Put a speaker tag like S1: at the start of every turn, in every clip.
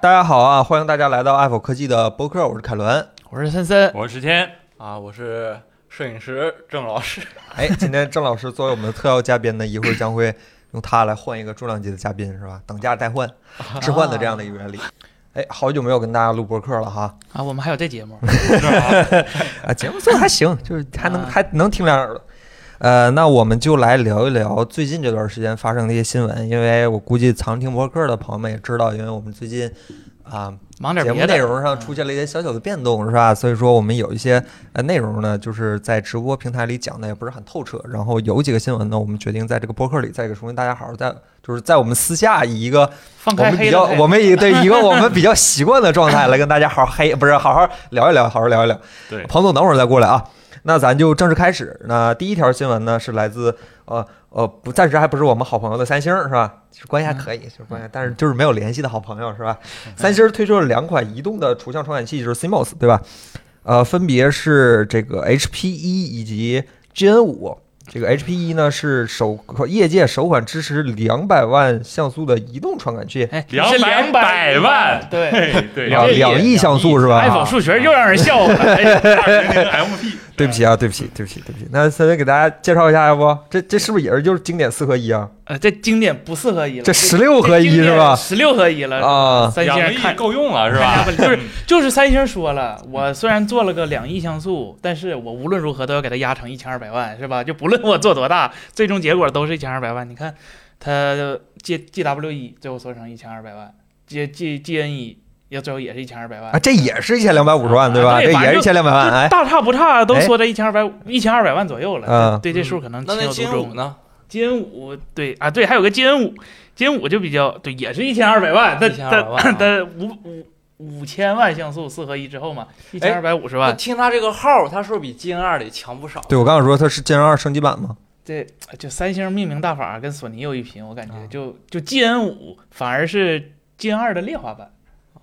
S1: 大家好啊！欢迎大家来到爱否科技的播客，我是凯伦。
S2: 我是森森，
S3: 我是石天，
S4: 啊，我是摄影师郑老师。
S1: 哎， 今天郑老师作为我们的特邀嘉宾呢，一会儿将会用他来换一个重量级的嘉宾，是吧？等价代换、置换的这样的一个原理。哎，好久没有跟大家录播客了哈，
S2: 啊，我们还有这节 目，
S3: 是吧
S1: 啊，节目做的还行，就是还能
S2: 啊
S1: 还能听两耳朵。呃，那我们就来聊一聊最近这段时间发生的一些新闻，因为我估计常听播客的朋友们也知道，因为我们最近啊、
S2: 忙点
S1: 节目
S2: 别的。嗯
S1: 内容上出现了一些小小的变动，是吧？所以说我们有一些呃内容呢，就是在直播平台里讲的也不是很透彻。然后有几个新闻呢，我们决定在这个播客里再给重新大家好好在就是在我们私下以一个
S2: 放
S1: 我
S2: 开
S1: 们
S2: 黑
S1: 比
S2: 的
S1: 较
S2: 菜
S1: 我 们以对一个我们比较习惯的状态来跟大家好好黑不是好好聊一聊，好好聊一聊。
S3: 对
S1: 彭总等会儿再过来啊。那咱就正式开始。那第一条新闻呢是来自呃呃不暂时还不是我们好朋友的三星是吧？其实关系
S2: 嗯
S1: 还可以，就是关系，但是就是没有联系的好朋友是吧？三星推出了两款移动的图像传感器，就是 CMOS 对吧？呃，分别是这个 HP 一以及 GN 五。这个 HP 一呢是首业界首款支持两百万像素的移动传感器，
S2: 哎，
S3: 200
S2: 是两
S3: 百万
S2: 对。
S3: 对对，
S1: 两
S2: 这也
S1: 两亿像素是吧？啊
S2: 爱否数学又让人笑 话，哎
S3: MP，
S1: 对不起啊，对不起，对不起，对不起。那森森给大家介绍一下，要不这这是不是也是就是经典四合一啊？
S2: 呃，这经典不四合一了，
S1: 这16合一是吧
S2: 十六合一了，
S1: 啊，
S2: 三
S3: 两个
S2: 星
S3: 亿
S2: 看
S3: 够用了是吧？
S2: 就是就是三星说了，我虽然做了个两亿像素，但是我无论如何都要给它压成一千二百万，是吧？就不论我做多大，最终结果都是一千二百万。你看，它 G G W 一最后缩成一千二百万，G G G N 一要最后也是一千二百万
S1: 啊，这也是一千两百五十万对吧？
S2: 啊
S1: 这
S2: 对
S1: 也是一千两百万，
S2: 就
S1: 哎，
S2: 大差不差，都缩在一千二百一千二百万左右了。
S1: 嗯
S2: 对这数可能情
S4: 那那
S2: 有独
S4: 金
S2: 钟
S4: 五。呢？
S2: 金五对啊，对，还有个金五，金五就比较对，也是一千二百万，但
S4: 1200万
S2: 但
S4: 啊
S2: 但五五五千万像素四合一之后嘛，一千二百五十
S4: 我
S2: 万，
S4: 听他这个号，他是不是比金二里强不少？
S1: 对我刚想说它是 G N 二升级版嘛，
S2: 这就三星命名大法跟索尼有一拼，我感觉
S4: 啊
S2: 就就 GN 五反而是 GN 二的劣化版，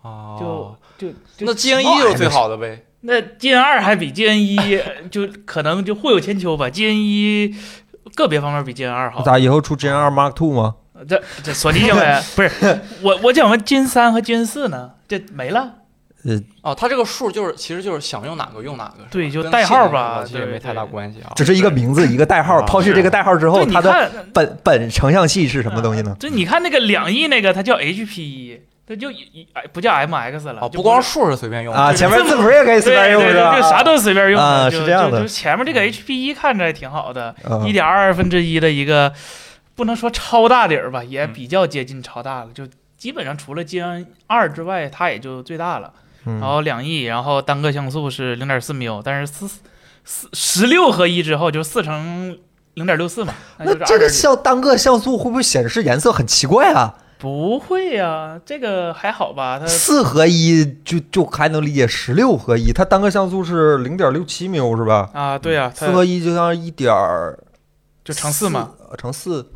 S2: 就
S4: 哦，
S2: 就就
S4: 那金一就是最好的呗。
S2: 那 GN 二还比 GN 一就可能就互有千秋吧，GN 一个别方面比 GN 二好，
S1: 咋以后出 G N 二 Mark Two 吗？
S2: 这这索尼 行为不是我我讲问 GN 三和 GN 四呢，这没了。
S4: 哦，他这个数就是，其实就是想用哪个用哪个。是吧
S2: 对就
S4: 跟
S2: 代号
S4: 性能
S2: 吧
S4: 其实也
S2: 对
S4: 没太
S2: 对
S4: 大关系啊。
S1: 只是一个名字一个代号，
S4: 啊
S1: 抛去这个代号之后，
S2: 对，你
S1: 它的
S2: 看
S1: 本本成像器是什么东西呢？
S2: 就你看那个两亿那个，它叫 HP 一，它就一哎不叫 MX 了，
S4: 哦，
S2: 就
S4: 不光数是随
S2: 嗯
S4: 便用的
S1: 啊，前面字符也可以
S2: 对
S1: 随便用
S2: 对
S1: 是
S2: 对
S1: 吧？
S2: 就啥都随便用
S1: 啊
S2: 就是
S1: 这样的
S2: 就就前面这个 HP 一看着还挺好的，
S1: 啊
S2: 一点二分之一的一个，不能说超大底儿吧，
S1: 嗯
S2: 也比较接近超大了，就基本上除了 GN 二之外，它也就最大了。
S1: 嗯
S2: 然后两亿，然后单个像素是零点四缪，但是四四十六合一之后就四乘零点六 四嘛，
S1: 那
S2: 就是
S1: 这个
S2: 2.6
S1: 像单个像素会不会显示颜色很奇怪啊？
S2: 不会呀、这个还好吧？它
S1: 四合一就就还能理解，十六合一，它单个像素是零点六七缪是吧？
S2: 啊，对呀、
S1: 嗯四合
S2: 它
S1: 一就像一点儿
S2: 就乘四嘛，，
S1: 呃乘四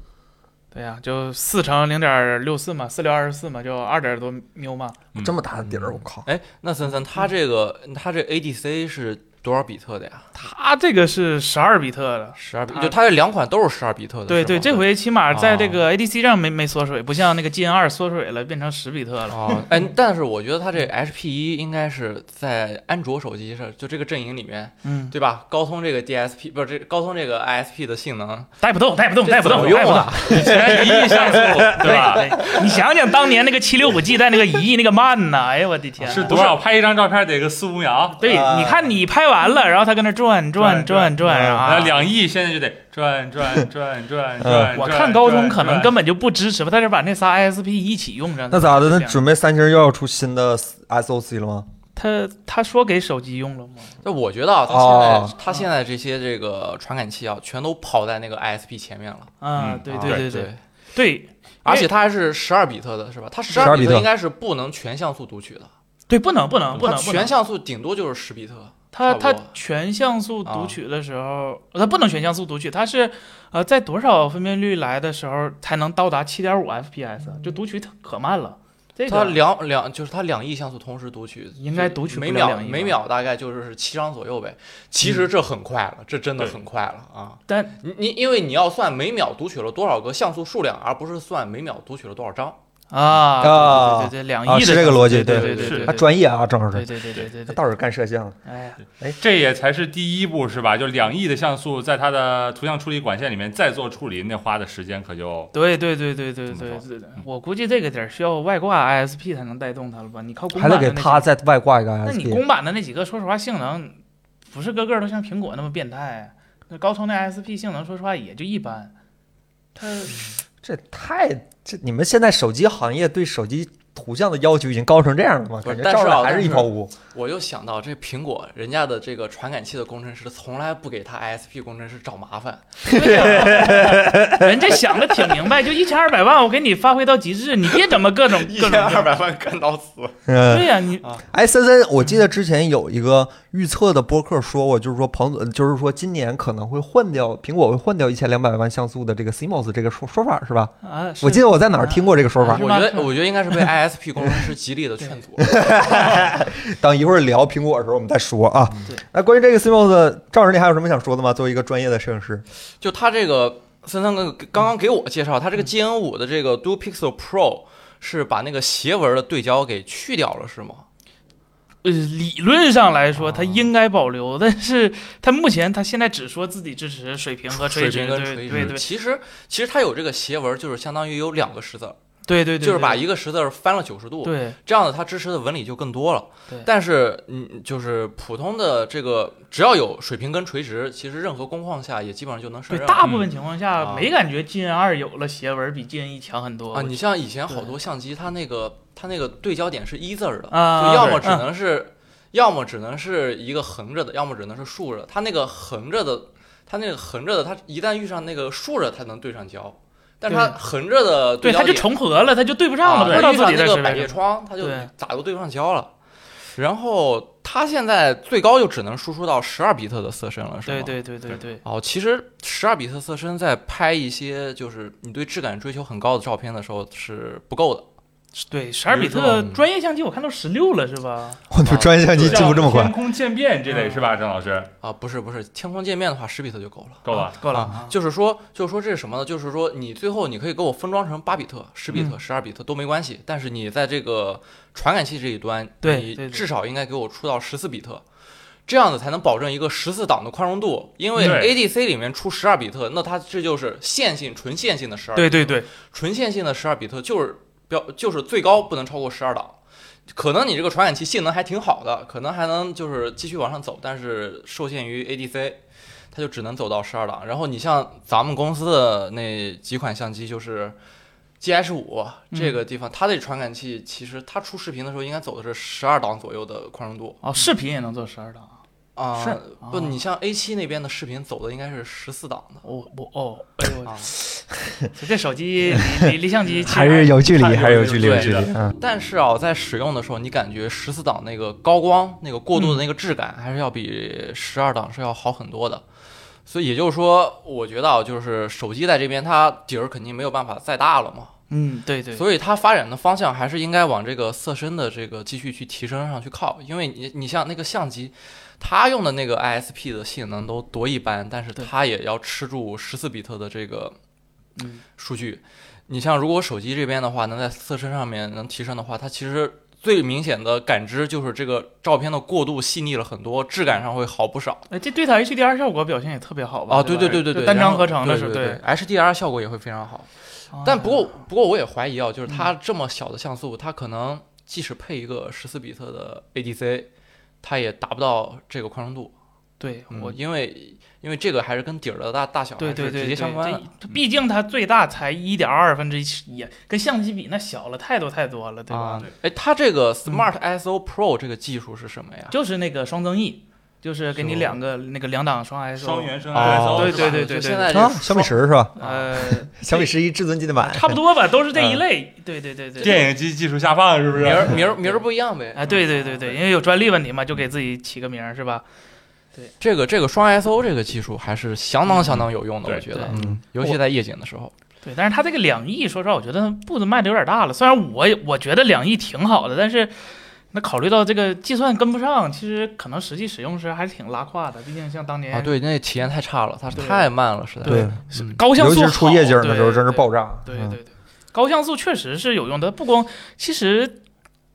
S2: 对呀、就四乘零点六四嘛，四六二十四嘛，就二点多缪嘛。
S3: 嗯
S1: 这么大的底儿，我靠！
S4: 哎，那森森，他这个他这 ADC 是多少比特的呀？
S2: 它这个是十二比特的，
S4: 十二比，
S2: 它
S4: 就它这两款都是十二比特的。
S2: 对
S4: 是
S2: 对，
S4: 吗啊
S2: 这回起码在这个 ADC 上没没缩水，不像那个 GN 二缩水了，变成十比特了。
S4: 哦，哎，但是我觉得它这 HP 一应该是在安卓手机上，就这个阵营里面，
S2: 嗯，
S4: 对吧？高通这个 DSP 不是这高通这个 ISP 的性能
S2: 带不动，带不动，带不动，
S4: 这怎么用
S2: 带不动
S4: 啊。
S3: 以前一亿像素对
S2: 嗯
S3: 吧？
S2: 对，你想想当年那个七六五 G 带那个一亿那个慢呐，哎呀我的天啊！
S3: 是多少？拍一张照片得个四五秒，
S2: 对，
S1: 啊
S2: 你看你拍完了，然后他跟那转转转
S3: 转
S2: 转啊
S3: 那，呃两亿现在就得转转转转
S1: 嗯
S3: 转。
S2: 我看高通可能根
S3: 本
S2: 本就不支持吧，但是把那仨 ISP 一起用上。
S1: 那咋的？那
S2: 这样
S1: 准备三星又要出新的 SOC 了吗？
S2: 他他说给手机用了吗？
S4: 那我觉得啊，它现在、
S1: 哦
S4: 它现在这些这个传感器啊，全都跑在那个 ISP 前面了。
S2: 啊，
S3: 嗯
S2: 对
S4: 啊
S2: 对
S4: 对
S2: 对对哎
S4: 而且它还是十二比特的，是吧？它十
S1: 12
S4: 二
S1: 比
S4: 比
S1: 特
S4: 特应该是不能全像素读取的，
S2: 对，不能不能啊不
S4: 它
S2: 能不能
S4: 全，像素顶多就是十比特。
S2: 他
S4: 差不多
S2: 他全像素读取的时候，他不能全像素读取，他是呃在多少分辨率来的时候才能到达七点五 FPS，就读取特可慢了。这
S4: 它
S2: 个
S4: 两两就是它两亿像素同时读取，
S2: 应该读取不了
S4: 每秒
S2: 两亿吧嗯
S4: 每秒大概就是七张左右呗。其实这很快了，这真的很快了啊！
S2: 但
S4: 你你因为你要算每秒读取了多少个像素数量，而不是算每秒读取了多少张。
S2: 啊
S1: 啊
S2: 对对对，对两
S1: 啊
S2: 亿的
S1: 是这个逻辑
S2: 对
S1: 对
S2: 对对
S3: 是
S2: 对，
S1: 啊，
S2: 对
S1: 专业啊，郑老
S2: 对
S1: 师，
S2: 对对对对
S1: 他
S2: 对，
S1: 倒是干摄像的，
S2: 哎呀，
S3: 这也才是第一步，是吧？就两亿的像素在它的图像处理管线里面再做处理，那花的时间可就
S2: 对对对对对
S3: 怎
S2: 对
S3: 么说
S2: 对的，我估计这个点儿需要外挂 ISP 才能带动它了吧？你靠公
S1: 还
S2: 版
S1: 得
S2: 的
S1: 给
S2: 那
S1: 他
S2: 几
S1: 再外挂一个
S2: 那你
S1: ISP。
S2: 公版的那几个，说实话性能不是个个都像苹果那么变态，啊那高通的 ISP 性能说实话也就 一般，它
S1: 这太这你们现在手机行业对手机图像的要求已经高成这样了吗？
S4: 不
S1: 感觉
S4: 是但
S1: 照
S4: 是
S1: 出来
S4: 啊
S1: 还
S4: 但
S1: 一
S4: 是
S1: 头雾。
S4: 我又想到这苹果人家的这个传感器的工程师从来不给他 ISP 工程师找麻 烦，
S2: 对呀人家想的挺明白，就一千二百万，我给你发挥到极致，你别怎么各种 各种。
S4: 百万干到死。
S1: 嗯，
S2: 对呀、你
S1: 哎，森森，我记得之前有一个预测的播客说过，就是说彭总，就是说今年可能会换掉苹果会换掉一千两百万像素的这个 CMOS 这个说说法是吧？
S2: 啊，是
S1: 我记得我在哪儿听过这个说法
S2: 啊是。
S4: 我
S2: 吗
S4: 觉得我觉得应该是被 ISP 工程师极力的劝阻。
S1: 等一会儿聊苹果的时候我们再说啊
S2: 对。
S1: 那关于这个 CMOS，赵老师你还有什么想说的吗？作为一个专业的摄影师，
S4: 就他这个森森刚刚刚给我介绍，他这个 GN 五的这个 Dual Pixel Pro 是把那个斜纹的对焦给去掉了，是吗？
S2: 呃，理论上来说，它应该保留，但是它目前它现在只说自己支持水平和垂
S4: 水
S2: 直，
S4: 平跟垂
S2: 对对
S4: 直，
S2: 对
S4: 其实其实它有这个斜纹，就是相当于有两个十字儿，
S2: 对对对，
S4: 就是把
S2: 对
S4: 一个十字儿翻了九十度，
S2: 对
S4: 这样的它支持的纹理就更多了
S2: 对。
S4: 但是嗯，就是普通的这个只要有水平跟垂直，其实任何工况下也基本上就能
S2: 对
S4: 胜任了。
S2: 大部分情况下
S4: 啊
S2: 没感觉 G N 二有了斜纹比 G N 一强很多
S4: 啊，你像以前
S2: 对
S4: 好多相机，它那个它那个对焦点是一字儿的，
S2: 啊
S4: 就要么
S2: 对
S4: 只能是，要么只能是一个横着的，要么只能是竖着的。它那个横着的，它那个横着的，它一旦遇上那个竖着，它能对上焦，但是它
S2: 对
S4: 横着的
S2: 对，它
S4: 焦
S2: 就
S4: 点
S2: 重合了，它就对不上了，
S4: 啊
S2: 不
S4: 对
S2: 知道
S4: 遇
S2: 自
S4: 上
S2: 己
S4: 那
S2: 在
S4: 个
S2: 谁
S4: 百
S2: 边
S4: 叶
S2: 上
S4: 窗，它就
S2: 对
S4: 咋都对不上焦了。然后它现在最高就只能输出到十二比特的色深了，是吗？
S2: 对对对对对，
S4: 哦，其实十二比特色深在拍一些就是你对质感追求很高的照片的时候是不够的。
S2: 对，十二比
S3: 比如
S2: 特
S4: 说
S2: 专业相机我看都十六了是吧？
S1: 我的专业相机进步这么快
S3: 天，空渐变这类是吧，郑老师
S4: 啊，不是不是，天空界面的话，十比特就够了。
S3: 够了。
S2: 够了
S4: 啊
S2: 啊，
S4: 就是说，就是说这是什么呢？就是说，你最后你可以给我分装成八比特、十比特、
S2: 嗯
S4: 十二比特都没关系，但是你在这个传感器这一端，
S2: 对对对
S4: 你至少应该给我出到十四比特，这样子才能保证一个十四档的宽容度。因为
S3: 对
S4: ADC 里面出十二比特，那它这就是线性纯线性的十二，
S2: 对对对，
S4: 纯线性的十二比特就是标就是最高不能超过十二档。可能你这个传感器性能还挺好的，可能还能就是继续往上走，但是受限于 ADC，它就只能走到十二档。然后你像咱们公司的那几款相机，就是 GH 五这个地方，它的传感器其实它出视频的时候应该走的是十二档左右的宽容度
S2: 哦，视频也能做十二档啊，
S4: 啊。
S1: 是
S4: 不，
S2: 哦
S4: 你像 A 7那边的视频走的应该是十四档的
S2: 我我哦，哎呦
S4: 啊。
S2: 这这手 机离离离相机其实
S1: 有距
S3: 还是有距离
S1: 有
S3: 有距
S1: 离啊。
S4: 但是啊，在使用的时候，你感觉十四档那个高光、那个过渡的那个质感，还是要比十二档是要好很多的。所以也就是说，我觉得啊，就是手机在这边它底儿肯定没有办法再大了嘛，
S2: 嗯，对对，
S4: 所以它发展的方向还是应该往这个色深的这个继续去提升上去靠。因为你你像那个相机，它用的那个 ISP 的性能都多一般，但是
S2: 对
S4: 它也要吃住十四比特的这个
S2: 嗯
S4: 数据。你像如果手机这边的话，能在色深上面能提升的话，它其实最明显的感知就是这个照片的过渡细腻了很多，质感上会好不少。
S2: 哎，这对它 HDR 效果表现也特别好吧？
S4: 啊，对
S2: 对
S4: 对
S2: 吧
S4: 对对
S2: 就
S4: 对，
S2: 单
S4: 然
S2: 张
S4: 后
S2: 合成的
S4: 对
S2: 是
S4: 对对，HDR 效果也会非常好。嗯但不过不过我也怀疑啊，就是它这么小的像素，它可能即使配一个十四比特的 ADC，它也达不到这个宽容度。
S2: 对
S4: 嗯
S2: 我。
S4: 因为因为这个还是跟底儿的大大小还
S2: 对
S4: 是
S2: 对对，
S4: 直
S2: 对
S4: 接相关的嗯
S2: 这。它毕竟它最大才一点二分之一，也跟相机比那小了太多太多了，对吧？
S4: 啊，哎，它这个 Smart ISO Pro 这个技术是什么呀？
S2: 就是那个双增益，就是给你
S4: 是
S2: 两个那个两档双 ISO，
S3: 双原生
S4: 哦
S3: ISO，
S2: 对
S3: 是
S2: 对
S3: 吧
S2: 对
S4: 就现在
S1: 啊
S4: 这，
S1: 小米十是吧？
S4: 啊
S2: 呃，
S1: 小米十一至尊记得买。
S2: 差不多吧，都是
S4: 嗯
S2: 这一类。对对对对，
S3: 电影机技术下放是不是？
S4: 名儿名儿名儿不一样呗。
S2: 啊，对对对对，因为有专利问题嘛，就给自己起个名儿是吧？
S4: 这个这个双 ISO 这个技术还是相当相当有用的，
S3: 对
S4: 我觉得，
S2: 对
S4: 嗯，尤其在夜景的时候。
S2: 对，但是它这个两亿，说实话，我觉得步子迈的有点大了。虽然我也我觉得两亿挺好的，但是那考虑到这个计算跟不上，其实可能实际使用时还是挺拉胯的。毕竟像当年
S4: 啊，对，那体验太差了，它
S2: 嗯对
S4: 太慢了，实在。
S2: 对
S4: 嗯
S2: 高像
S1: 尤
S2: 素
S1: 其
S2: 好，
S1: 是出夜景的时候，真是
S2: 爆。
S1: 爆炸。
S2: 对
S1: 嗯
S2: 对对，高像素确实是有用的，不光其实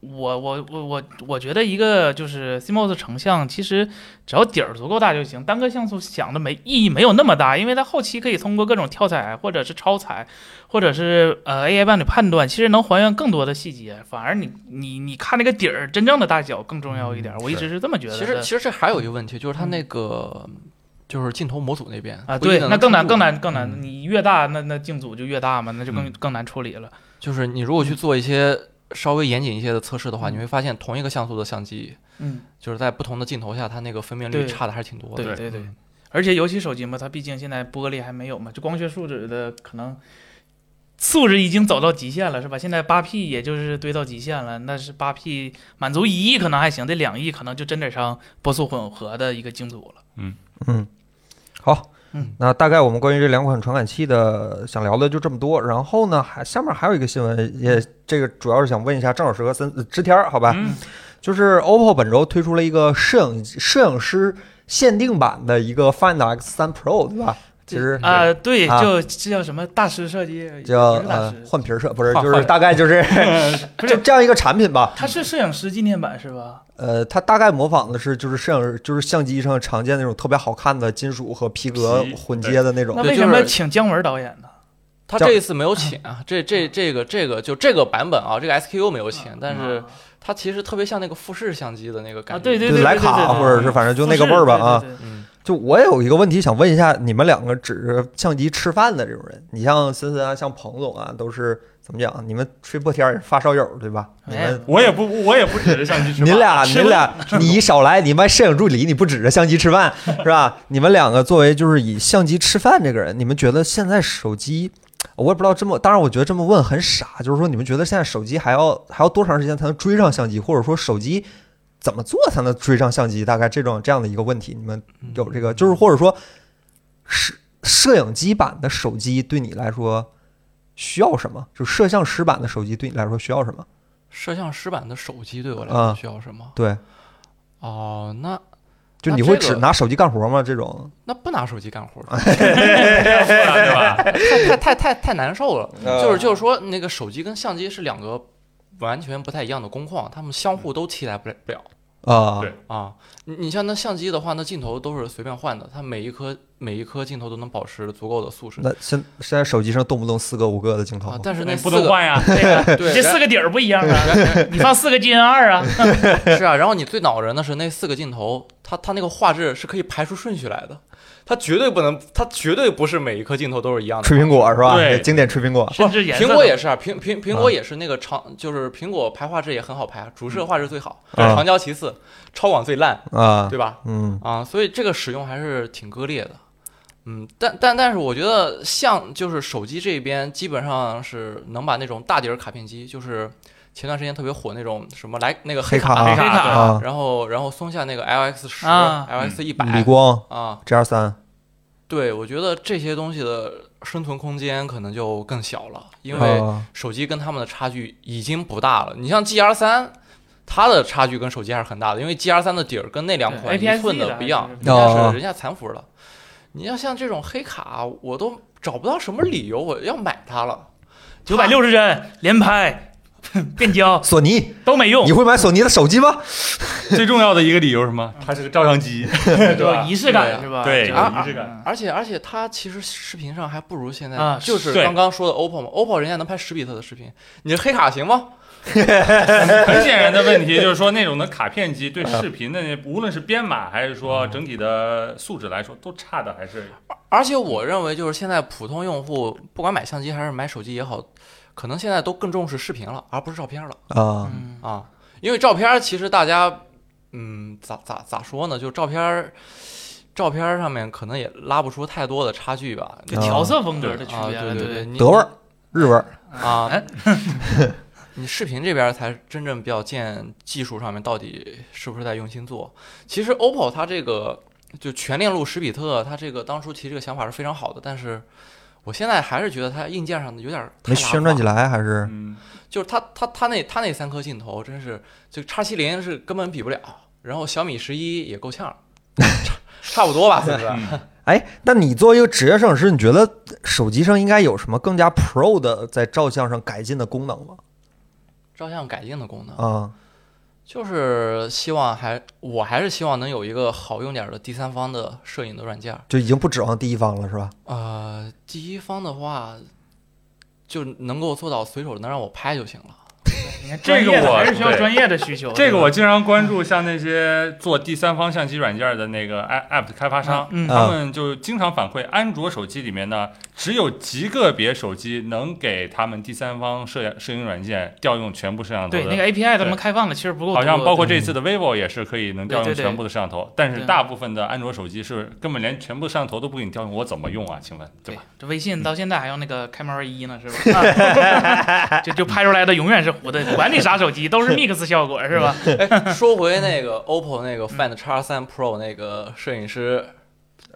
S2: 我我我我我觉得一个就是 CMOS 成像，其实只要底儿足够大就行，单个像素想的没意义没有那么大，因为它后期可以通过各种跳彩或者是超彩，或者是呃 AI 帮你判断，其实能还原更多的细节，反而你你你看那个底儿真正的大小更重要一点，
S1: 嗯
S2: 我一直是这么觉得的。
S4: 其实其实这还有一个问题，就是它那个就是镜头模组那边
S2: 啊，
S4: 不一
S2: 对，
S4: 定能
S2: 那更难
S4: 出
S2: 更难更难，
S1: 嗯
S2: 你越大那那镜组就越大嘛，那就更
S3: 嗯
S2: 更难处理了。
S4: 就是你如果去做一些稍微严谨一些的测试的话，
S2: 嗯
S4: 你会发现同一个像素的相机，
S2: 嗯，
S4: 就是在不同的镜头下，它那个分辨率
S2: 对
S4: 差的还是挺多的。
S2: 对
S3: 对
S2: 对对
S1: 嗯，
S2: 而且尤其手机嘛，它毕竟现在玻璃还没有嘛，就光学素质的可能素质已经走到极限了，是吧？现在八 P 也就是堆到极限了，那是八 P 满足一亿可能还行，这两亿可能就真得上波速混合的一个镜组了。
S1: 嗯，好
S2: 嗯，
S1: 那大概我们关于这两款传感器的想聊的就这么多。然后呢，还下面还有一个新闻，也这个主要是想问一下郑老师和森呃知天儿，好吧？
S3: 嗯
S1: 就是 OPPO 本周推出了一个摄影摄影师限定版的一个 Find X3 Pro，对吧？其实
S2: 啊、对，
S1: 啊
S2: 就这叫什么大师设计，
S1: 叫
S2: 也不是大
S1: 呃
S2: 师，
S1: 换皮儿摄，不是，
S4: 换
S1: 就是
S4: 换
S1: 大概就是
S2: 不
S1: 就是这样一个产品吧。
S2: 他是摄影师纪念版是吧？
S1: 呃，它大概模仿的是就是摄影就是相机上常见那种特别好看的金属和皮革
S3: 皮
S1: 混接的那种
S2: 那。
S4: 对
S2: 为
S4: 就
S2: 什么
S4: 是
S2: 请姜文导演呢？
S4: 它
S1: 这
S4: 这一次没有请啊，这这这个这个就这个版本啊，这个 SKU 没有请，但是
S2: 啊
S4: 它其实特别像那个富士相机的那个感
S2: 啊
S4: 觉。
S2: 对对
S1: 就
S2: 对，
S1: 徕
S2: 对
S1: 卡或者是反正就那个味儿吧啊。
S2: 对对对对对
S4: 嗯，
S1: 就我有一个问题想问一下，你们两个指着相机吃饭的这种人，你像森森啊，像彭总啊，都是怎么讲？你们吹破天儿也是发烧友对吧？你
S2: 没有
S1: 们
S3: 我也不我也不指着相机吃饭，啊哎
S1: 您俩
S3: 吃
S1: 您俩你少来，你卖摄影助理，你不指着相机吃饭是吧？你们两个作为就是以相机吃饭这个人，你们觉得现在手机？我也不知道这么，当然我觉得这么问很傻，就是说你们觉得现在手机还要还要多长时间才能追上相机，或者说手机怎么做才能追上相机？大概这种这样的一个问题，你们嗯有这个，就是或者说，摄摄影机版的手机对你来说需要什么？就摄像师版的手机对你来说需要什么？
S4: 摄像师版的手机对我来
S1: 啊
S4: 说需要什么？
S1: 对，
S4: 哦，那
S1: 就
S4: 那
S1: 你会
S4: 这
S1: 只
S4: 个
S1: 拿手机干活吗？这种？
S4: 那不拿手机 干活儿，
S3: 饭对吧？
S4: 太太太太太难受了。
S1: 呃
S4: 就是就是说，那个手机跟相机是两个完全不太一样的工况，它们相互都替代不了不了
S1: 啊，
S3: 对
S4: 啊。你你像那相机的话，那镜头都是随便换的，它每一颗每一颗镜头都能保持足够的素质
S1: 那现现在手机上动不动四个五个的镜头
S4: 啊。，但是那
S3: 你
S4: 四
S3: 不能
S4: 个
S3: 换呀，
S2: 对呀
S4: 对
S2: 这四个底儿不一 样啊，你放四个 GN 二啊，
S4: 是啊，然后你最恼人的是那四个镜头，它它那个画质是可以排出顺序来的，它绝对不能，它绝对不是每一颗镜头都是一样的。
S1: 吹苹果是吧？
S3: 对
S1: 经典吹苹果。
S2: 甚至颜色
S4: 苹
S2: 都
S4: 果也是啊，苹苹苹
S1: 啊
S4: 果也是那个长，就是苹果排画质也很好排，啊主摄画质最好，
S1: 啊
S4: 长焦其次，超广最烂，
S1: 啊，
S4: 对吧？
S1: 嗯
S4: 啊，所以这个使用还是挺割裂的。嗯，但但但是我觉得像就是手机这边基本上是能把那种大底儿卡片机，就是前段时间特别火那种什么来那个
S1: 黑
S4: 黑
S1: 卡啊
S4: 黑
S2: 黑卡
S4: 对
S1: 啊，嗯
S4: 然后然后松下那个 LX 十、
S2: 啊
S4: LX 一
S1: 理
S4: 百
S1: 光
S4: 啊，
S1: G R 三，
S4: 对我觉得这些东西的生存空间可能就更小了，因为
S1: 啊，
S4: 手机跟他们的差距已经不大了。你像 GR 三。它的差距跟手机还是很大的，因为 GR 三的底儿跟那两款
S2: 对
S4: 一寸
S2: APS-C 的
S4: 不一
S2: 还，
S4: 样
S2: 是
S4: 人家
S1: 哦
S4: 是人家残服了。你要像这种黑卡，我都找不到什么理由我要买它了。
S2: 九百六十帧连拍变焦
S1: 索尼，
S2: 都没用
S1: 你，会买索尼的手机吗？
S3: 最重要的一个理由是什么？它是个照相机，对
S2: 有
S3: 吧
S2: 仪？式感
S4: 对
S2: 是吧？
S3: 对
S2: 就
S4: 有仪
S3: 式感
S4: 而且而且它其实视频上还不如现在，
S2: 嗯啊
S4: 就是
S3: 对
S4: 刚刚说的 OPPO 嘛，OPPO 人家能拍十比特的视频，你这黑卡行吗？
S3: 很显然的问题就是说，那种的卡片机对视频的那，无论是编码还是说整体的素质来说，都差的还是
S4: 而且我认为就是现在普通用户，不管买相机还是买手机也好，可能现在都更重视视频了，而不是照片了
S1: 啊，
S2: 嗯
S4: 啊，因为照片其实大家，嗯，咋咋咋说呢？就照片，照片上面可能也拉不出太多的差距吧。
S2: 就调色风格的区
S4: 啊，
S2: 别
S4: 对
S2: 了，
S4: 对，
S2: 对
S4: 你
S1: 德味儿，日味儿，
S4: 啊
S2: 哎，
S4: 你视频这边才真正比较见技术上面到底是不是在用心做。其实 OPPO 它这个就全链路十比特，它这个当初提这个想法是非常好的，但是我现在还是觉得它硬件上有点儿太
S1: 没宣传起
S4: 来。
S1: 来还是
S3: 嗯，
S4: 就是它它它那它那三颗镜头真是，就叉七 零是根本比不了，然后小米十一也够呛，差差不多吧，现在。
S3: 嗯
S1: 哎，那你作为一个职业摄影师，你觉得手机上应该有什么更加 pro 的在照相上改进的功能吗？
S4: 照相改进的功能，
S1: 啊、
S4: 就是希望还我还是希望能有一个好用点儿的第三方的摄影的软件儿。
S1: 就已经不指望第一方了，是吧？
S4: 呃，第一方的话，就能够做到随手能让我拍就行 了。
S2: 你看专
S3: 这个
S2: 业的
S3: 我
S2: 还是需要
S3: 对
S2: 专业的需求。
S3: 这个我
S2: 对
S3: 经常关注，像那些做第三方相机软件的那个 app app 的开发
S2: 吧
S3: 商，
S2: 嗯，
S1: 啊
S3: 他们就经常反馈，安卓手机里面呢，只有极个别手机能给他们第三方摄影摄影软件调用全部摄像头
S2: 对那
S3: 的。
S2: 个 API 他们
S3: 对
S2: 开放的其实不够多，
S3: 好像包括这次的 vivo 也是可以能调
S2: 对
S3: 用
S2: 对对
S3: 全部的摄像头，但是
S2: 对
S3: 大部分的安卓手机是根本连全部摄像头都不给你调用，我怎么用啊？请问，
S2: 对
S3: 对吧？，
S2: 这微信到现在还用那个开猫一呢，是 吧？ 就就拍出来的永远是糊的，管你啥手机都是 mix 效果，是吧？
S4: 说回那个 OPPO 那
S1: 嗯
S4: 个 Find X3 Pro 那个摄影师，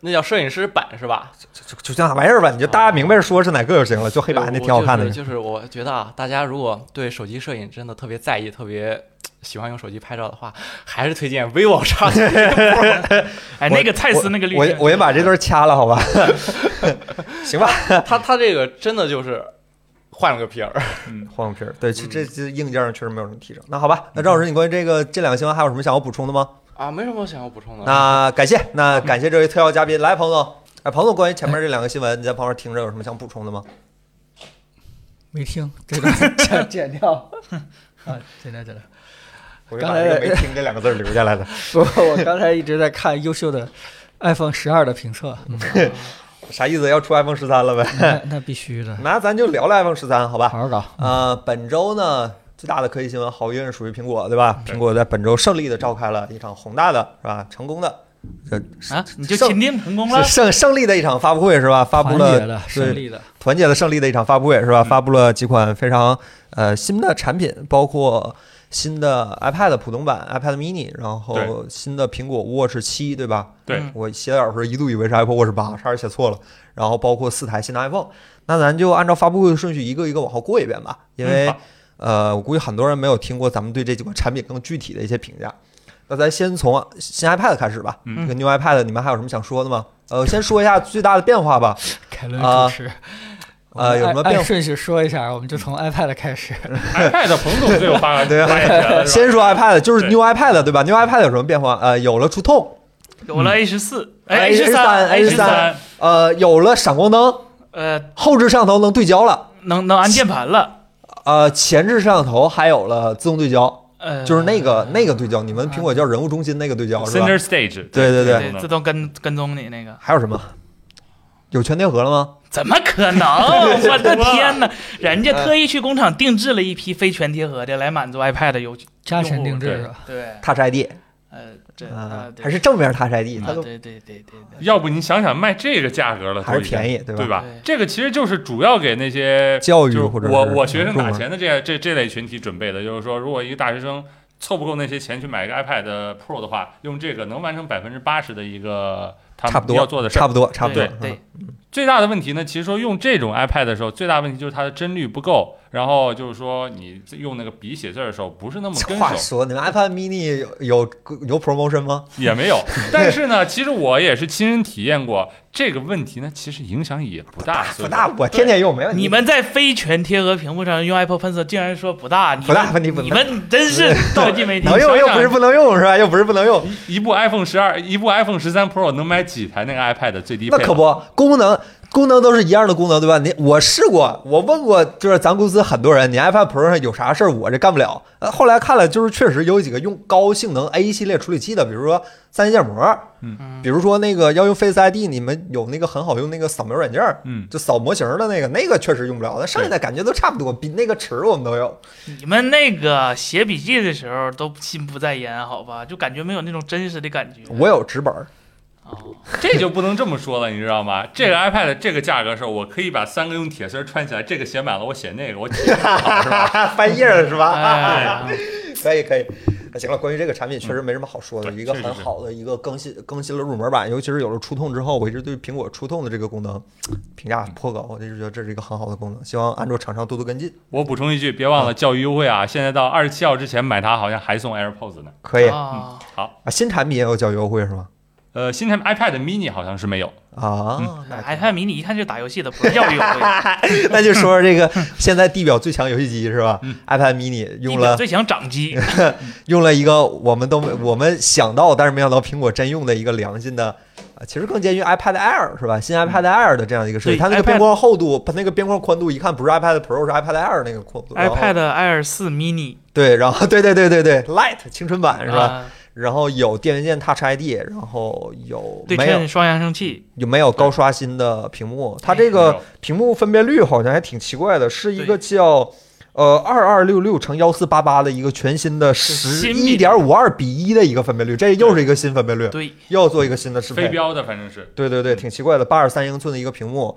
S4: 那叫摄影师版是吧？
S1: 就就就那玩意儿吧，你就大家明白说是哪个就行了，就黑白那
S4: 啊对
S1: 挺好看的
S4: 我。就是。就是我觉得啊，大家如果对手机摄影真的特别在意，特别。喜欢用手机拍照的话，还是推荐 vivo X3
S2: 哎，
S1: 我
S2: 那个蔡司那个滤
S1: 我
S2: 镜，
S1: 我也把这段掐了，好 吧？行吧，
S4: 它它这个真的就是换了个皮儿。
S1: 换个皮儿。对，这这这硬件上确实没有什么提升。那好吧，那赵老师，你关于这个这两个新闻还有什么想要补充的吗？
S4: 啊，没什么想要补充的。
S1: 那感谢，那感谢这位特邀嘉宾，来，彭总。哎，彭总，关于前面这两个新闻，你在旁边听着有什么想补充的吗？
S5: 没听这段剪剪掉 啊，剪掉剪掉。
S1: 我
S5: 就把这个没
S1: 听这两个字留下来 的。
S5: 不，我刚才一直在看优秀的 iPhone 十二的评 测，嗯
S1: 啥意思？要出 iPhone 十三了呗？
S5: 那那必须的，
S1: 那咱就聊聊 iPhone 十三，好吧？
S5: 嗯好好搞。
S1: 呃，本周呢最大的科技新闻，好运属于苹果，对吧？苹果在本周胜利的召开了一场宏大的，是吧？成功的，这
S2: 啊，你就钦定成功了
S1: 是。胜胜利的一场发布会，是吧？发布了
S5: 团结的，
S1: 对
S5: 胜利嗯的，
S1: 团结的胜利的一场发布会是吧？发布了几款非常呃新的产品，包括新的 iPad 普通版、iPad mini，然后
S3: 对
S1: 新的苹果 Watch 七，对吧？
S3: 对
S2: 嗯
S1: 我写的时候一度以为是 Apple Watch 八，差点写错了。然后包括四台新的 iPhone，那咱就按照发布会的顺序一个一个往后过一遍吧，因为、
S3: 嗯好
S1: 呃，我估计很多人没有听过咱们对这几款产品更具体的一些评价。那咱先从新 iPad 开始吧。这
S3: 嗯
S1: 个 New iPad 你们还有什么想说的吗？呃，先说一下最大的变化吧。
S5: 凯伦
S1: 啊
S5: 主持。
S1: 呃，有什么
S5: 按
S1: 变
S3: 哎
S5: 按
S1: 化？
S5: 哎顺序说一下，我们就从 iPad 开始。
S3: iPad 彭总最有 发
S1: 对啊
S3: 发言权了，是吧
S1: 先说 iPad，就是
S3: 哎对
S1: New iPad 对吧？New iPad 有什么变化？呃，有了触控，
S2: 有了 A 十四，
S1: 哎
S2: 哎十
S1: 13
S2: A 十
S1: 13，呃，有了闪光灯，
S2: 呃，
S1: 后置摄像头能对焦了，
S2: 能能按键盘了，
S1: 呃，前置摄像头还有了自动对焦，
S2: 呃，
S1: 就是那个那个对焦，你们苹果叫人物中心那个对焦是吧？
S3: Center Stage，
S1: 对对
S2: 对，
S3: 嗯
S2: 自动跟跟踪你那个，
S1: 还有什么？有全贴合了吗？
S2: 怎么可 能？我的天
S1: 嗯
S2: 哪！ 人家特意去工厂定制了一批非全贴合的来满足 iPad 的有
S5: 加深定制是吧？
S2: 对，
S1: Touch ID
S2: 呃，这
S1: 哎啊
S2: 啊，对
S1: 还是正面 Touch ID，它
S2: 啊，
S1: 都
S2: 对对对对对，
S3: 要不你想想卖这个价格了，
S1: 还是
S3: 都已经
S1: 便宜，对
S3: 对
S1: 吧？
S3: 吧
S2: 对？
S3: 这个其实就是主要给那些
S1: 教育
S3: 就是
S1: 或者
S3: 我
S1: 是
S3: 我学生
S1: 入
S3: 打
S1: 门
S3: 钱的这样这这类群体准备的，就是说，如果一个大学生凑不够那些钱去买一个 iPad Pro 的话，用这个能完成百分之八十的一个他
S1: 差不
S3: 们
S1: 多
S3: 要做的，事
S1: 差
S3: 儿。
S1: 不多，差不多。嗯
S2: 对对，
S3: 最大的问题呢，其实说用这种 iPad 的时候，最大问题就是它的帧率不够，然后就是说你用那个笔写字儿的时候不是那么跟
S1: 话说，
S3: 手，
S1: 你们 iPad mini 有有有 promotion 吗？
S3: 也没有。 但是呢，其实我也是亲身体验过这个问题呢，其实影响也不大，
S1: 不大，我天天用，没问题。
S2: 你们在非全贴合屏幕上用 Apple Pencil，竟然说不大，你
S1: 不大
S2: 们
S1: 问题不大
S2: 你们真 是科技媒体
S1: 能用
S3: 想
S1: 又
S3: 想
S1: 不是不能用是吧？又不是不能用，
S3: 一一部 iPhone 十二，一部 iPhone 十三 Pro 能买几台那个 iPad 最低配
S1: 那
S3: 了？
S1: 可不，功能功能都是一样的功能对吧？你我试过，我问过，就是咱公司很多人，你 iPad Pro 上有啥事儿我这干不了。呃，后来看了，就是确实有几个用高性能 A 系列处理器的，比如说三 D 建模，
S2: 嗯
S1: 比如说那个要用 Face ID，你们有那个很好用那个扫描软件儿。
S3: 嗯，
S1: 就扫模型的那个，那个确实用不了，那剩下的感觉都差不多，比那个尺我们都有。
S2: 你们那个写笔记的时候都心不在焉，好吧？就感觉没有那种真实的感觉。
S1: 我有纸本儿，
S2: 哦
S3: 这就不能这么说了，你知道吗？这个
S1: 嗯
S3: iPad 这个价格的时候，我可以把三个用铁丝儿穿起来，这个写满了，我写那个，我写
S1: 翻页了是吧？
S2: 哎呀
S1: 可以可以，那行了，关于这个产品确实没什么好说的，
S3: 嗯对
S1: 一个
S3: 确实
S1: 很
S3: 是
S1: 好的一个更新更新了入门版，尤其是有了触痛之后，我一直对苹果触痛的这个功能评价
S3: 嗯
S1: 颇高，我一直觉得这是一个很好的功能，希望安卓厂商多多跟进。
S3: 我补充一句，别
S1: 嗯
S3: 忘了教育优惠啊！现在到二十七号之前买它，好像还送 AirPods 呢。
S1: 可以啊，
S2: 啊，
S3: 好，
S1: 新产品也有教育优惠是吗？
S3: 呃，新产品 iPad mini 好像是没有，
S1: 啊，那
S3: 嗯
S1: 还
S2: iPad mini 一看就是打游戏的，不是教育用的。
S1: 那就说说这个现在地表最强游戏机是吧
S3: 嗯
S1: ？iPad mini
S2: 地
S1: 用
S2: 表
S1: 了
S2: 最强掌机，
S1: 用了一个我们都没我们想到，但是没想到苹果真用的一个良心的，呃其实更接近于 iPad Air 是吧？新 iPad Air 的这样一个设计，
S2: 嗯对
S1: 它那个
S2: iPad
S1: 边框厚度，它那个边框宽度一看不是 iPad Pro，是 iPad Air 那个宽度。然后
S2: iPad Air 4 mini
S1: 对，然后 对对对对对，Light 青春版是吧？
S2: 啊
S1: 然后有电源键 Touch ID，然后有
S2: 对
S1: 没有
S2: 称双扬声器，
S1: 有没有高刷新的屏幕？
S2: 哎
S1: 它这
S3: 没
S1: 个
S3: 有
S1: 屏幕分辨率好像还挺奇怪的，是一个叫呃二二六六乘幺四八八的一个全新的十
S2: 新
S1: 一
S2: 密
S1: 点五二比一的一个分辨率，这又是一个新分辨率，
S2: 对，嗯
S1: 又要做一个新的适
S3: 非
S1: 配。
S3: 标的，反正是
S1: 对对对，挺奇怪的，八十三英寸的一个屏幕，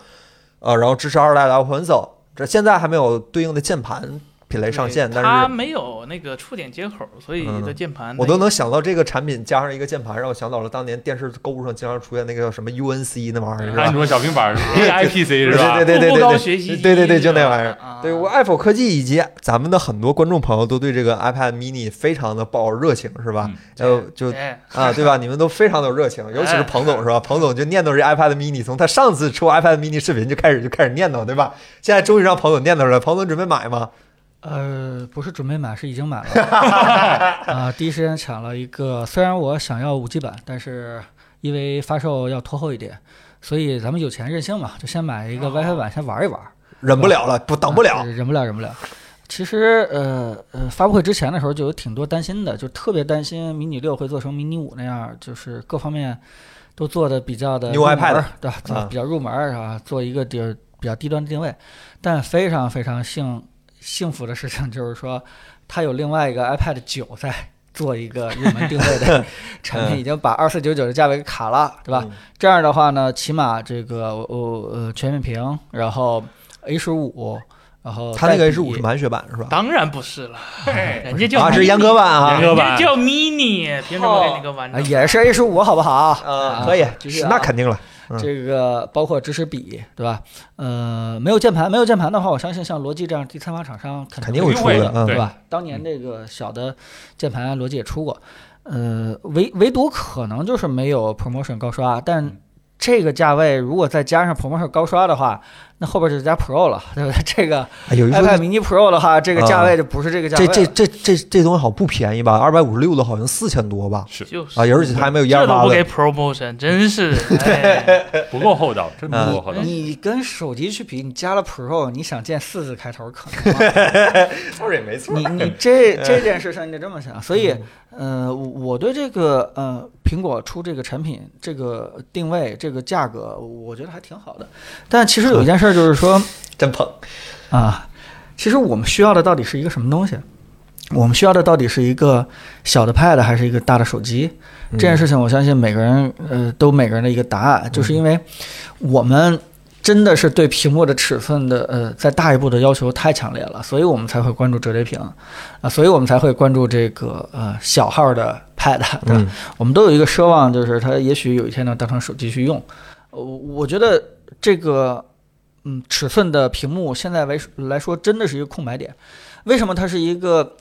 S1: 呃，然后支持二代的 Apple Pencil，这现在还没有对应的键盘品类上线，
S2: 对它
S1: 但是
S2: 没有那个触点接口，所以
S1: 嗯
S2: 的键盘
S1: 我都能想到这个产品加上一个键盘，让我想到了当年电视购物上经常出现那个叫什么 UNC 那玩意儿，是吧
S3: 安？卓小平板
S1: 对
S3: AIPC 是吧？
S1: 对对对
S2: 步
S1: 对
S2: 步高
S1: 对，
S2: 学习机，
S1: 对对对就那
S2: 是吧
S1: 玩意儿
S2: 啊
S1: 对我爱否科技以及咱们的很多观众朋友都对这个 iPad mini 非常的抱有热情，是吧？呃，就
S2: 哎
S1: 啊，对吧？你们都非常的有热情，尤其是彭总，是吧？彭总就念叨这 iPad mini，从他上次出 iPad mini 视频就开始就开始念叨，对吧？现在终于让彭总念叨出来，彭总准备买吗？
S5: 呃，不是准备买，是已经买了。啊、第一时间抢了一个，虽然我想要五 G 版，但是因为发售要拖后一点，所以咱们有钱任性嘛，就先买一
S2: 哦
S5: 个 WiFi 版，先玩一玩。
S1: 忍不了了，不等不
S5: 啊
S1: 了
S5: 是忍不了，忍不了。其实，呃呃，发布会之前的时候就有挺多担心的，就特别担心迷你六会做成迷你五那样，就是各方面都做的比较的
S1: New
S5: 入门
S1: iPad
S5: 对吧？做
S1: 啊
S5: 比较入门儿是吧？做一个比较比较低端的定位，但非常非常幸幸福的事情就是说，它有另外一个 iPad 九在做一个入门定位 的产品，已经把二四九九的价位给卡了，对吧？？
S1: 嗯
S5: 这样的话呢，起码这个我我呃全面屏，然后 A 十五，然后
S1: 他那个
S5: 哦带
S1: H 五
S5: 笔
S1: 是满血版是吧？
S2: 当然不是了，
S3: 嘿
S2: 人家叫
S1: 啊，是
S2: mini
S1: 阉割版啊
S3: 阉割版
S2: 人家叫 mini，凭什么给你个完
S5: 啊
S2: 整？
S5: 也是 A 十五，好不好？
S1: 啊，可以
S5: 继续，啊
S1: 那肯定了。嗯
S5: 这个包括支持笔，对吧？呃，没有键盘，没有键盘的话，我相信像罗技这样第三方厂商肯
S1: 肯
S5: 定
S1: 定会出
S3: 肯
S1: 的
S3: 定会
S1: 嗯
S3: 的
S5: 对
S3: 对
S5: 吧？当年这个小的键盘逻辑也出过，呃，唯唯独可能就是没有 promotion 高刷，但
S3: 嗯
S5: 这个价位如果再加上 promotion 高刷的话，那后边就加 pro 了，对不对？这个
S1: 哎有一说
S5: iPad mini pro 的话，这个价位就不是这个价位
S1: 啊这
S5: 了。
S1: 这这这这东西好不便宜吧？二百五十六的好像四千多吧？
S2: 就是
S1: 啊，而且还没有一
S2: 这
S1: 二
S2: 都
S1: 八
S2: 不
S1: 的
S2: 给 promotion，真是。 哎
S3: 不够厚道，真不够厚道。
S1: 嗯
S5: 你跟手机去比，你加了 Pro，你想见四字开头可 能吗？
S1: 错也没错
S5: 你你 这这件事上你得这么想，所以
S1: 嗯
S5: 呃，我我对这个呃苹果出这个产品、这个定位、这个价格，我觉得还挺好的。但其实有一件事儿就是说
S1: 真捧。
S5: 啊，其实我们需要的到底是一个什么东西？我们需要的到底是一个小的 Pad 还是一个大的手机？
S1: 嗯
S5: 这件事情，我相信每个人呃都每个人的一个答案，就是因为我们真的是对屏幕的尺寸的呃再大一步的要求太强烈了，所以我们才会关注折叠屏啊、所以我们才会关注这个呃小号的 Pad，对吧？
S1: 嗯
S5: 我们都有一个奢望，就是它也许有一天能当成手机去用。呃我我觉得这个嗯尺寸的屏幕现在为来说真的是一个空白点。为什么它是一个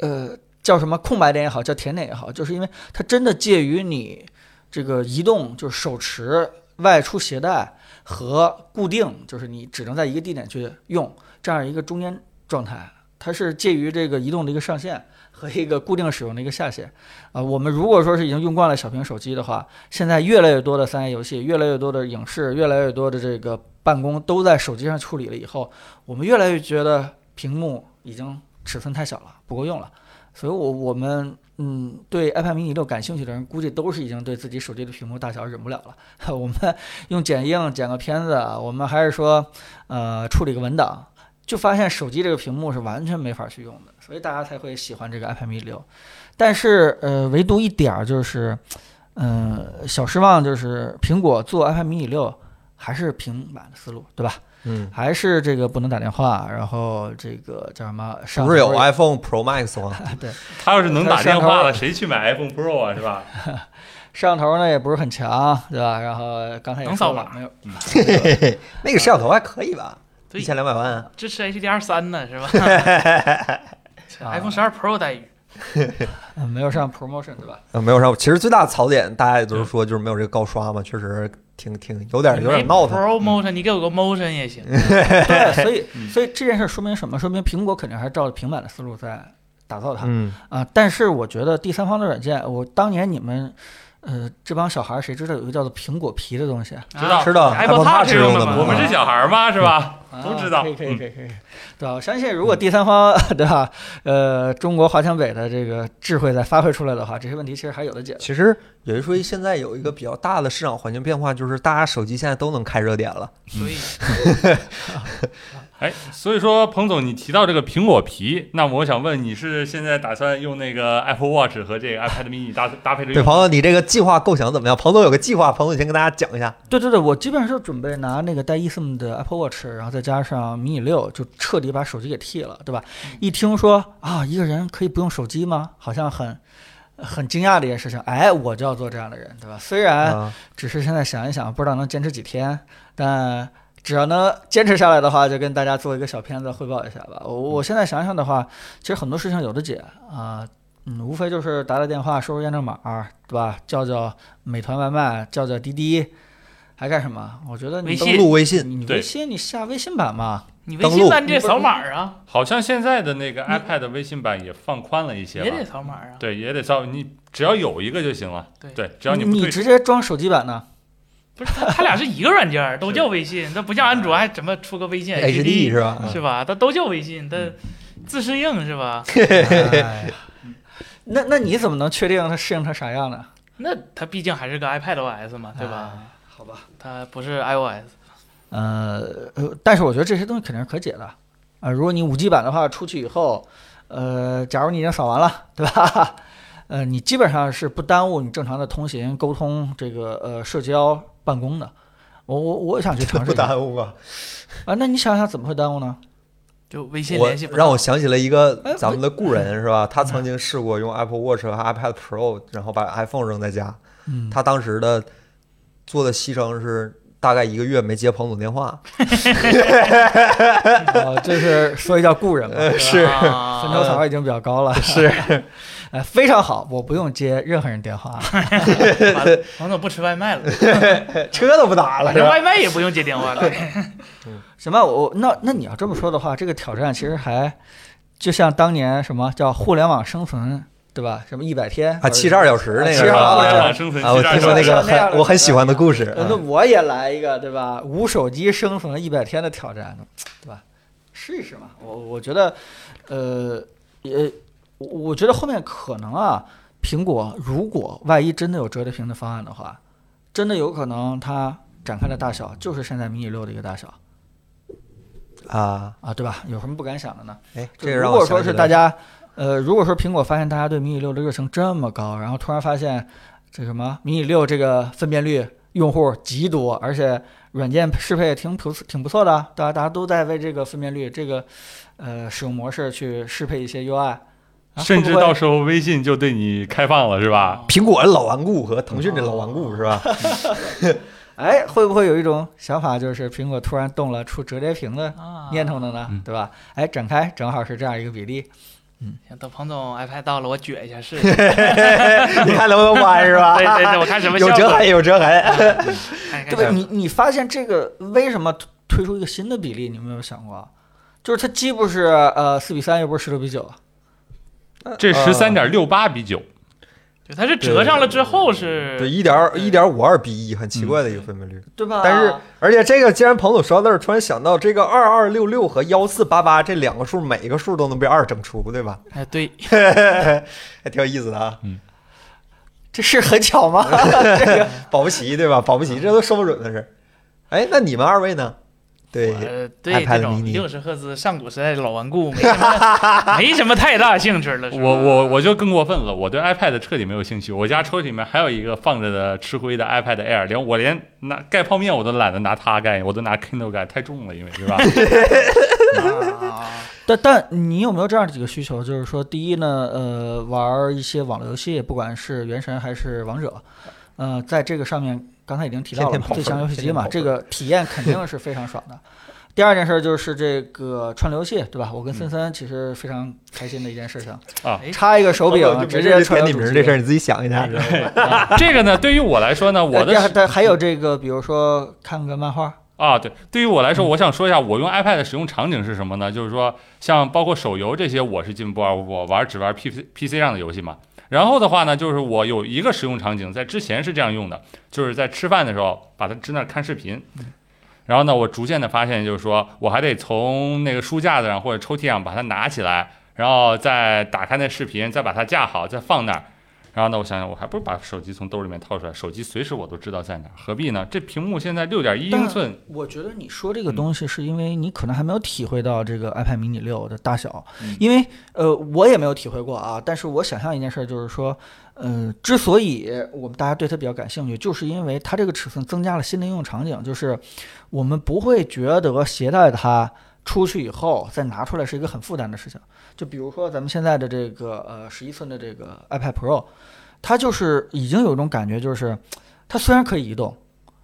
S5: 呃叫什么空白点也好，叫甜点也好，就是因为它真的介于你这个移动就是手持外出携带和固定，就是你只能在一个地点去用这样一个中间状态。它是介于这个移动的一个上限和一个固定使用的一个下限，啊、我们如果说是已经用惯了小屏手机的话，现在越来越多的三 A 游戏、越来越多的影视、越来越多的这个办公都在手机上处理了以后，我们越来越觉得屏幕已经尺寸太小了，不够用了。所以我，我们嗯，对 iPad mini 六感兴趣的人，估计都是已经对自己手机的屏幕大小忍不了了。 我们用剪映剪个片子，啊我们还是说呃处理个文档，就发现手机这个屏幕是完全没法去用的，所以大家才会喜欢这个 iPad mini 六。但是呃，唯独一点儿就是，呃，小失望就是苹果做 iPad mini 六还是平板的思路，对吧？
S1: 嗯，
S5: 还是这个不能打电话，然后这个叫什么？上
S1: 不是有
S5: 头
S1: iPhone Pro Max 吗？
S3: 他要是能打电话了，谁去买 iPhone Pro 啊？是吧？
S5: 摄像头呢也不是很强，对吧？然后刚才也
S2: 能
S5: 说
S2: 扫
S5: 了
S2: 码
S5: 没有？
S1: 那个摄像头还可以吧？
S2: 对
S1: 一千两百万啊，
S2: 支持 HDR 三呢，是吧啊
S5: 啊
S2: ？iPhone 12 Pro 待遇，
S5: 嗯，啊没有上 promotion 对 吧？
S1: 呃没有上。其实最大的槽点，大家也都是说就是没有这个高刷嘛，确实挺挺有点有点闹腾。嗯
S2: promotion，你给我个 motion 也行。
S5: 对，所以
S3: 嗯
S5: 所以这件事说明什么？说明苹果肯定还是照着平板的思路在打造它。
S1: 嗯，
S5: 啊，但是我觉得第三方的软件，我当年你们，呃，这帮小孩儿谁知道有一个叫做苹果皮的东西？啊
S3: 知道
S1: 知道
S2: Apple
S1: Apple
S2: Touch
S1: Touch 用的
S2: 的
S1: 嘛
S2: 啊
S3: 我们是小孩儿嘛，是吧？都知道
S5: 啊
S3: 嗯
S5: 可以可以可以可以，对吧？我相信如果第三方 对吧，呃，中国华强北的这个智慧再发挥出来的话，这些问题其实还有的解。
S1: 其实有一说一，现在有一个比较大的市场环境变化，就是大家手机现在都能开热点了。
S2: 所以
S3: 哎，所以说彭总，你提到这个苹果皮，那么我想问，你是现在打算用那个 Apple Watch 和这个 iPad mini 搭搭配着
S1: 对，
S3: 用？
S1: 朋友，你这个计划构想怎么样？彭总有个计划，彭总先跟大家讲一下。
S5: 对对对，我基本上是准备拿那个带 eSIM 的 Apple Watch，然后再加上迷你六，就彻底把手机给替了，对吧？
S3: 嗯
S5: 一听说啊，一个人可以不用手机吗？好像很很惊讶的一件事情。哎，我就要做这样的人，对吧？虽然
S1: 啊，
S5: 只是现在想一想，不知道能坚持几天，但只要能坚持下来的话，就跟大家做一个小片子汇报一下吧。我
S3: 嗯
S5: 我现在想想的话，其实很多事情有的解啊、嗯，无非就是打打电话、输入验证码，对吧？叫叫美团外卖，叫叫滴滴，还干什么？我觉得
S2: 微
S5: 你
S1: 登
S2: 信
S1: 录微信，
S5: 你你
S3: 对
S5: 微信你下微信版嘛，
S2: 你微
S1: 登
S2: 信
S1: 录
S2: 那你得扫码啊，
S3: 好像现在的那个 iPad 的微信版也放宽了一些
S2: 嗯也
S3: 吧
S2: 得？扫码啊。
S3: 对，也得稍微你只要有一个就行了。
S2: 对
S3: 对，只要你不
S5: 你
S3: 退
S5: 直接装手机版呢？
S2: 不是，他他俩是一个软件儿，都
S3: 是啊
S2: 叫微信，那不像安卓还怎么出个微信
S1: HD 是吧？嗯
S2: 是吧？它都叫微信，它自适应是吧？
S5: 哎呀那那你怎么能确定它适应成啥样呢？
S2: 那它毕竟还是个 iPad OS 嘛，对
S1: 啊
S2: 吧？
S5: 哎？好吧。
S2: 它不是 iOS。
S5: 呃，呃但是我觉得这些东西肯定是可解的啊、如果你五 G 版的话，出去以后，呃，假如你已经扫完了，对吧？ 呃，你基本上是不耽误你正常的通行、沟通、这个呃社交、办公的。我我我想去尝试
S1: 不
S5: 一下
S1: 耽误吧？
S5: 啊，那你想想怎么会耽误呢？
S2: 就微信
S1: 我
S2: 联系不到
S1: 让我想起了一个
S5: 哎不
S1: 咱们的故人是 吧？他曾经试过用 Apple Watch 和 iPad Pro，然后把 iPhone 扔在家。
S5: 嗯，
S1: 他当时的做的牺牲是大概一个月没接彭总电 话。
S5: 呃，这是所以叫故人嘛，对 吧
S1: 是
S2: 啊
S5: 分手草已经比较高了，是， 呃，非常好，我不用接任何人电话，
S2: 完了王总不吃外卖了，
S1: 车都不打了，
S2: 反
S1: 是
S2: 正
S1: 吧？
S2: 外卖也不用接电话了。
S5: 什么？我那那你要这么说的话，这个挑战其实还就像当年什么叫互联网生存，对吧？什么一百天
S1: 啊，七十二小时那个是吧？
S5: 啊
S3: 互联
S1: 啊
S3: 网生存
S1: 啊，我
S3: 欺诈
S1: 听
S3: 手
S1: 过那
S3: 段，
S1: 个
S5: 那样
S1: 很
S5: 的
S1: 我很喜欢的故事。
S5: 呃那我也来一个，对吧？无手机生存一百天的挑战，对吧？试一试嘛。我我觉得，呃，也，我我觉得后面可能啊，苹果如果万一真的有折叠屏的方案的话，真的有可能它展开的大小就是现在迷你六的一个大小
S1: 啊啊，
S5: 啊，对吧？有什么不敢想的呢？
S1: 哎，
S5: 就
S1: 这个
S5: 如
S1: 让
S5: 果
S1: 我
S5: 说
S1: 想
S5: 是
S1: 起
S5: 大
S1: 来
S5: 家，呃，如果说苹果发现大家对迷你六的热情这么高，然后突然发现这什么迷你六这个分辨率用户极多，而且软件适配也挺不错挺不错的啊，大家大家都在为这个分辨率这个呃使用模式去适配一些 UI，、啊、会
S3: 甚
S5: 不
S3: 至
S5: 会
S3: 到时候微信就对你开放了，是
S2: 啊
S3: 吧？
S1: 苹果老顽固和腾讯这老顽固是吧？
S5: 哎会不会有一种想法，就是苹果突然动了出折叠屏的
S2: 啊
S5: 念头了呢？
S3: 嗯
S5: 对吧？哎，展开正好是这样一个比例，
S2: 行等彭总 iPad 到了，我撅一 下试一下。对
S1: 你看能不能弯是吧？
S2: 对对，我看什么效
S1: 有折
S2: 果。
S1: 痕有折痕。
S2: 看看
S5: 对
S1: 哎
S5: 吧？你你发现这个为什么推推出一个新的比例？你有没有想过？啊就是它既不是呃四比三，又不是十六比九，
S3: 这
S1: 呃
S3: 十三点六八比九，
S2: 对，它是折上了之后是，
S1: 对，嗯一点一点五二比一，很奇怪的一个分辨率。
S5: 对吧？
S1: 但是，而且这个，既然彭总说到这儿，突然想到这个二二六六和幺四八八这两个数，每一个数都能被二整除，对吧？
S2: 哎对，
S1: 还挺有意思的啊，
S5: 这是很巧吗？
S1: 保不齐，对吧？保不齐，这都说不准的事儿。哎，那你们二位呢？对，
S2: 我对
S1: iPad
S2: 这种
S1: mini
S2: 六十赫兹上古时代的老顽固没什么没什么太大兴趣了。
S3: 我
S2: 是吧
S3: 我我就更过分了，我对 iPad 彻底没有兴趣。我家抽屉里面还有一个放着的吃灰的 iPad Air，连我连拿盖泡面我都懒得拿它盖，我都拿 Kindle 盖，太重了，因为是吧？
S2: 啊
S5: 但但你有没有这样几个需求？就是说，第一呢，呃，玩一些网络游戏，不管是《原神》还是《王者》，呃，在这个上面刚才已经提到了
S1: 天天
S5: 嘛
S1: 跑分
S5: 最强游戏机嘛，
S1: 天天跑分
S5: 这个体验肯定是非常爽的。第二件事儿就是这个串流系，对吧？我
S1: 嗯
S5: 跟森森其实非常开心的一件事情
S3: 啊
S5: 插一个手柄
S1: 就
S5: 直接
S1: 填
S5: 串
S1: 你
S5: 流
S1: 名
S5: 主
S1: 儿
S5: 机
S1: 这事儿你自己想一下。
S3: 这个呢，对于我来说呢，我
S5: 呃第二
S3: 的
S5: 但还有这个，比如说看个漫画，
S3: 啊，对，对于我来说，我想说一下我用 iPad 的使用场景是什么呢？就是说，像包括手游这些，我是进步而无我玩只玩 PC PC 上的游戏嘛。然后的话呢，就是我有一个使用场景，在之前是这样用的，就是在吃饭的时候，把它支那儿看视频。然后呢，我逐渐的发现，就是说我还得从那个书架子上或者抽屉上把它拿起来，然后再打开那视频，再把它架好，再放那儿。然后呢，我想想，我还不如把手机从兜里面掏出来，手机随时我都知道在哪儿，何必呢？这屏幕现在六点一英寸，
S5: 我觉得你说这个东西是因为你可能还没有体会到这个 iPad mini 六的大小，
S3: 嗯
S5: 因为呃我也没有体会过啊。但是我想象一件事儿，就是说，呃，之所以我们大家对它比较感兴趣，就是因为它这个尺寸增加了新的应用场景，就是我们不会觉得携带它。出去以后再拿出来是一个很负担的事情，就比如说咱们现在的这个呃十一寸的这个 iPad Pro，它就是已经有一种感觉，就是它虽然可以移动，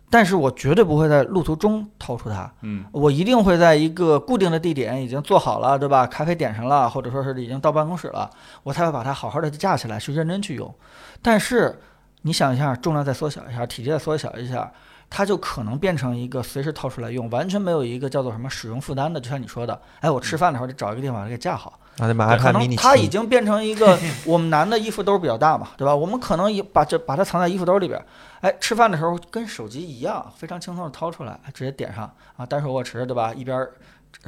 S5: 但是我绝对不会在路途中掏出它，
S3: 嗯，
S5: 我一定会在一个固定的地点已经做好了，对吧？咖啡点上了，或者说是已经到办公室了，我才会把它好好的架起来去认真去用。但是你想一下，重量再缩小一下，体积再缩小一下。它就可能变成一个随时掏出来用，完全没有一个叫做什么使用负担的，就像你说的，哎，我吃饭的时候得找一个地方给架好，
S1: 啊那就买
S5: 可
S1: iPad
S5: 能
S1: mini
S5: 它已
S1: 七
S5: 经变成一个我们男的衣服兜儿比较大嘛，对吧？我们可能也把这把它藏在衣服兜儿里边儿，哎，吃饭的时候跟手机一样，非常轻松的掏出来，直接点上啊，单手握持，对吧？一边儿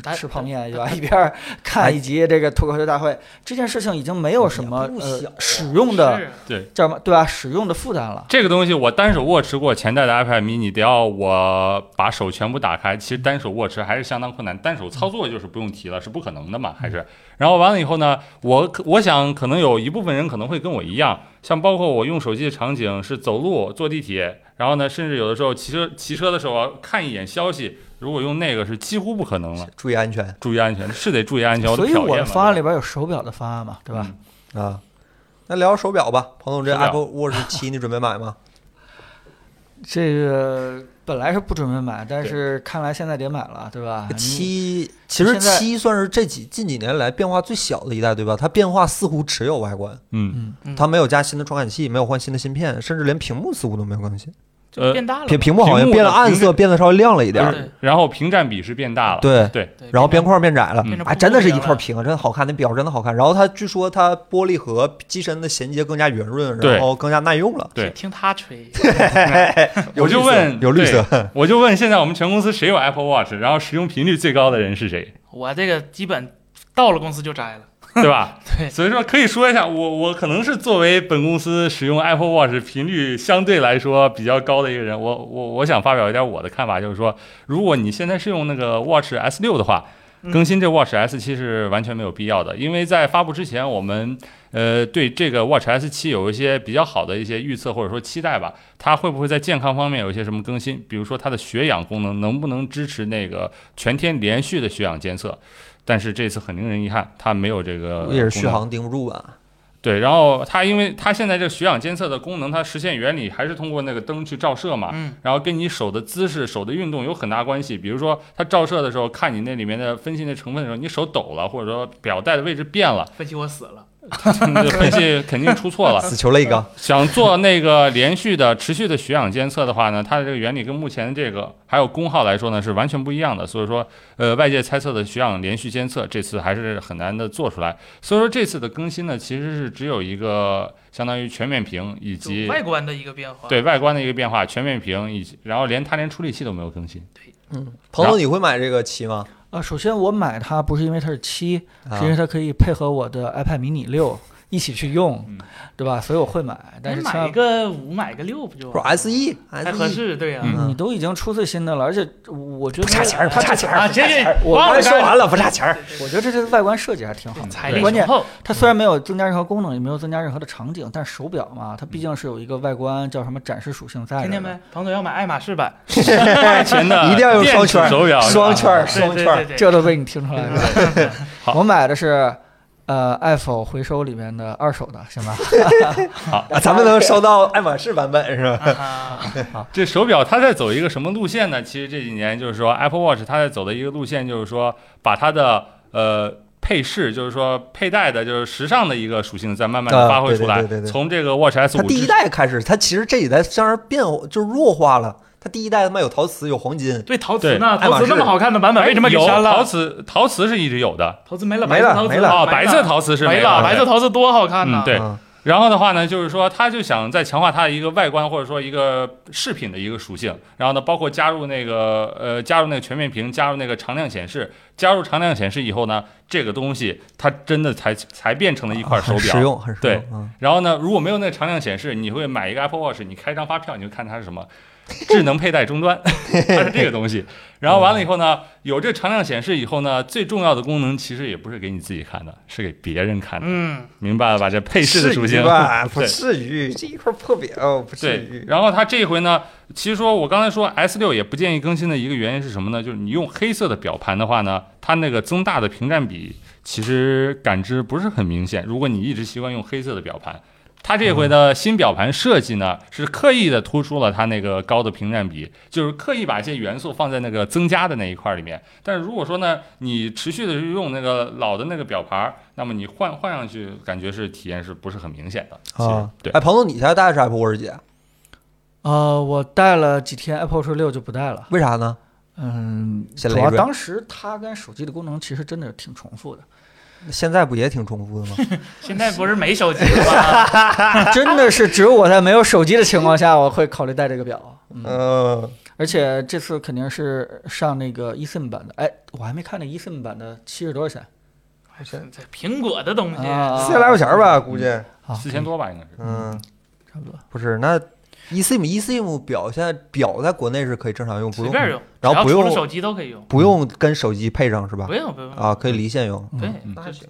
S2: 哎
S5: 吃泡面，对吧？一边儿看一集这个脱口秀大会，这件事情已经没有什么
S1: 不
S5: 呃
S1: 小啊
S5: 使用的
S2: 是
S5: 叫什么，对吧？使用的负担了。
S3: 这个东西我单手握持过前代的 iPad mini，得要我把手全部打开，其
S5: 嗯
S3: 实单手握持还是相当困难，单手操作就是不用提了，是不可能的嘛，还是。然后完了以后呢，我可我想可能有一部分人可能会跟我一样，像包括我用手机的场景是走路、坐地铁，然后呢，甚至有的时候骑车骑车的时候啊看一眼消息，如果用那个是几乎不可能了。
S1: 注意安全
S3: 注意安全，是得注意安全。
S5: 所以
S3: 都瞟一
S5: 我
S3: 眼
S5: 的
S3: 嘛
S5: 方案里边有手表的方案嘛，对吧？
S3: 嗯
S1: 啊。那聊聊手表吧，彭总，这
S3: 手表
S1: Apple Watch 七你准备买吗？
S5: 这个本来是不准备买，但
S3: 对
S5: 是看来现在得买了，对吧？啊你
S1: 呃七其实
S5: 现在
S1: 七算是这几近几年来变化最小的一代，对吧？它变化似乎只有外观，
S3: 嗯，
S2: 嗯
S1: 它没有加新的传感器，没有换新的芯片，甚至连屏幕似乎都没有更新。
S2: 就变大了嘛，
S1: 屏屏幕好像
S3: 屏幕
S1: 变了
S3: 呢
S1: 暗
S3: 屏
S1: 色，变得稍微亮了一点
S3: 就
S1: 儿，
S3: 是然后屏占比是变大了。
S1: 对。
S3: 对，
S2: 对
S1: 然后边框变窄了
S3: 变
S2: 成，
S1: 哎，
S2: 不
S1: 真的是一
S2: 透明
S1: 块
S2: 了
S1: 屏，真的好看，那表真的好看。然后它据说它玻璃和机身的衔接更加圆润，
S3: 对
S1: 然后更加耐用了。
S3: 对
S2: 听他吹，
S1: 有
S3: 我就
S1: 绿色
S3: 问
S1: 有绿色，
S3: 我就问现在我们全公司谁有 Apple Watch，然后使用频率最高的人是谁，
S2: 我这个基本到了公司就摘了。
S3: 对吧？
S2: 对
S3: 所以说可以说一下，我我可能是作为本公司使用 Apple Watch 频率相对来说比较高的一个人，我我我想发表一点我的看法，就是说，如果你现在是用那个 Watch S 六的话，
S2: 嗯
S3: 更新这 Watch S 七是完全没有必要的，因为在发布之前，我们呃对这个 Watch S 七有一些比较好的一些预测或者说期待吧，它会不会在健康方面有一些什么更新？比如说它的血氧功能能不能支持那个全天连续的血氧监测？但是这次很令人遗憾，它没有这个
S1: 也是续
S3: 功能。
S1: 航盯不住啊吧？
S3: 对，然后它因为它现在这个血氧监测的功能，它实现原理还是通过那个灯去照射
S1: 啊
S3: 嘛，
S2: 嗯，
S3: 然后跟你手的姿势、手的运动有很大关系。比如说，它照射的时候，看你那里面的分析的成分的时候，你手抖了，或者说表带的位置变 了，
S2: 分析我死了，
S3: 那个分析肯定出错了。
S1: 死球了一个，
S3: 想做那个连续的、持续的血氧监测的话呢，它的这个原理跟目前的这个还有功耗来说呢是完全不一样的。所以说，呃，外界猜测的血氧连续监测这次还是很难的做出来。所以说这次的更新呢，其实是只有一个相当于全面屏以
S2: 就
S3: 及
S2: 外观的一个变化。
S3: 对外观的一个变化，全面屏以及然后连它连处理器都没有更新。
S1: 嗯，彭总，你会买这个七吗？
S5: 啊，首先我买它不是因为它是七，
S1: 啊
S5: 是因为它可以配合我的 iPad mini 六一起去用
S3: 嗯，
S5: 对吧？所以我会买，但
S2: 你
S5: 是千
S2: 哎买一
S5: 万
S2: 个五，买个六不就
S1: 不是 S E
S2: 还哎
S1: S
S2: 合
S1: E
S2: 适？对啊呀，
S1: 嗯
S5: 你都已经出最新的了，而且我觉得
S1: 不差钱儿，不差
S5: 它这
S1: 钱
S2: 啊，
S1: 儿。
S2: 这这
S5: 我
S2: 忘了
S1: 刚才说
S2: 干
S1: 完了，不差钱儿。
S5: 我觉得这这个外观设计还挺好
S2: 对
S5: 的，
S2: 财力
S5: 关
S2: 雄
S5: 键
S1: 嗯
S2: 厚，
S5: 它虽然没有增加任何功能，也没有增加任何的场景，但是手表嘛，它
S1: 嗯
S5: 毕竟是有一个外观叫什么展示属性在
S2: 听
S5: 的
S2: 见。没？彭总要买爱马仕版，
S3: 块钱的
S1: 一定要用双圈
S3: 电子手表，
S1: 双圈儿，
S2: 对
S1: 双
S2: 对
S1: 圈儿。
S2: 对对，
S5: 这都被你听出来了。
S2: 对
S5: 我买的是呃爱否回收里面的二手的，行吧？
S1: 啊，咱们能收到爱马仕版本是吧？
S2: 啊
S3: 这手表它在走一个什么路线呢？其实这几年就是说 Apple Watch 它在走的一个路线就是说把它的呃配饰，就是说佩戴的，就是时尚的一个属性在慢慢
S1: 啊
S3: 的发挥出来。
S1: 对对对对对
S3: 从这个 Watch S
S1: 它
S3: 五
S1: 第一代开始，它其实这几代相然变就是弱化了。它第一代他妈有陶瓷，有黄金，
S2: 对陶瓷呢？
S1: 对爱马
S2: 陶
S1: 仕
S2: 瓷那么好看的版本为什么给
S3: 哎有
S2: 删
S3: 陶
S2: 了？
S3: 瓷，陶瓷是一直有的
S2: 陶瓷没了，
S1: 没
S2: 白
S1: 了
S2: 色陶瓷啊
S1: 没了
S3: 哦，
S2: 白
S3: 白色陶瓷是
S2: 没
S3: 了，
S2: 了，白色陶瓷多好看呐！
S3: 嗯对
S1: 嗯
S3: 然后的话呢，就是说它就想再强化它的一个外观或者说一个饰品的一个属性，然后呢，包括加入那个呃加入那个全面屏，加入那个常亮显示，加入常亮显示以后呢，这个东西它真的才才变成了一块手
S1: 很实
S3: 表。
S1: 用，很实用
S3: 对。
S1: 嗯
S3: 然后呢，如果没有那个常亮显示，你会买一个 Apple Watch，你开张发票你就看它是什么。智能佩戴终端， 它是这个东西。然后完了以后呢，有这常亮显示以后呢，最重要的功能其实也不是给你自己看的，是给别人看的。
S2: 嗯，
S3: 明白了吧？这配饰的属
S1: 至
S3: 性
S1: 于 吧，不
S3: 对
S1: 至于，这一块破表不至
S3: 对，
S1: 于。
S3: 然后它这回呢，其实说我刚才说 S 六也不建议更新的一个原因是什么呢？就是你用黑色的表盘的话呢，它那个增大的屏占比其实感知不是很明显。如果你一直习惯用黑色的表盘，它这回
S1: 嗯
S3: 的新表盘设计呢，是刻意的突出了它那个高的屏占比，就是刻意把一些元素放在那个增加的那一块里面。但是如果说呢，你持续的去用那个老的那个表盘，那么你换换上去，感觉是体验是不是很明显的？其实
S1: 啊，
S3: 对。
S1: 哎，彭总，你现在戴的是 Apple Watch 姐，嗯
S5: 呃，我戴了几天 Apple Watch 六就不戴了。
S1: 为啥呢？
S5: 嗯，
S1: 先
S5: 主
S1: 来一
S5: 要
S1: 遍
S5: 当时它跟手机的功能其实真的挺重复的，
S1: 现在不也挺重 复的吗？
S2: 现在不是没手机了吗？
S5: 真的是只有我在没有手机的情况下，我会考虑戴这个表。嗯，
S1: 嗯，
S5: 而且这次肯定是上那个 eSIM 版的，哎，我还没看那 eSIM 版的七十多少钱
S2: 这苹果的东西，
S5: 啊，
S1: 四十来块钱儿吧，估计。
S5: 啊，
S3: 四千多吧，应该是。
S1: 嗯，
S5: 差不多。
S1: 不是，那 eSIM eSIM 表现在表在国内是可以正常用，不
S2: 随
S1: 用
S2: 便用，
S1: 嗯然后
S2: 只
S1: 不
S2: 要
S1: 用
S2: 出了手机都可以用，
S1: 不用跟手机配上是吧
S2: 不？用不用，
S1: 啊，可以离线用。
S5: 嗯
S2: 对，
S3: 嗯
S1: 那行，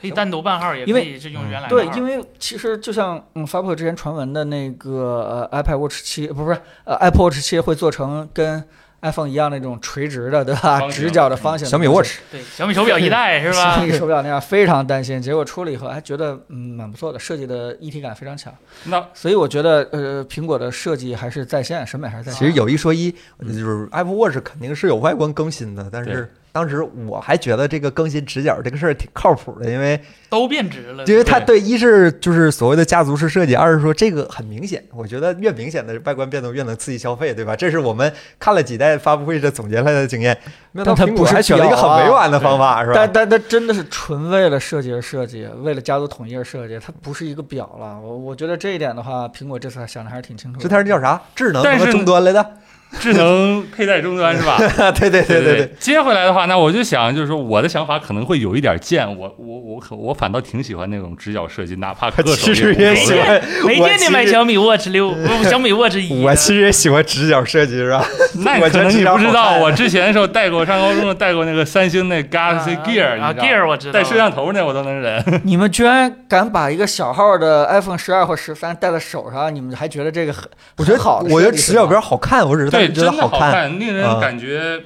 S2: 可以单独办号，也
S5: 因
S2: 可
S5: 为
S2: 以是用原来的
S5: 嗯对，
S2: 号
S5: 因为其实就像嗯发布会之前传闻的那个呃 iPad Watch 七，不是呃 Apple Watch 七会做成跟 iPhone 一样那种垂直的，对吧？
S3: 方形
S5: 直角
S3: 嗯
S5: 的方形的
S1: 小米
S5: 东西
S1: Watch
S2: 对小米手表一代是
S5: 小
S2: 吧？
S5: 米手表那样，非常担心。结果出了以后，还觉得嗯蛮不错的，设计的一体感非常强。
S3: 那
S5: 所以我觉得呃，苹果的设计还是在线，审美还是在
S1: 其
S5: 线。
S1: 实有一说一，就是 Apple Watch 肯定是有外观更新的，但是
S3: 对
S1: 当时我还觉得这个更新直角这个事儿挺靠谱的，因为
S2: 都变直了，
S1: 因为它对
S2: 对
S1: 一是就是所谓的家族式设计，二是说这个很明显，我觉得越明显的外观变动越能刺激消费，对吧？这是我们看了几代发布会的总结来的经验。没想到
S5: 但它
S1: 苹
S5: 不
S1: 果
S5: 是
S1: 还选了一个很
S5: 表啊
S1: 委婉的方法，是吧？
S5: 但但它真的是纯为了设计而设计，为了家族统一而设计，它不是一个表了。我我觉得这一点的话，苹果这次还想的还是挺清楚的。
S1: 这它是叫啥？智能
S3: 但
S1: 什么
S3: 是
S1: 终端来的？
S3: 智能佩戴终端是吧？
S1: 对对对
S3: 对
S1: 对。，
S3: 接回来的话，那我就想，就是说我的想法可能会有一点贱，我我我可我反倒挺喜欢那种直角设计，哪怕
S1: 我
S3: 各
S1: 其
S3: 手
S1: 实
S3: 也
S1: 也
S3: 无所
S1: 喜
S3: 谓
S1: 欢，
S2: 没
S1: 我
S2: 见你
S1: 其
S2: 买
S1: 实
S2: 小米 Watch 六，不小米 Watch 一啊
S1: 我
S2: 呢
S1: 其实也喜欢直角设计，是吧？
S3: 那
S1: 我
S3: 可
S1: 觉得
S3: 能
S1: 直
S3: 你
S1: 角
S3: 不知
S1: 好
S3: 道，
S1: 看
S3: 我之前的时候带过上高中的带过那个三星那
S2: 啊
S3: Galaxy Gear，
S2: 啊
S3: 你知道吗
S2: Gear 我知道，
S3: 带摄像头那我都能忍。
S5: 你们居然敢把一个小号的 iPhone 十二或十三戴在手上，你们还觉得这个很
S1: 我觉得
S5: 很好的设计是吧？
S1: 我觉得直角边好看，我只是单
S3: 对，
S1: 纯觉得
S3: 真的好
S1: 看。
S3: 看，令人感觉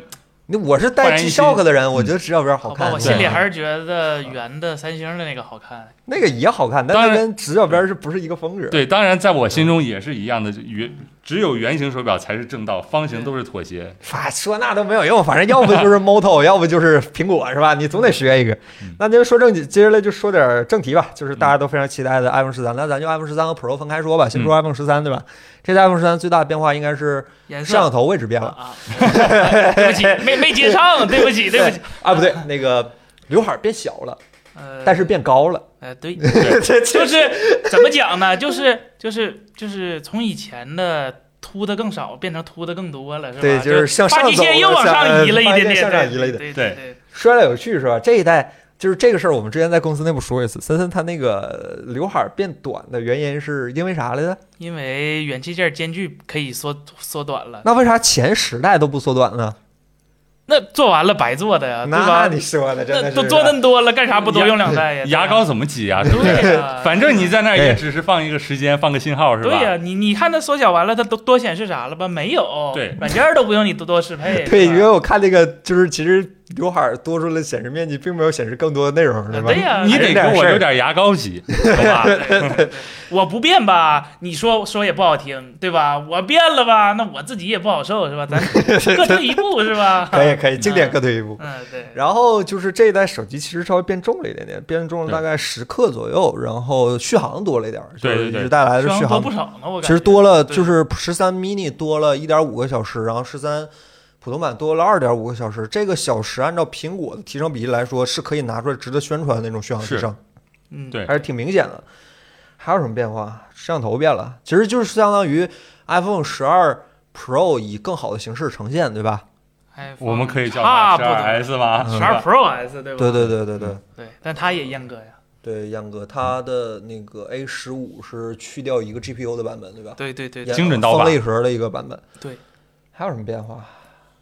S1: 那我是
S3: 焕
S1: 带
S3: 然一
S1: G
S3: 新
S1: Shock 的人，我觉得直角边好
S2: 好
S1: 看
S2: 哦吧，。我心里
S3: 对
S2: 还是觉得圆的三星的那个好看。
S1: 那个也好看，但
S3: 当
S1: 它
S3: 然
S1: 跟直角边是不是一个风格？
S3: 对。当然，在我心中也是一样的，就圆只有圆形手表才是正道，方形都是妥协。
S1: 反哎说那都没有用，反正要不就是 Moto，要不就是苹果，是吧？你总得学一个
S3: 嗯。
S1: 那就说正经，接下来就说点正题吧，就是大家都非常期待的 iPhone 十三。那咱就 iPhone 十三和 Pro 分开说吧，先说 iPhone 十三，对吧？这代 iPhone 十三最大的变化应该是
S2: 颜
S1: 摄像
S2: 色
S1: 头位置变了
S2: 啊， 对不起，没没接上，对不起，对不起。
S1: 啊， 不对，那个刘海变小了，
S2: 呃，
S1: 但是变高了。
S2: 呃，对，
S1: 这这
S2: 就是怎么讲呢？就是就是就是从以前的凸的更少，变成凸的更多了，是吧？
S1: 对就是向上
S2: 发际线
S1: 走
S2: 又
S1: 了
S2: 往
S1: 向
S2: 上移了一
S1: 发际
S2: 点点，
S1: 线向上移了一点
S2: 对
S3: 对
S2: 对，
S1: 摔来有趣是吧？这一代就是这个事儿，我们之前在公司内部说过一次。森森他那个刘海变短的原因是因为啥来着？
S2: 因为元器件间距可以缩缩短了，
S1: 那为啥前十代都不缩短呢？
S2: 那做完了白做的啊呀，对
S1: 那
S2: 吧？
S1: 你说的真
S2: 那
S1: 的是啊
S2: 都做那么多了，干啥不多用两代呀？
S3: 牙膏怎么挤啊？
S2: 对呀，
S3: 反正你在那儿也
S1: 对
S3: 只是放一个时间，放个信号是吧？
S2: 对呀、你你看它缩小完了，它都多显示啥了吧？没有，
S3: 对
S2: 软件儿都不用你多多适配。
S1: 对，因
S2: 是
S1: 为
S2: 吧
S1: 我看那个就是其实刘海儿多出了显示面积，并没有显示更多的内容，对吧？
S2: 呃对 呀，
S3: 你
S1: 还
S3: 得
S1: 是点
S3: 跟我
S1: 事儿
S3: 有点牙膏级，懂吧？
S2: 我不变吧，你说说也不好听，对吧？我变了吧，那我自己也不好受，是吧？咱各退一步，是吧？
S1: 可以可以，经典各退一步。
S2: 嗯，对，
S1: 然后就是这一代手机其实稍微变重了一点点，变重了大概十克左右，然后续航多了一点儿，
S3: 对
S1: 就是
S3: 对对
S1: 一直带来的
S2: 双
S1: 续
S2: 多
S1: 航
S2: 不少呢，我感觉
S1: 其实多了，
S2: 对
S1: 就是十三 mini 多了一点五个小时，然后十三普通版多了二点五个小时。这个小时按照苹果的提升比例来说，是可以拿出来值得宣传的那种续航提升，
S2: 嗯，
S3: 对
S1: 还是挺明显的。还有什么变化？摄像头变了，其实就是相当于 iPhone 十二 Pro 以更好的形式呈现，对吧？
S2: iPhone
S3: 我们可以叫
S2: 差
S3: 它
S2: 不
S3: 十
S2: 多
S3: 二 S 吗？
S2: 十二 Pro S 嗯对吧？
S1: 对对对对对
S3: 嗯
S2: 对，但它也阉割呀。
S1: 对，杨哥，它的那个 A 十五是去掉一个 GPU 的版本，对吧？
S2: 对对对
S1: 也
S2: 对，
S3: 精准盗版
S1: 放内核的一个版本。
S2: 对，
S1: 还有什么变化？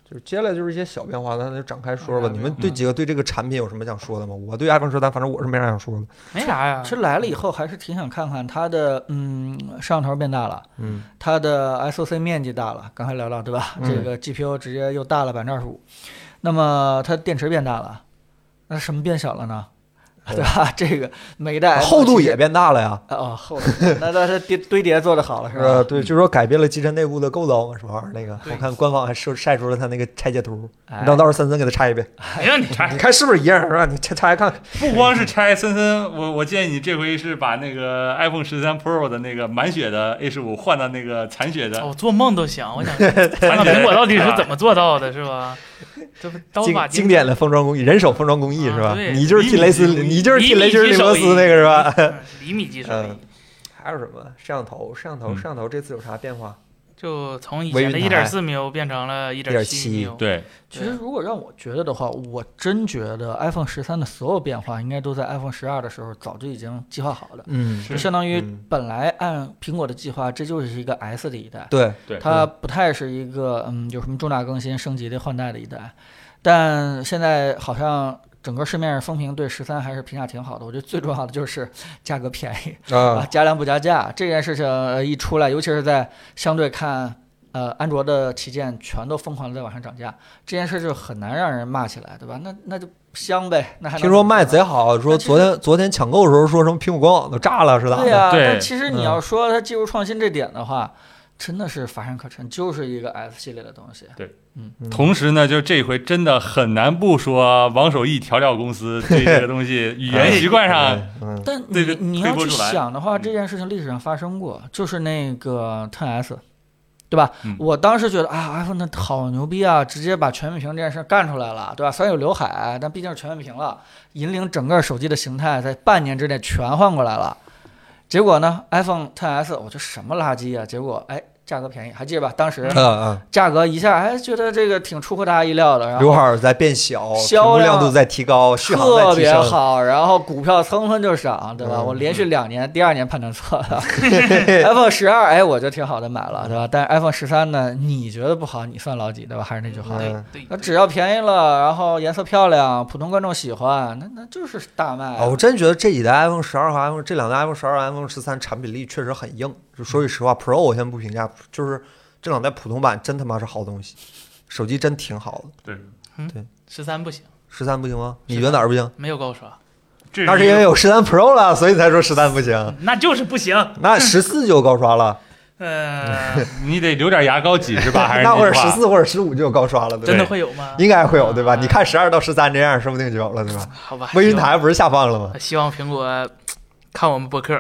S1: 就是接下来就是一些小变化，那就展开说说吧。
S2: 嗯
S1: 你们对几个对这个产品有什么想说的吗？我对 iPhone 十三，反正我是没啥想说的。
S2: 没啥呀
S5: 其。实来了以后，还是挺想看看它的，嗯，摄像头变大了，
S1: 嗯，
S5: 它的 SOC 面积大了，刚才聊到对吧？
S1: 嗯
S5: 这个 GPU 直接又大了百分之二十五，那么它电池变大了，那什么变小了呢？
S1: 哦啊
S5: 对吧？ 这个每一代
S1: 厚度也
S5: iPhone
S1: 变大了呀。
S5: 其实哦，厚度，那那它叠堆叠做的好了是
S1: 呃，
S5: 吧？
S1: 对，就是说改变了机身内部的构造嘛，什么玩意儿？那个
S2: 对
S1: 我看官方还是晒出了它那个拆解图，
S5: 哎
S1: 你等到时候森森给它拆一遍，
S2: 哎呀，你
S1: 你
S2: 看，
S1: 看是不是一样？是吧？你拆拆看看。
S3: 不光是拆森森，我我建议你这回是把那个 iPhone 十三 Pro 的那个满血的 A 十五换到那个残血的
S2: 我哦做梦都 想，我想看看苹果到底是怎么做到的，是吧？这不刀法
S1: 经经典的封装工艺，人手封装工艺是吧
S2: 啊？对
S1: 你就是替雷斯，
S3: 厘米
S1: 你就是替雷军
S2: 厘米
S1: 利
S2: 级
S1: 伯
S2: 手
S1: 斯
S2: 艺
S1: 那个是吧？
S2: 嗯厘米级手艺
S1: 嗯，还有什么？摄像头，摄像头，
S3: 嗯
S1: 摄像头这次有啥变化？
S2: 就从以
S1: 微
S2: 前的
S1: 云
S2: 一点
S1: 台
S2: 四秒变成了一
S1: 1.7
S2: 七秒。
S3: 对，
S5: 其实如果让我觉得的话，我真觉得 iPhone 十三的所有变化应该都在 iPhone 十二的时候早就已经计划好的，
S1: 嗯
S3: 是
S5: 就相当于
S1: 嗯
S5: 本来按苹果的计划，这就是一个 S 的一代。
S1: 对，
S3: 对
S5: 它不太是一个嗯有什么重大更新、升级的换代的一代，但现在好像整个市面上风评对十三还是评价挺好的。我觉得最重要的就是价格便宜啊，
S1: 啊，
S5: 加量不加价这件事情呃一出来，尤其是在相对看呃安卓的旗舰全都疯狂的在往上涨价，这件事就很难让人骂起来，对吧？那那就香呗，那还能
S1: 听说
S5: 怎么
S1: 卖
S5: 样
S1: 贼好，说昨天昨天抢购的时候说什么苹果官网都炸了是咋
S5: 对
S1: 的？
S5: 呀、
S3: 对
S5: 但其实
S1: 嗯
S5: 你要说它技术创新这点的话，真的是乏善可陈，就是一个 S 系列的东西。
S3: 同时呢，就这回真的很难不说王守义调料公司对这个东西语言习惯上，
S1: 嗯，
S5: 但
S3: 对
S5: 你
S3: 对
S5: 你
S3: 推
S5: 要
S3: 波
S5: 去
S3: 助澜
S5: 想的话，
S3: 嗯
S5: 这件事情历史上发生过，就是那个 Ten S，对吧？
S3: 嗯
S5: 我当时觉得啊，iPhone 它好牛逼啊，直接把全面屏这件事干出来了，对吧？虽然有刘海，但毕竟是全面屏了，引领整个手机的形态在半年之内全换过来了。结果呢，iPhone Ten S，我这什么垃圾啊？结果哎，价格便宜，还记得吧？当
S3: 嗯
S5: 时
S1: 啊啊，
S5: 价格一下，哎，觉得这个挺出乎大家意料的，然后
S1: 刘海儿在变小，屏
S5: 销
S1: 幕
S5: 量
S1: 亮度在提高，续航在
S5: 特
S1: 提
S5: 别
S1: 升。
S5: 好，然后股票蹭蹭就涨，对吧？
S1: 嗯
S5: 我连续两年，第二年判断错 了。iPhone 十二，哎，我就挺好的买了，对吧？但是 iPhone 十三呢，你觉得不好，你算老几，对吧？还是那句话，
S1: 嗯，
S2: 对
S5: 那
S2: 对，
S5: 只要便宜了，然后颜色漂亮，普通观众喜欢，那那就是大卖啊。
S1: 啊，我真觉得这几代 iPhone 十二和 iPhone 这两代 iPhone 十二、iPhone 十三产品力确实很硬。就说句实话，Pro 我先不评价，就是这两代普通版真他妈是好东西，手机真挺好的。
S2: 十三不行，
S1: 十三不行吗？你觉得哪儿不行？
S2: 没有高刷，
S3: 这
S1: 那是因为有十三 Pro 了，所以才说十三不行。
S2: 那就是不行。
S1: 那十四就有高刷了，
S2: 呃，
S3: 你得留点牙膏几是吧？还是
S1: 那
S3: 那
S1: 或者
S3: 句话
S1: 十四或者十五就有高刷了，对吧？
S2: 真的会有吗？
S1: 应该会有对吧？
S2: 啊
S1: 你看十二到十三这样，说不定就有了对吧？
S2: 好吧，
S1: 微云台不哦是下放了 吗？
S2: 希望，希望苹果看我们播客。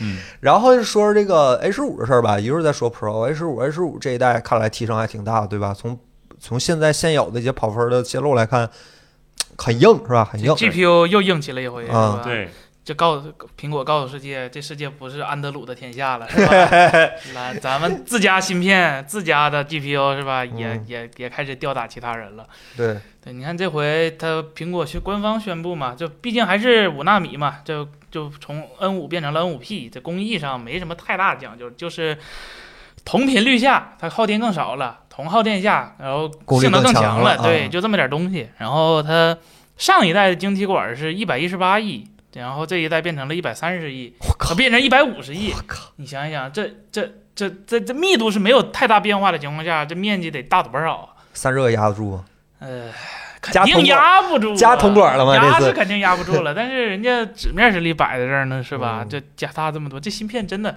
S3: 嗯
S1: 然后就说这个 A 十五的事儿吧，一会儿再说 Pro A 十五 A 十五这一代看来提升还挺大的，对吧？从从现在现有的一些跑分的泄露来看，很硬是吧？很硬。
S2: GPU 又硬气了一回，是
S1: 啊
S2: 吧？，
S3: 对，
S2: 就告诉苹果告诉世界，这世界不是安德鲁的天下了，是吧？来，咱们自家芯片、自家的 GPU 是吧？也、
S1: 嗯
S2: 也也开始吊打其他人了。
S1: 对，
S2: 对，你看这回它苹果去官方宣布嘛，就毕竟还是五纳米嘛，就就从 N 五变成了 N 五 P，这工艺上没什么太大讲究，就是同频率下它耗电更少了，同耗电下然后
S1: 功率
S2: 性能
S1: 更
S2: 更
S1: 强
S2: 强
S1: 了
S2: 了，对，
S1: 啊
S2: 就这么点东西。然后它上一代的晶体管是一百一十八亿。然后这一代变成了一百三十亿，
S1: 我
S2: 它
S1: 靠，
S2: 变成一百五十亿
S1: 我。靠，
S2: 你想一想，这这这这这密度是没有太大变化的情况下，这面积得大多少啊？
S1: 散热压得住吗？
S2: 呃，
S1: 加
S2: 肯定
S1: 铜管，
S2: 压不住啊，
S1: 加铜管了吗？
S2: 压
S1: 这
S2: 是
S1: 次
S2: 肯定压不住 了，但是人家纸面实力摆在这儿呢，是吧？
S1: 嗯
S2: 这加大这么多，这芯片真的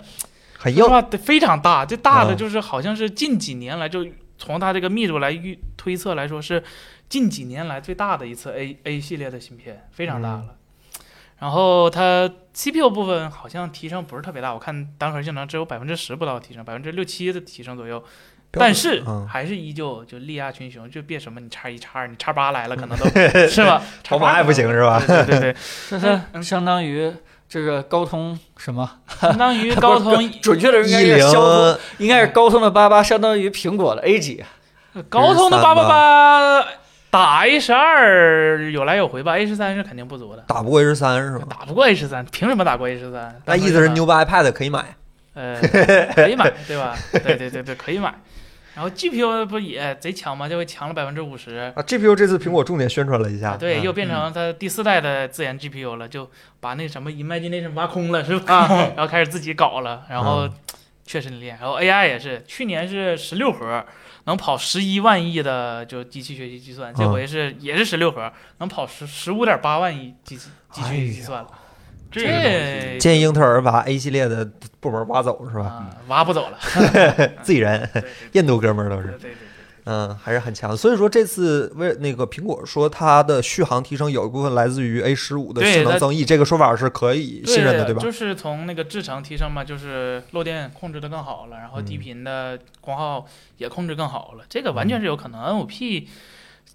S1: 很
S2: 是
S1: 硬，
S2: 吧？得非常大，这大的
S1: 嗯
S2: 就是好像是近几年来就从它这个密度来预推测来说是近几年来最大的一次 A A 系列的芯片，非常大
S1: 嗯
S2: 了。然后它 CPU 部分好像提升不是特别大，我看单核性能只有百分之十不到的提升，百分之六七的提升左右，
S1: 标准
S2: 但是
S1: 嗯
S2: 还是依旧就力压群雄，就别什么你叉一叉二，你叉八来了可 能都是吧？
S1: 筹码也不行是吧？
S2: 对对对，
S5: 这
S2: 嗯
S5: 是相当于这个高通什么？
S2: 相当于高
S5: 不
S2: 通
S5: 准确的应该
S1: 一
S5: 是
S1: 零
S5: 骁通，应该是高通的八八相当于苹果的 A 几。
S2: 高通的
S1: 13
S2: 八
S1: 吧
S2: 八八打 A 十二有来有回吧，A 十三是肯定不足的，
S1: 打不过 A 十三是吗？
S2: 打不过 A 十三，凭什么打过 A 十三？
S1: 那意思是牛掰 iPad 可以买，
S2: 呃，可以买对吧？对对对对，可以买。然后 GPU 不也贼强吗？这回强了百分之五十。
S1: 啊，GPU 这次苹果重点宣传了
S3: 啊
S1: 一下，
S2: 啊对，
S1: 嗯
S2: 又变成它第四代的自研 GPU 了，就把那什么 Imagination 挖空了，是吧？
S3: 啊
S2: 然后开始自己搞了，然后
S1: 嗯
S2: 确实厉害。然后 AI 也是，去年是十六核，能跑十一万亿的就机器学习计算，这
S1: 嗯
S2: 回是也是十六核，能跑十十五点八万亿机器机器学习计算了。
S3: 哎这个东西
S1: 建议英特尔把 A 系列的部门挖走是吧？
S2: 啊，挖不 走了。
S1: 自己人，
S2: 对对对
S1: 印度哥们儿都是
S2: 对。对对。
S1: 嗯，还是很强。所以说这次为那个苹果说它的续航提升有一部分来自于 A 十五的
S2: 对
S1: 性能
S2: 它
S1: 增益，这个说法是可以信任的，对吧？
S2: 就是从那个制程提升嘛，就是漏电控制的更好了，然后低
S1: 嗯
S2: 频的功耗也控制更好了，这个完全是有可能。N
S1: 嗯
S2: 五 P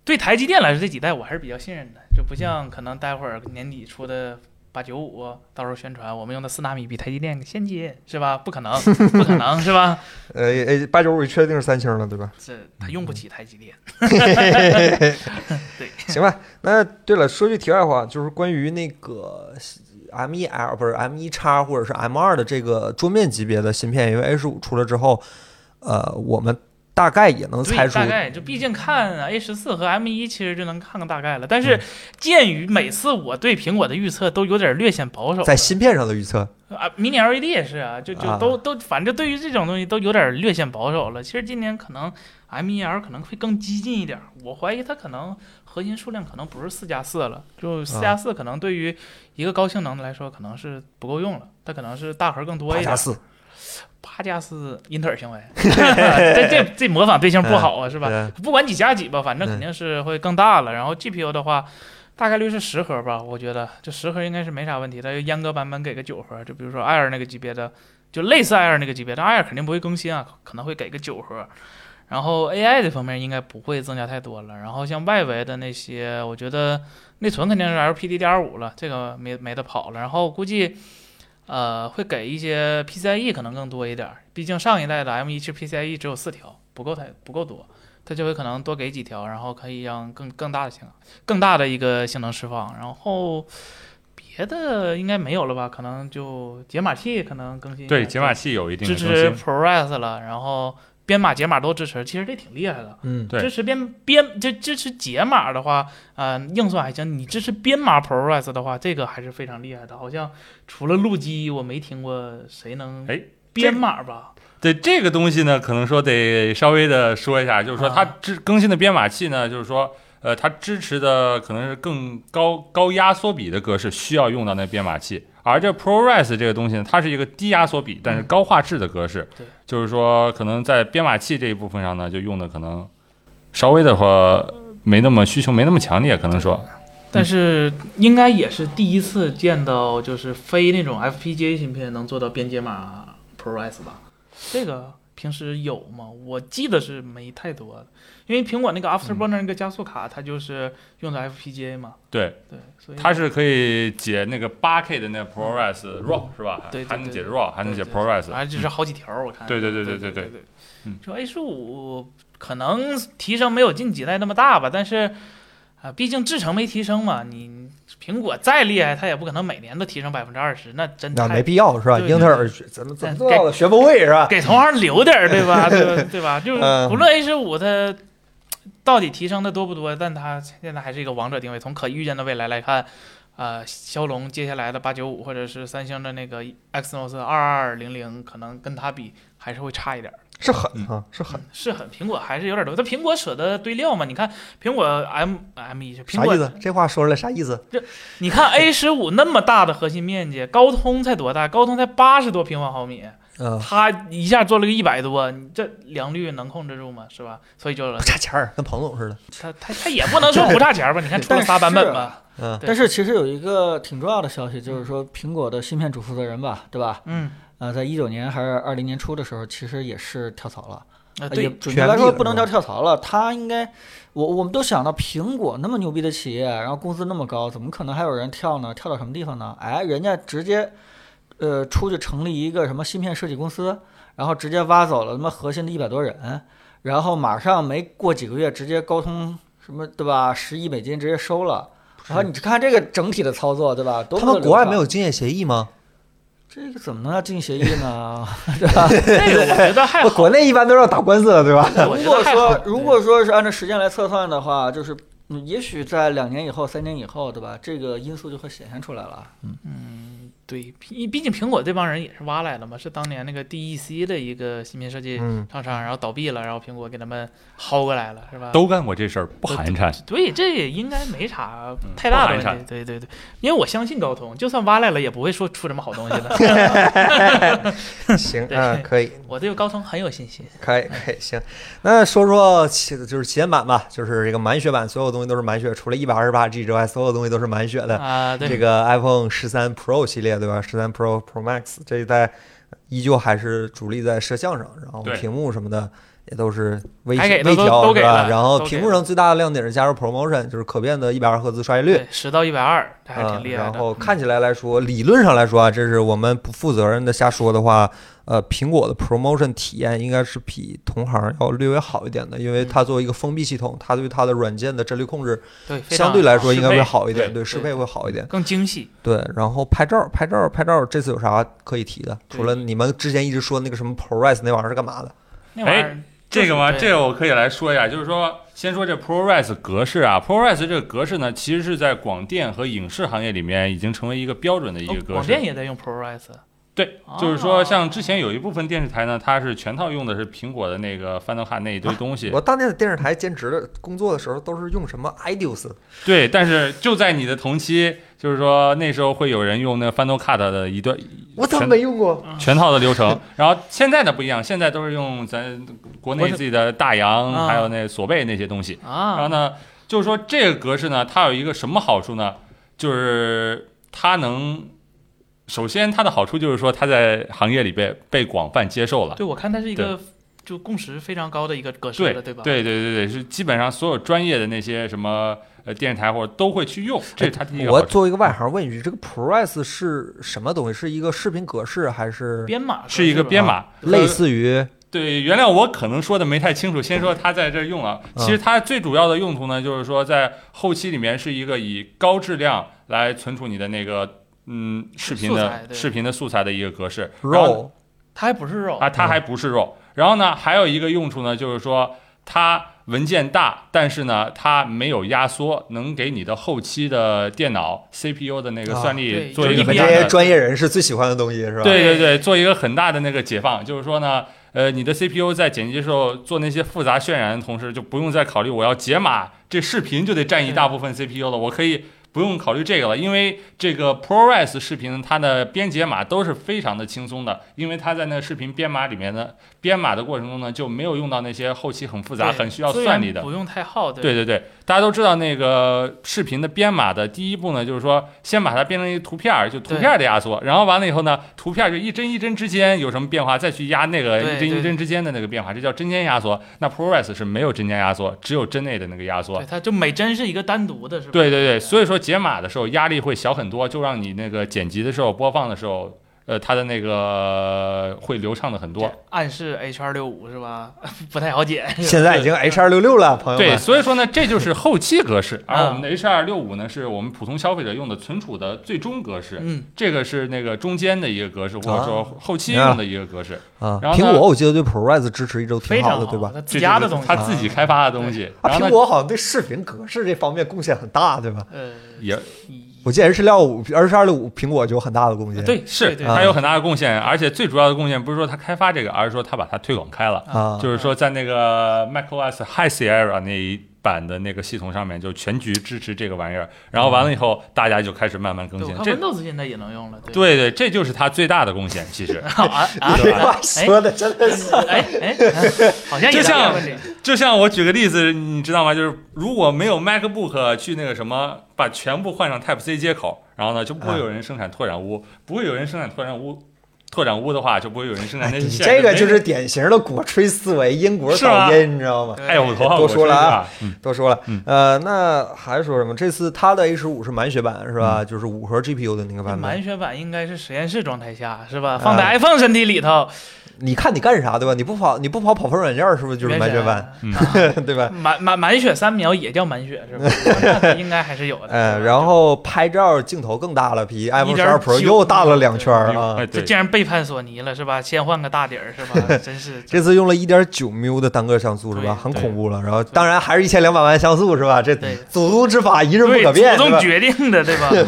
S2: 对台积电来说，这几代我还是比较信任的，就不像可能待会儿年底出的。八九五到时候宣传，我们用的四纳米比台积电先进是吧？不 可能，不可能是吧？
S1: 呃，A 八九五确定是三星了，对吧？
S2: 这他用不起台积电。
S1: 行吧。那对了，说句题外话，就是关于那个 M 1 L 不是 M 1 x 或者是 M 2的这个桌面级别的芯片，因为 A 十五出了之后，呃，我们大概也能猜
S2: 对，
S1: 出
S2: 大概就毕竟看啊 A 十四和 M 一其实就能看个大概了。但
S1: 嗯
S2: 是鉴于每次我对苹果的预测都有点略显保守，
S1: 在芯片上的预测。
S2: 啊，mini LED 也是啊，就就
S1: 啊
S2: 都、都，反正对于这种东西都有点略显保守了。其实今年可能 MEL 可能会更激进一点，我怀疑它可能核心数量可能不是四加四了，就四
S1: 啊
S2: 加四可能对于一个高性能的来说可能是不够用了，它可能是大核更多
S1: 八
S2: 一
S1: 加
S2: 点。
S1: 四
S2: 八加四， 英特 尔行为，这这这模仿对象不好啊，是
S1: 是
S2: 吧？？不管几加几吧，反正
S1: 嗯
S2: 肯定是会更大了。然后 GPU 的话，大概率是十核吧，我觉得这十核应该是没啥问题的。阉割版本给个九核，就比如说 Air 那个级别的，就类似 Air 那个级别，但 Air 肯定不会更新啊，可能会给个九核。然后 AI 这方面应该不会增加太多了。然后像外围的那些，我觉得内存肯定是 LPDDR5 了，这个没没得跑了。然后估计。呃，会给一些 PCIe E 可能更多一点儿，毕竟上一代的 M1 是 PCIe E 只有四条，不够太不够多。它这回可能多给几条，然后可以让更更大的性能、更大的一个性能释放。然后别的应该没有了吧？可能就解码器可能更新一下，
S3: 对解码器有一定
S2: 支
S3: 的更
S2: 持
S3: 新，
S2: ProRes 了，然后编码解码都支持，其实这挺厉害的。
S1: 嗯，
S3: 对
S2: 支持编编就支持解码的话，呃，硬算还行。你支持编码 ProRes 的话，这个还是非常厉害的。好像除了路基，我没听过谁能
S3: 哎
S2: 编码吧？
S3: 对这个东西呢，可能说得稍微的说一下，就是说它
S2: 啊
S3: 支更新的编码器呢，就是说，呃，它支持的可能是更高高压缩比的格式需要用到那编码器，而这 ProRes 这个东西呢，它是一个低压缩比但是高画质的格式，
S2: 嗯对
S3: 就是说可能在编码器这一部分上呢，就用的可能稍微的话没那么需求没那么强烈，可能说，
S2: 但是应该也是第一次见到，就是非那种 FPGA 芯片能做到边解码 ProRes 吧？这个平时有吗？我记得是没太多的，因为苹果那
S3: 嗯
S2: 个 Afterburner 那个加速卡，它就是用的 FPGA 嘛。
S3: 对，
S2: 对，所以
S3: 它是可以解那个 8K 的那个 ProRes RAW 是吧？
S2: 嗯对对
S3: 还能解
S2: 对
S3: RAW，还能解
S2: 对对
S3: ProRes，
S2: 反正就是好几条儿，我看。
S3: 对对对
S2: 对
S3: 对对
S2: 对
S3: 对
S2: 对
S3: 嗯
S2: 就 A 十五可能提升没有近几代那么大吧，但是啊，毕竟制程没提升嘛，你苹果再厉害，它也不可能每年都提升百分之二十，那真
S1: 那
S2: 太
S1: 啊没必要是吧？
S2: 对
S1: 英特尔怎么怎么
S2: 嗯
S1: 做到的学不会是吧？
S2: 给同行留点儿，对 吧？对吧？对吧？就是
S1: 嗯
S2: 无论 A 十五它到底提升的多不多，但它现在还是一个王者定位。从可预见的未来来看，呃，骁龙接下来的八九五或者是三星的那个 Exynos 二二零零，可能跟它比还是会差一点儿。
S1: 是狠啊，是狠，
S2: 是很苹果还是有点多，它苹果舍得堆料嘛？你看苹果 M M 一，苹
S1: 啥意
S2: 果
S1: 思？这话说出来啥意思？
S2: 你看 A 十五那么大的核心面积，高通才多大？高通才八十多平方毫米，
S5: 啊
S1: 嗯，
S2: 它一下做了个一百多，你这良率能控制住吗？是吧？所以就
S1: 不差钱儿，跟彭总似的。
S2: 它它它也不能说不差钱吧？你看出了仨版本吧？
S1: 嗯，
S2: 对
S5: 但是啊其实有一个挺重要的消息，就是说苹果的芯片主负责人吧，对吧？
S2: 嗯，
S5: 啊、在一九年还是二零年初的时候，其实也是跳槽了。
S2: 呃
S5: 也
S2: 对，
S1: 全
S5: 准确来
S1: 啊力
S5: 说
S1: 了
S5: 不能
S1: 是
S5: 叫
S1: 吧
S5: 跳槽了，他应该，我我们都想到苹果那么牛逼的企业，然后工资那么高，怎么可能还有人跳呢？跳到什么地方呢？哎，人家直接，呃，出去成立一个什么芯片设计公司，然后直接挖走了他妈核心的一百多人，然后马上没过几个月，直接高通什么对吧，十亿美金直接收了。然后你看这个整体的操作，对吧？多
S1: 他
S5: 么
S1: 们
S5: 流
S1: 国外
S5: 畅
S1: 没有竞业协议吗？
S5: 这个怎么能叫进协议呢？
S2: 这个我觉得还好，
S1: 国内一般都要打官司的，对 吧？
S2: 我
S5: 如
S2: 觉
S5: 果
S2: 得还好
S5: 说如果说是按照时间来测算的话，就是嗯也许在两年以后、三年以后，对吧？这个因素就会显现出来了。
S2: 嗯，对，毕毕竟苹果这帮人也是挖来的嘛，是当年那个 DEC 的一个芯片设计
S1: 嗯，
S2: 厂商，然后倒闭了，然后苹果给他们薅过来了，是吧？
S3: 都干过这事儿，不寒碜。
S2: 对，这也应该没啥
S3: 嗯
S2: 太大的
S3: 不
S2: 问
S3: 寒
S2: 题。对对对，因为我相信高通，就算挖来了，也不会说出什么好东西的。
S1: 行，
S2: 对
S1: 嗯，可以，
S2: 我对高通很有信心。
S1: 可以，可以，行。那说说旗就是旗舰版吧，就是这个满血版，所有东西都是满血，除了一百二十八 G 之外，所有东西都是满血的。
S2: 啊，
S1: 这
S2: 对，
S1: 个 iPhone 十三 Pro 系列，对吧？十三 Pro、Pro Max 这一代依旧还是主力在摄像上，然后
S3: 对
S1: 屏幕什么的也都是微
S2: 该给的
S1: 微
S2: 都
S1: 调，
S2: 都
S1: 是
S2: 给
S1: 吧？
S2: 了
S1: 然后
S2: 都给
S1: 屏幕上最大的亮点是加入 ProMotion，就是可变的1 2 0赫兹刷新率。
S2: 对，十到一百二，这还
S1: 啊，
S2: 挺厉害
S1: 然
S2: 的。嗯
S1: 后看起来来说，理论上来说啊，这是我们不负责任的瞎说的话，呃，苹果的 promotion 体验应该是比同行要略微好一点的，因为
S2: 嗯
S1: 它作为一个封闭系统，它对它的软件的帧率控制
S2: 对，非常
S1: 相对来说
S2: 好
S1: 应该会
S2: 适配
S1: 好一点，
S3: 对
S1: 对，适配会好一点。
S2: 更精细。
S1: 对，然后拍照，拍照，拍照，这次有啥可以提的？
S2: 对
S1: 除了你们之前一直说那个什么 ProRes 那玩意儿是干嘛的？
S2: 那玩意儿
S3: 哎这个嘛，
S2: 对
S3: 这个我可以来说一下，就是说，先说这 ProRes 格式啊，ProRes 这个格式呢，其实是在广电和影视行业里面已经成为一个标准的一
S2: 哦
S3: 个格
S2: 广
S3: 式。
S2: 电也在用 ProRes，
S3: 对
S2: 哦，
S3: 就是说，像之前有一部分电视台呢，它是全套用的是苹果的那个 Final Cut 那一堆 东西。
S1: 我当年在电视台兼职的工作的时候，都是用什么 Ideos，
S3: 对，但是就在你的同期，就是说那时候会有人用那个 Final Cut 的一段
S1: 我怎么
S3: 全
S1: 没用过？
S3: 全套的流程。然后现在呢不一样，现在都是用咱国内自己的大
S2: 啊
S3: 洋，还有那索贝那些东西。然后
S2: 啊，
S3: 呢，就是说这个格式呢，它有一个什么好处呢？就是它能，首先它的好处就是说它在行业里被被广泛接受了。
S2: 对，我看它是一个就共识非常高的一个格式
S3: 对
S2: 了，对吧？
S3: 对对对对，是基本上所有专业的那些什么呃电视台或者都会去用，这是它第一个
S1: 我
S3: 好处。
S1: 作为一个外行问一句，这个 ProRes 是什么东西？是一个视频格式还是
S2: 编码
S3: 是一个
S2: 吧
S3: 编码，
S1: 类似于
S3: 对，原谅我可能说的没太清楚，先说它在这儿用啊。
S1: 嗯
S3: 其实它最主要的用途呢，就是说在后期里面是一个以高质量来存储你的那个嗯视频
S2: 素材
S3: 的
S2: 对
S3: 视频的素材的一个格式。然
S1: RAW
S3: 后
S2: 它还不是肉
S3: 啊，它
S1: 嗯
S3: 还不是 RAW。然后呢，还有一个用处呢，就是说它文件大，但是呢它没有压缩，能给你的后期的电脑 CPU 的那个
S1: 啊
S3: 算
S2: 对
S3: 力
S2: 就
S3: 做
S2: 是
S3: 一
S1: 你
S3: 个
S2: 一
S1: 们
S3: 很
S1: 这
S3: 大
S1: 些
S3: 的
S1: 专业人士最喜欢的东西是吧？
S3: 对
S2: 对
S3: 对对，做一个很大的那个解放，就是说呢，呃，你的 CPU 在剪辑的时候做那些复杂渲染的同时，就不用再考虑我要解码这视频就得占一大部分 CPU 了，我可以不用考虑这个了，因为这个 ProRes 视频它的编解码都是非常的轻松的，因为它在那个视频编码里面呢，编码的过程中呢就没有用到那些后期很复杂、
S2: 对
S3: 很需要
S2: 资源
S3: 算力的。
S2: 不用太耗，对
S3: 对对对，大家都知道那个视频的编码的第一步呢，就是说先把它变成一个图片儿，就图片儿的压缩，然后完了以后呢，图片儿就一帧一帧之间有什么变化，再去压那个
S2: 对
S3: 一帧
S2: 对
S3: 一帧之间的那个变化，这叫帧间压缩。那 ProRes 是没有帧间压缩，只有帧内的那个压缩
S2: 对，。它就每帧是一个单独的，是吧？
S3: 对对对，所以说解码的时候压力会小很多，就让你那个剪辑的时候、播放的时候，呃，它的那个会流畅的很多。
S2: 这暗示 H 二六五是吧？ 不太好解。
S1: 现在已经 H 二六六了，朋友
S3: 对，
S1: 们。
S3: 所以说呢，这就是后期格式，而
S2: 啊
S3: 我们的 H 二六五呢，是我们普通消费者用的存储的最终格式。
S2: 嗯，
S3: 这个是那个中间的一个格式，或
S2: 啊
S3: 者说后期
S1: 明白了
S3: 用的一个格式，
S1: 啊，
S3: 然后
S1: 苹
S3: 呢
S1: 果我记得对 ProRes 支持一直都
S2: 非
S1: 挺
S2: 常
S1: 的，对吧？
S2: 它自
S3: 这
S2: 家
S3: 就
S2: 的
S3: 是
S2: 东西。
S3: 他自己开发的东西。
S1: 啊，
S3: 然后
S1: 苹
S3: 呢，
S1: 果好像对视频格式这方面贡献很大，对吧？
S2: 呃，
S3: 也
S2: 也
S1: 我记得 H 六五、H 二六五苹果就有很大的贡献。
S2: 对，
S3: 是
S2: 对对
S1: 啊
S3: 它有很大的贡献，而且最主要的贡献不是说它开发这个，而是说它把它推广开了。
S1: 啊，
S3: 就是说，在那个 macOS High Sierra 那一版的那个系统上面，就全局支持这个玩意儿。然后完了以后，大家就开始慢慢更
S2: 对，我看。
S3: 新这
S2: Windows 现在也能用了，对
S3: 对对，这就是它最大的贡献。其实，
S2: 啊啊！
S1: 这话说的真的是，
S2: 哎哎， 好像也
S3: 就像
S2: 问题。
S3: 就像我举个例子，你知道吗？就是如果没有 MacBook 去那个什么，把全部换上 Type C 接口，然后呢，就不会有人生产拓展坞，不会有人生产拓展坞。拓展坞的话，就不会有人生产那
S1: 哎
S3: 些
S1: 你
S3: 线。
S1: 这个
S3: 没
S1: 就是典型的鼓吹思维，因果
S3: 是吧
S1: 导因，你知道吗？
S3: 哎，我头号
S1: 多说了啊
S3: 我说一下，
S1: 多说了
S3: 嗯，
S1: 呃，那还说什么？这次它的 H 五是满血版是
S3: 嗯
S1: 吧？就是五核 GPU 的那个版本
S2: 满。血版应该是实验室状态下是吧？
S3: 啊
S2: 放在 iPhone 身体里头，
S1: 你看你干啥对吧？你不跑你不跑跑分软件是不是就是满血版
S3: 嗯
S1: 对吧？
S2: 啊满满满血三秒也叫满血 是吧？那应该还是有的。
S1: 呃，
S2: 是吧
S1: 然后拍照镜头更大了，比 iPhone 十
S2: 1.9
S1: 二 Pro 又大了两圈儿
S3: 嗯
S1: 啊
S3: 哎，。
S2: 这
S3: 对
S2: 竟然背叛索尼了是吧？先换个大底儿是 吧？真是
S1: 这次用了一点九 m 的单个像素是吧？
S2: 对
S1: 很恐怖了。然后当然还是一千两百万像素是吧？这
S2: 对
S1: 祖宗之法一日不
S2: 对
S1: 可变，
S2: 祖
S1: 对
S2: 宗
S1: 吧？
S2: 决定 的对吧？嗯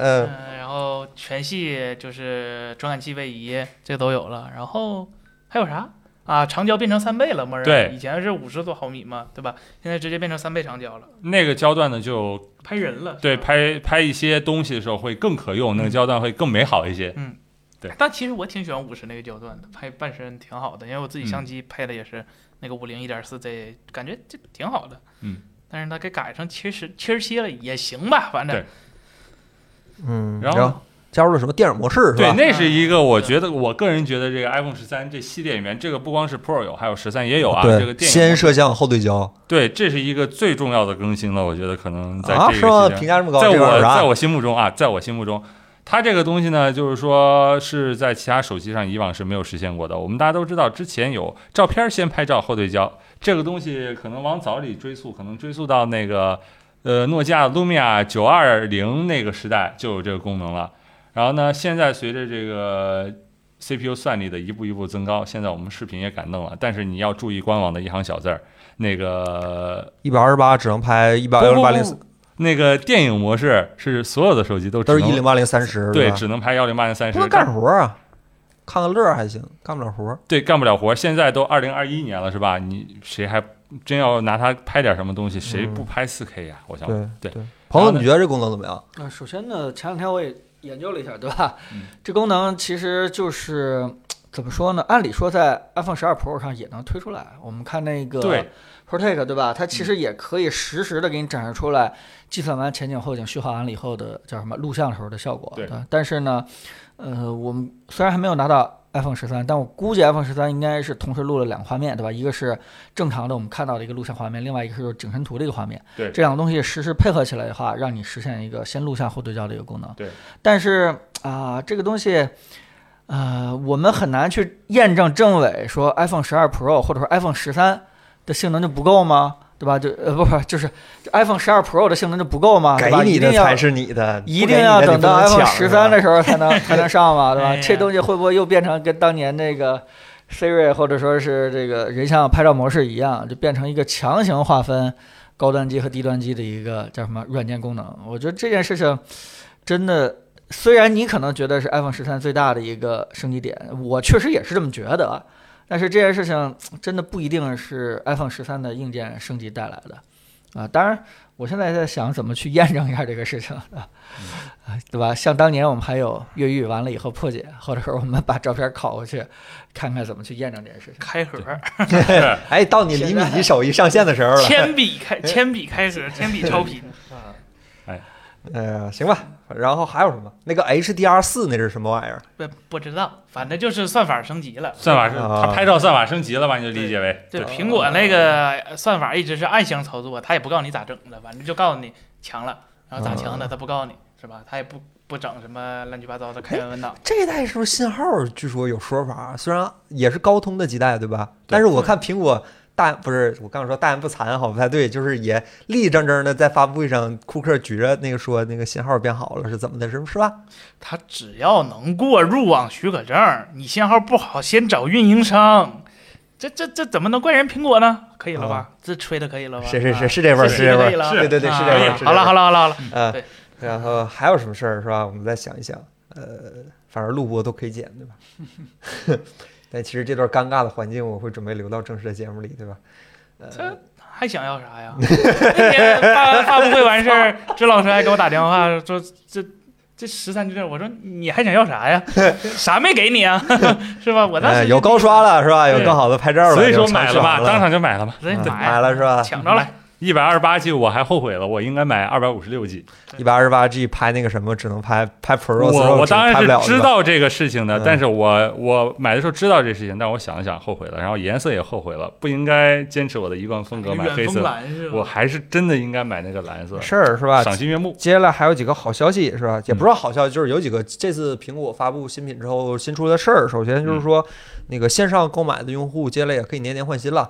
S1: 嗯，
S2: 嗯，然后全系就是传感器位移，这都有了。然后还有啥啊？长焦变成三倍了，默认
S3: 对
S2: 以前是五十多毫米嘛，对吧？现在直接变成三倍长焦了，
S3: 那个焦段呢，就
S2: 拍人了。
S3: 对
S2: 是吧。
S3: 拍拍一些东西的时候会更可用，那个焦段会更美好一些。对
S2: 哎但其实我挺喜欢五十那个焦段的，拍半身挺好的，因为
S3: 嗯
S2: 我自己相机拍的也是那个五零一点四 Z，感觉这挺好的。
S3: 嗯。
S2: 但是它给改成七十七十七了也行吧，反正
S3: 对
S1: 嗯，
S3: 然
S1: 然
S3: 后
S1: 后加入了什么电影模式是
S3: 对，
S1: 吧？
S3: 那是一个我觉得，我个人觉得这个 iPhone 十三这系列里面，这个不光是 Pro 有，还有十三也有啊。这个电影
S1: 先摄像后对焦啊
S3: 对，这是一个最重要的更新了，我觉得可能在
S1: 啊，
S3: 这
S1: 是吗？
S3: 个期
S1: 评
S3: 间，
S1: 价这么高，
S3: 在
S1: 这玩意
S3: 我
S1: 儿
S3: 在
S1: 啊
S3: 我心目中啊，在我心目中。它这个东西呢，就是说是在其他手机上以往是没有实现过的。我们大家都知道，之前有照片先拍照后对焦，这个东西可能往早里追溯，可能追溯到那个呃诺基亚 Lumia 九二零那个时代就有这个功能了。然后呢，现在随着这个 CPU 算力的一步一步增高，现在我们视频也敢弄了，但是你要注意官网的一行小字儿，那个
S1: 一百二十八只能拍一百
S3: 不
S1: 零八零，
S3: 不不那个电影模式是所有的手机都只
S1: 都是
S3: 能
S1: 一零八零三十，
S3: 对，
S1: 吧
S3: 只能拍幺零八零三
S1: 不
S3: 十，
S1: 能干活儿啊，看个乐儿还行，干不了活儿。
S3: 对，干不了活。现在都二零二一年了，是吧？你谁还真要拿它拍点什么东西？谁
S1: 嗯
S3: 不拍四 K 呀？我想，
S1: 对
S3: 啊对
S1: 对，朋友，
S3: 然后呢
S1: 你觉得这功能怎么样？
S5: 那呃首先呢，前两天我也研究了一下，对吧？
S3: 嗯
S5: 这功能其实就是怎么说呢？按理说在 iPhone 十二 Pro 上也能推出来。我们看那个
S3: 对
S5: Protect，对吧？它
S2: 嗯
S5: 其实也可以实时的给你展示出来，计算完前景后景、虚化完了以后的叫什么录像时候的效果。
S3: 对
S5: 吧但是呢，呃，我们虽然还没有拿到 iPhone 十三，但我估计 iPhone 十三应该是同时录了两个画面，对吧？一个是正常的我们看到的一个录像画面，另外一个是景深图的一个画面。
S3: 对
S5: 这两个东西实时配合起来的话，让你实现一个先录像后对焦的一个功能。
S3: 对，
S5: 但是啊、这个东西。呃，我们很难去验证政委说 iPhone 十二 Pro 或者说 iPhone 十三的性能就不够吗？对吧？就呃不不，就是这 iPhone 十二 Pro 的性能就不够吗？
S1: 给
S5: 对吧
S1: 你
S5: 一
S1: 的
S5: 定要
S1: 才是你的，
S5: 一定要等到 iPhone 十三
S1: 的
S5: 的时候才能才能上嘛，对吧？
S2: 哎呀
S5: 这东西会不会又变成跟当年那个 Siri 或者说是这个人像拍照模式一样，就变成一个强行划分高端机和低端机的一个叫什么软件功能？我觉得这件事情真的。虽然你可能觉得是 iPhone 十三最大的一个升级点，我确实也是这么觉得啊，但是这件事情真的不一定是 iPhone 十三的硬件升级带来的啊。当然，我现在在想怎么去验证一下这个事情啊。对吧？像当年我们还有越狱完了以后破解，或者说我们把照片拷回去，看看怎么去验证这件事情。
S2: 开盒，
S1: 啊。哎，到你厘米级手艺上线的时候了。
S2: 铅笔开铅笔开盒，铅笔超 频，
S1: 呃，行吧。然后还有什么？那个 HDR 四那是什么玩意儿？
S2: 不不知道，反正就是算法升级了。
S3: 算法是
S1: 啊
S3: 它拍照算法升级了吧？你就理解为
S2: 对，
S1: 哦
S2: 苹果那个算法一直是暗箱操作，他也不告诉你咋整的，反正就告诉你强了，然后咋强
S1: 哦
S2: 的他不告诉你，是吧？他也不不整什么乱七八糟的开源文档。
S1: 这一代是不是信号？据说有说法，啊虽然也是高通的几代，对吧？但是我看苹果大不是我刚说大言不惭，啊好像不太对，就是也立立正正的在发布会上，库克举着那个说那个信号变好了是怎么的，是是吧？
S2: 他只要能过入网许可证，你信号不好先找运营商，这这这怎么能怪人苹果呢？可以了吧？这吹的可以了吧？
S1: 哦是是是
S2: 啊
S1: 是这味儿，
S2: 是
S1: 这味
S2: 这味儿
S1: 儿，对对对，是这味
S2: 啊
S1: 儿。是这味
S2: 好
S1: 儿
S2: 了好了好了好了，
S1: 呃
S2: 对，
S1: 然后还有什么事儿是吧？我们再想一想。呃，反正录播都可以剪，对吧？ 但其实这段尴尬的环境，我会准备留到正式的节目里，对吧？呃，
S2: 这还想要啥呀？那天发发布会完事 儿，支老师还给我打电话说这。这十三句，我说你还想要啥呀？啥没给你啊？ 是吧？我当时
S1: 呃
S2: 就
S1: 有高刷了是吧？有
S2: 对
S1: 更好的拍照了，
S3: 所以说
S1: 有长
S3: 买了
S1: 爽
S3: 吧，
S1: 了
S3: 当场就买了吧。
S2: 直接
S1: 嗯
S2: 买啊
S1: 买了是吧？
S2: 抢着了。
S3: 一百二十八 G 我还后悔了，我应该买二百五十六 G。
S1: 一百二十八 G 拍那个什么，只能拍拍 Pro，
S3: 我
S1: Pro
S3: 我当然
S1: 拍不了
S3: 是知
S1: 吧
S3: 道这个事情的，
S1: 嗯
S3: 但是我我买的时候知道这事情，但我想了想后悔了，然后颜色也后悔了，不应该坚持我的一贯风格买黑
S2: 远峰
S3: 色，
S2: 蓝是吧？
S3: 我还是真的应该买那个蓝色，
S1: 事儿是吧？
S3: 赏心悦目。
S1: 接下来还有几个好消息是吧？也不是好消息，就是有几个这次苹果发布新品之后新出的事儿。首先就是说，那个线上购买的用户接下来也可以年年换新了，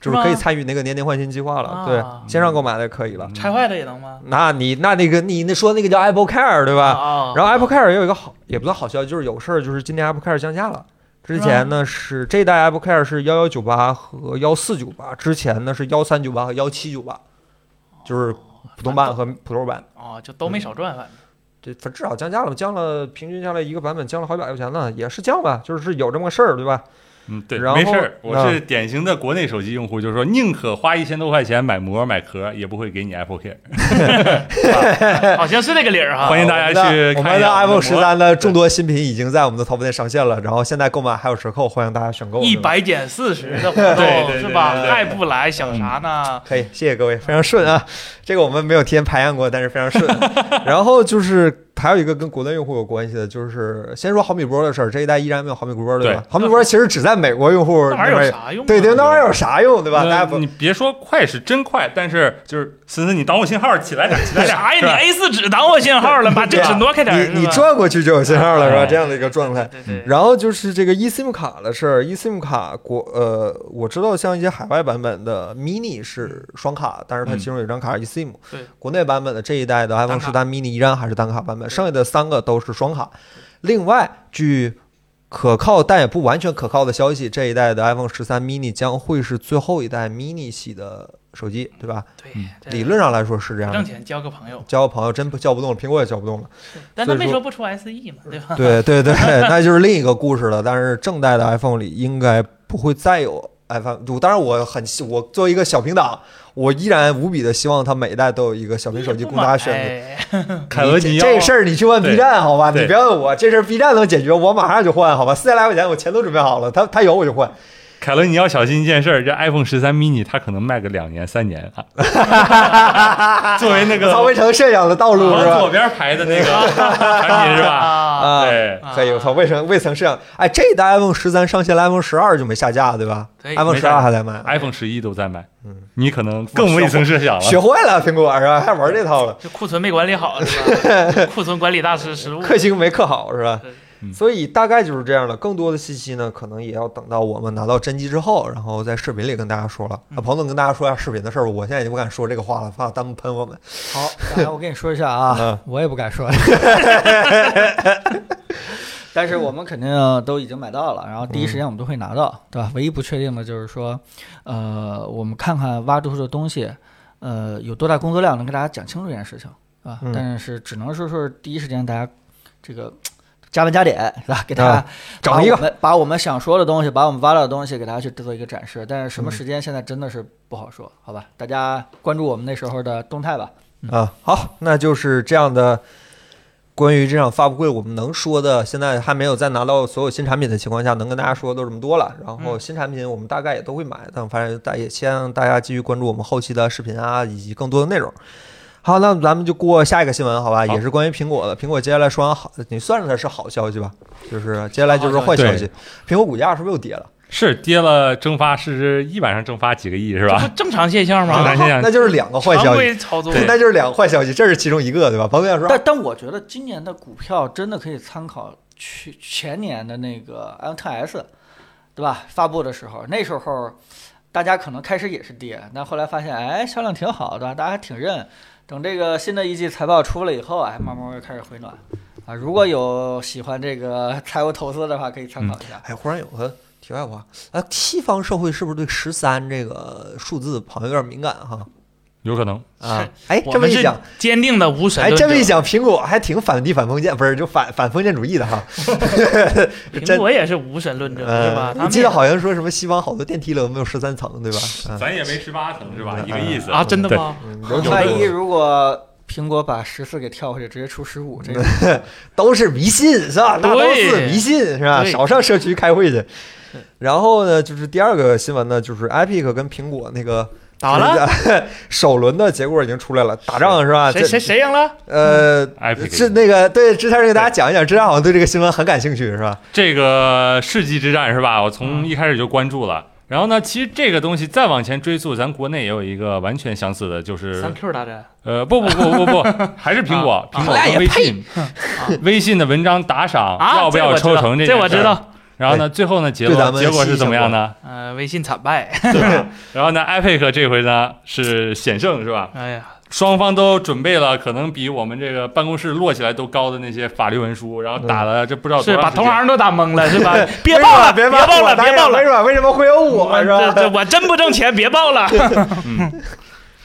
S1: 就是
S2: 吗
S1: 可以参与那个年年换新计划了。
S2: 啊
S1: 对，线上购买的也可以了。
S2: 拆坏了也能吗？
S1: 那你那那个你那说那个叫 Apple Care 对吧？
S2: 啊
S1: 然后 Apple Care 也有一个好，也不算好消息，就是有事儿，就是今年 Apple Care 降价了。之前呢是这代 Apple Care 是幺幺九八和幺四九八，之前呢是幺三九八和幺七九八，就是普通版和普通版。
S2: 哦，就都没少赚，反正
S1: 这反至少降价了嘛，降了平均下来一个版本降了好几百块钱呢，也是降吧，就是有这么个事儿，对吧？
S3: 嗯，对，
S1: 然后
S3: 没事儿，我
S1: 嗯
S3: 是典型的国内手机用户，就是说宁可花一千多块钱买膜买壳，也不会给你 Apple Care。
S2: 好像是这个理儿哈。
S3: 欢迎大家去
S1: 啊我
S3: 看
S1: 们
S3: 一
S1: 的
S3: 下我们
S1: iPhone
S3: 的
S1: 十三的众多新品已经在我们的淘宝店上线了，然后现在购买还有折扣，欢迎大家选购。
S2: 一
S1: 对吧
S2: 百减四十的活
S3: 对
S2: 动
S3: 对
S2: 是吧？
S3: 对对对
S2: 爱不来想啥呢？
S1: 可以，谢谢各位，非常顺啊！这个我们没有提前排练过，但是非常顺。然后就是还有一个跟国内用户有关系的，就是先说毫米波的事儿，这一代依然没有毫米波，对吧？
S3: 对
S1: 毫米波其实只在美国用户
S2: 那玩意
S1: 那边
S2: 儿有
S1: 有
S2: 啥用啊？
S1: 对对，那玩意儿有啥用，对吧？大家不
S3: 呃你别说快是真快，但是就是森森，你挡我信号，起来点，起来点，
S2: 啥呀？
S3: 是吧
S2: 你 A 4纸挡我信号了，把这纸挪开点儿。
S1: 啊你你
S2: 是吧
S1: 转过去就有信号了，是吧？
S3: 哎
S1: 这样的一个状态。
S2: 对对对，
S1: 然后就是这个 eSIM 卡的事儿，eSIM 卡国呃，我知道像一些海外版本的 mini 是双卡，但是它其中有一张卡是 eSIM。
S2: 嗯对，
S1: 国内版本的这一代的 iPhone 十
S2: 单
S1: 三 mini 依然还是单卡版本，剩下的三个都是双卡。另外，据可靠但也不完全可靠的消息，这一代的 iPhone 十三 mini 将会是最后一代 mini 系的手机，对吧？
S3: 嗯
S2: 对
S1: 理论上来说是这样
S2: 挣
S1: 的。
S2: 钱交个朋友，
S1: 交个朋友真不叫不动了，苹果也叫不动了。
S2: 但他
S1: 所以
S2: 没
S1: 说
S2: 说不出 SE 嘛，对 吧？
S1: 对对对，那就是另一个故事了。但是正代的 iPhone 里应该不会再有 iPhone。我当然我很希，我作为一个小屏党，我依然无比的希望它每一代都有一个小屏手机供大家选
S3: 哎
S2: 择。
S1: 择。
S3: 凯文
S1: 你
S3: 尼奥
S1: 这事儿你去问 B
S3: 对
S1: 站好吧，你
S3: 对
S1: 别问我，这事儿 B 站能解决，我马上就换好吧。四千来块钱我钱都准备好了，他他有我就换。
S3: 凯伦，你要小心一件事儿，这 iPhone 十三 mini 它可能卖个两年三年啊。作为那个啊
S1: 曹维成设想的道路是
S3: 往
S1: 吧
S3: 左？边排的那个产品是吧？
S2: 啊，
S1: 啊。
S3: 对，
S1: 可以，我操，未曾未曾设想，哎，这一代 iPhone 十三上线了，iPhone 十二就没下架，对吧
S2: 对
S1: ？iPhone
S3: 没
S1: 十
S3: 下
S1: 二
S3: 架
S1: 还在卖，
S3: iPhone 十一都在卖
S1: 嗯，
S3: 你可能更未曾设想
S1: 学
S3: 了。
S1: 会了苹果是吧？还玩这套了。
S2: 这库存没管理好 是吧？库存管理大师失误。
S1: 克星没克好是吧？
S3: 嗯
S1: 所以大概就是这样了。更多的信息呢，可能也要等到我们拿到真机之后，然后在视频里跟大家说了。啊，彭总跟大家说一下视频的事儿，我现在已经不敢说这个话了，怕弹幕喷我们。
S5: 好，来我跟你说一下
S1: 嗯
S5: 啊，我也不 敢说，但是我们肯定呃都已经买到了，然后第一时间我们都会拿到，
S1: 嗯
S5: 对吧？唯一不确定的就是说，呃，我们看看挖出的东西，呃，有多大工作量能给大家讲清楚这件事情，啊，
S1: 嗯
S5: 但是只能说说是第一时间大家这个。加班加点是吧？给大家
S1: 啊整一个
S5: 把我们把我们想说的东西，把我们挖到的东西给大家去做一个展示。但是什
S1: 嗯
S5: 么时间现在真的是不好说，好吧？大家关注我们那时候的动态吧。
S1: 啊，好，那就是这样的。关于这场发布会，我们能说的，现在还没有在拿到所有新产品的情况下，能跟大家说的都这么多了。然后新产品我们大概也都会买，但反正大也希望大家继续关注我们后期的视频啊，以及更多的内容。好，那咱们就过下一个新闻，好吧？
S3: 好
S1: 也是关于苹果的。苹果接下来说完好，你算上它是好消息吧？就是接下来就是坏消息。苹果股价是不是又跌了？
S3: 是跌了蒸发，是一晚上蒸发几个亿是
S2: 这不？
S3: 吧
S2: 正常现象
S3: 正
S2: 吗
S3: 常？现象
S1: 那就是两个坏
S2: 常
S1: 消息，
S2: 规操作。
S1: 那就是两个坏消息，这是其中一个，对吧？彭总想说，
S5: 但但我觉得今年的股票真的可以参考去前年的那个 MTS，对吧？发布的时候，那时候大家可能开始也是跌，但后来发现，哎，销量挺好的，大家还挺认。等这个新的一季财报出了以后，哎，慢慢又开始回暖。啊，如果有喜欢这个财务投资的话，可以参考一下。
S1: 哎，忽然有个题呃外话，啊，西方社会是不是对十三这个数字好像有点敏感哈？
S3: 有可能。
S1: 啊。哎，
S2: 我
S1: 这么
S2: 们
S1: 一
S2: 是
S1: 想，
S2: 坚定的无神
S1: 哎，
S2: 论者。
S1: 这么一想，苹果还挺反帝反封建，不是就反反封建主义的 哈。
S2: 苹
S1: 真
S2: 果也是无神论者，是吧？
S1: 呃，
S2: 他
S1: 我
S2: 们
S1: 记
S2: 也
S1: 得好像说什么西方好多电梯楼没有十三层，对吧？啊
S3: 咱也没十八层是吧？一个意思
S2: 啊，真的吗？
S1: 嗯
S3: 有
S5: 万
S3: 可能
S5: 一如果苹果把十四给跳回去，直接出十五，这个
S1: 都是迷信是吧？那都是迷信是吧？
S2: 对嗯
S1: 少上社区开会去。然后呢，就是第二个新闻呢，就是 Epic 跟苹果那个
S2: 打了，
S1: 首轮的结果已经出来了，打仗是吧？啊
S2: 谁
S1: 这
S2: 谁嗯谁赢了？
S1: 呃，
S3: Epic
S1: 是那个对支天给大家讲一讲，支天好像对这个新闻很感兴趣是吧？
S3: 这个世纪之战是吧？我从一开始就关注了。然后呢，其实这个东西再往前追溯，咱国内也有一个完全相似的，就是
S2: 三 Q 大战，
S3: 呃，不不不不 不，不还是苹
S2: 啊
S3: 果，苹果
S1: 那也
S3: 跟微
S1: 配
S3: 信， 微信的文章打赏
S2: 啊
S3: 要不要抽成
S2: 这
S3: 件
S2: 我知道这
S3: 事儿
S2: 我知道。
S3: 然后呢，最后呢，结
S1: 对咱
S3: 果
S1: 们
S3: 结果是
S1: 息
S3: 怎么
S1: 相
S3: 样呢？
S2: 呃，微信惨败。
S3: 然后呢，Epic 这回呢是险胜是吧？
S2: 哎呀，
S3: 双方都准备了可能比我们这个办公室摞起来都高的那些法律文书，然后打了这不知道多
S2: 是
S3: 长
S2: 把
S3: 时间
S2: 同行都打懵了，是 吧？别报了，
S1: 别
S2: 别报了，
S1: 了，
S2: 别报
S1: 微
S2: 了。
S1: 软为什么会有我是
S2: 这
S1: 吧？
S2: 这我真不挣钱，别报了。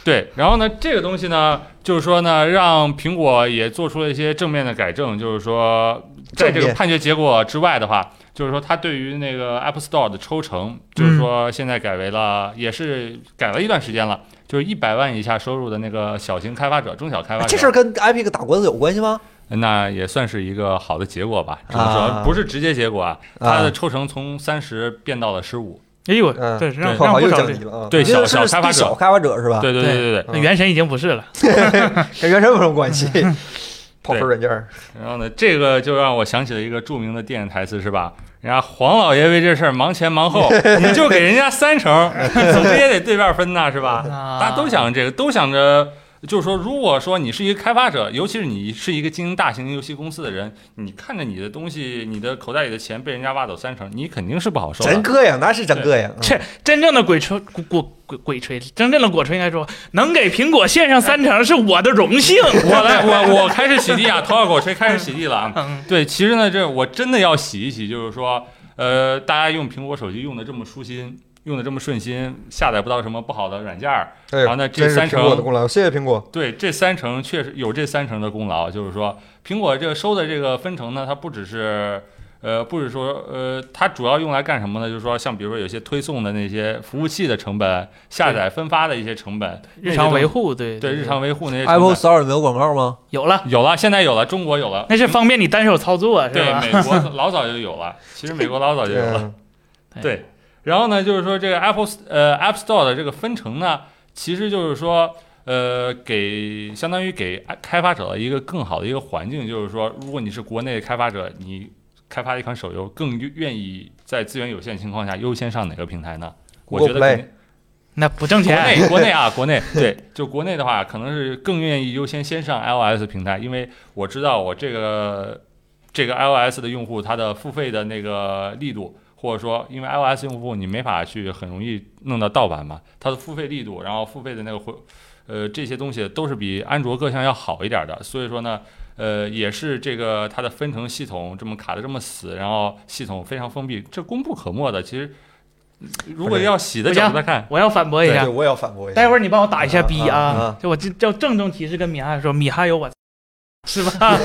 S3: 对，然后呢，这个东西呢，就是说呢，让苹果也做出了一些正面的改正，就是说，在这
S1: 正
S3: 个
S1: 面
S3: 判决结果之外的话，就是说，它对于那个 App Store 的抽成，
S1: 嗯
S3: 就是说现在改为了，也是改了一段时间了，就是一百万以下收入的那个小型开发者、中小开发者，
S1: 啊这事儿跟 Epic 打官司有关系吗？
S3: 那也算是一个好的结果吧，只能
S1: 啊
S3: 说不是直接结果啊，它
S1: 啊
S3: 的抽成从三十变到了十五，
S2: 哎呦，
S1: 嗯
S2: 对，让
S1: 好
S2: 让
S1: 又
S2: 不少
S1: 降级
S2: 人。
S1: 了啊！
S3: 对
S1: 因为
S3: 小
S1: 是
S3: 小开发者
S1: 小开发者是吧？
S3: 对对对对对。
S2: 那原神已经不是了，
S1: 跟原神有什么关系？
S2: 嗯
S1: 跑分软件儿
S3: 然后呢，这个就让我想起了一个著名的电影台词，是吧？人家黄老爷为这事儿忙前忙后，你就给人家三成，怎么也得对半分呐，是吧？
S2: 啊
S3: 大家都想这个，都想着。就是说，如果说你是一个开发者，尤其是你是一个经营大型游戏公司的人，你看着你的东西，你的口袋里的钱被人家挖走三成，你肯定是不好受
S1: 真
S3: 的。
S1: 膈应，那嗯是真膈应。
S2: 这真正的鬼吹鬼鬼鬼鬼吹，真正的果吹应该说，能给苹果献上三成是我的荣幸。
S3: 我来，我我开始洗地啊， 头号狗吹开始洗地了啊！
S2: 嗯
S3: 对，其实呢，这我真的要洗一洗，就是说，呃，大家用苹果手机用的这么舒心，用的这么顺心，下载不到什么不好的软件儿。
S1: 哎
S3: 然后呢这
S1: 真是
S3: 三成
S1: 苹果的功劳，谢谢苹果。
S3: 对，这三成确实有这三成的功劳，就是说，苹果这个收的这个分成呢，它不只是。呃，不是说，呃，它主要用来干什么呢？就是说，像比如说有些推送的那些服务器的成本、下载分发的一些成本，
S2: 日常维
S3: 护，
S2: 护，对
S3: 对日常维护那些成本
S1: Apple Store 没有广告吗？
S2: 有了，
S3: 有了，现在有了，中国有了，
S2: 那是方便你单手操作，是
S3: 对，
S2: 吧？
S3: 美国老早就有了，其实美国老早就有了。
S1: 嗯
S3: 对，然后呢，就是说这个 Apple 呃 App Store 的这个分成呢，其实就是说呃给相当于给开发者一个更好的一个环境，就是说如果你是国内的开发者，你开发一款手游，更愿意在资源有限情况下优先上哪个平台呢？我
S1: Google
S3: 觉得肯定
S2: 那不挣
S3: 国
S2: 钱，
S3: 内国内啊，国内 对，就国内的话，可能是更愿意优先先上 iOS 平台，因为我知道我这个这个 iOS 的用户，他的付费的那个力度，或者说因为 iOS 用户你没法去很容易弄到盗版嘛，它的付费力度，然后付费的那个回呃这些东西都是比安卓各项要好一点的，所以说呢。呃，也是这个它的分成系统这么卡的这么死，然后系统非常封闭，这功不可没的。其实，呃如果要洗的角度来看，
S2: 我要反驳一
S1: 对，
S2: 下
S1: 对。我也要反驳一下。
S2: 待会儿你帮我打一下逼
S1: 啊啊
S2: 啊
S1: 啊！
S2: 就我这叫郑重其事跟米哈说，米哈有我，是吧？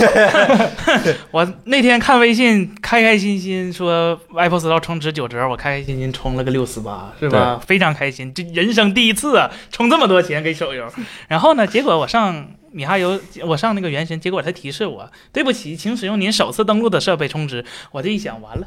S2: 我那天看微信，开开心心说 Apple Store 充值九折，我开开心心充了个六四八，是吧？非常开心，这人生第一次啊，充这么多钱给手游。然后呢，结果我上米哈游，我上那个原神，结果它提示我，对不起，请使用您首次登录的设备充值。我这一想，完了。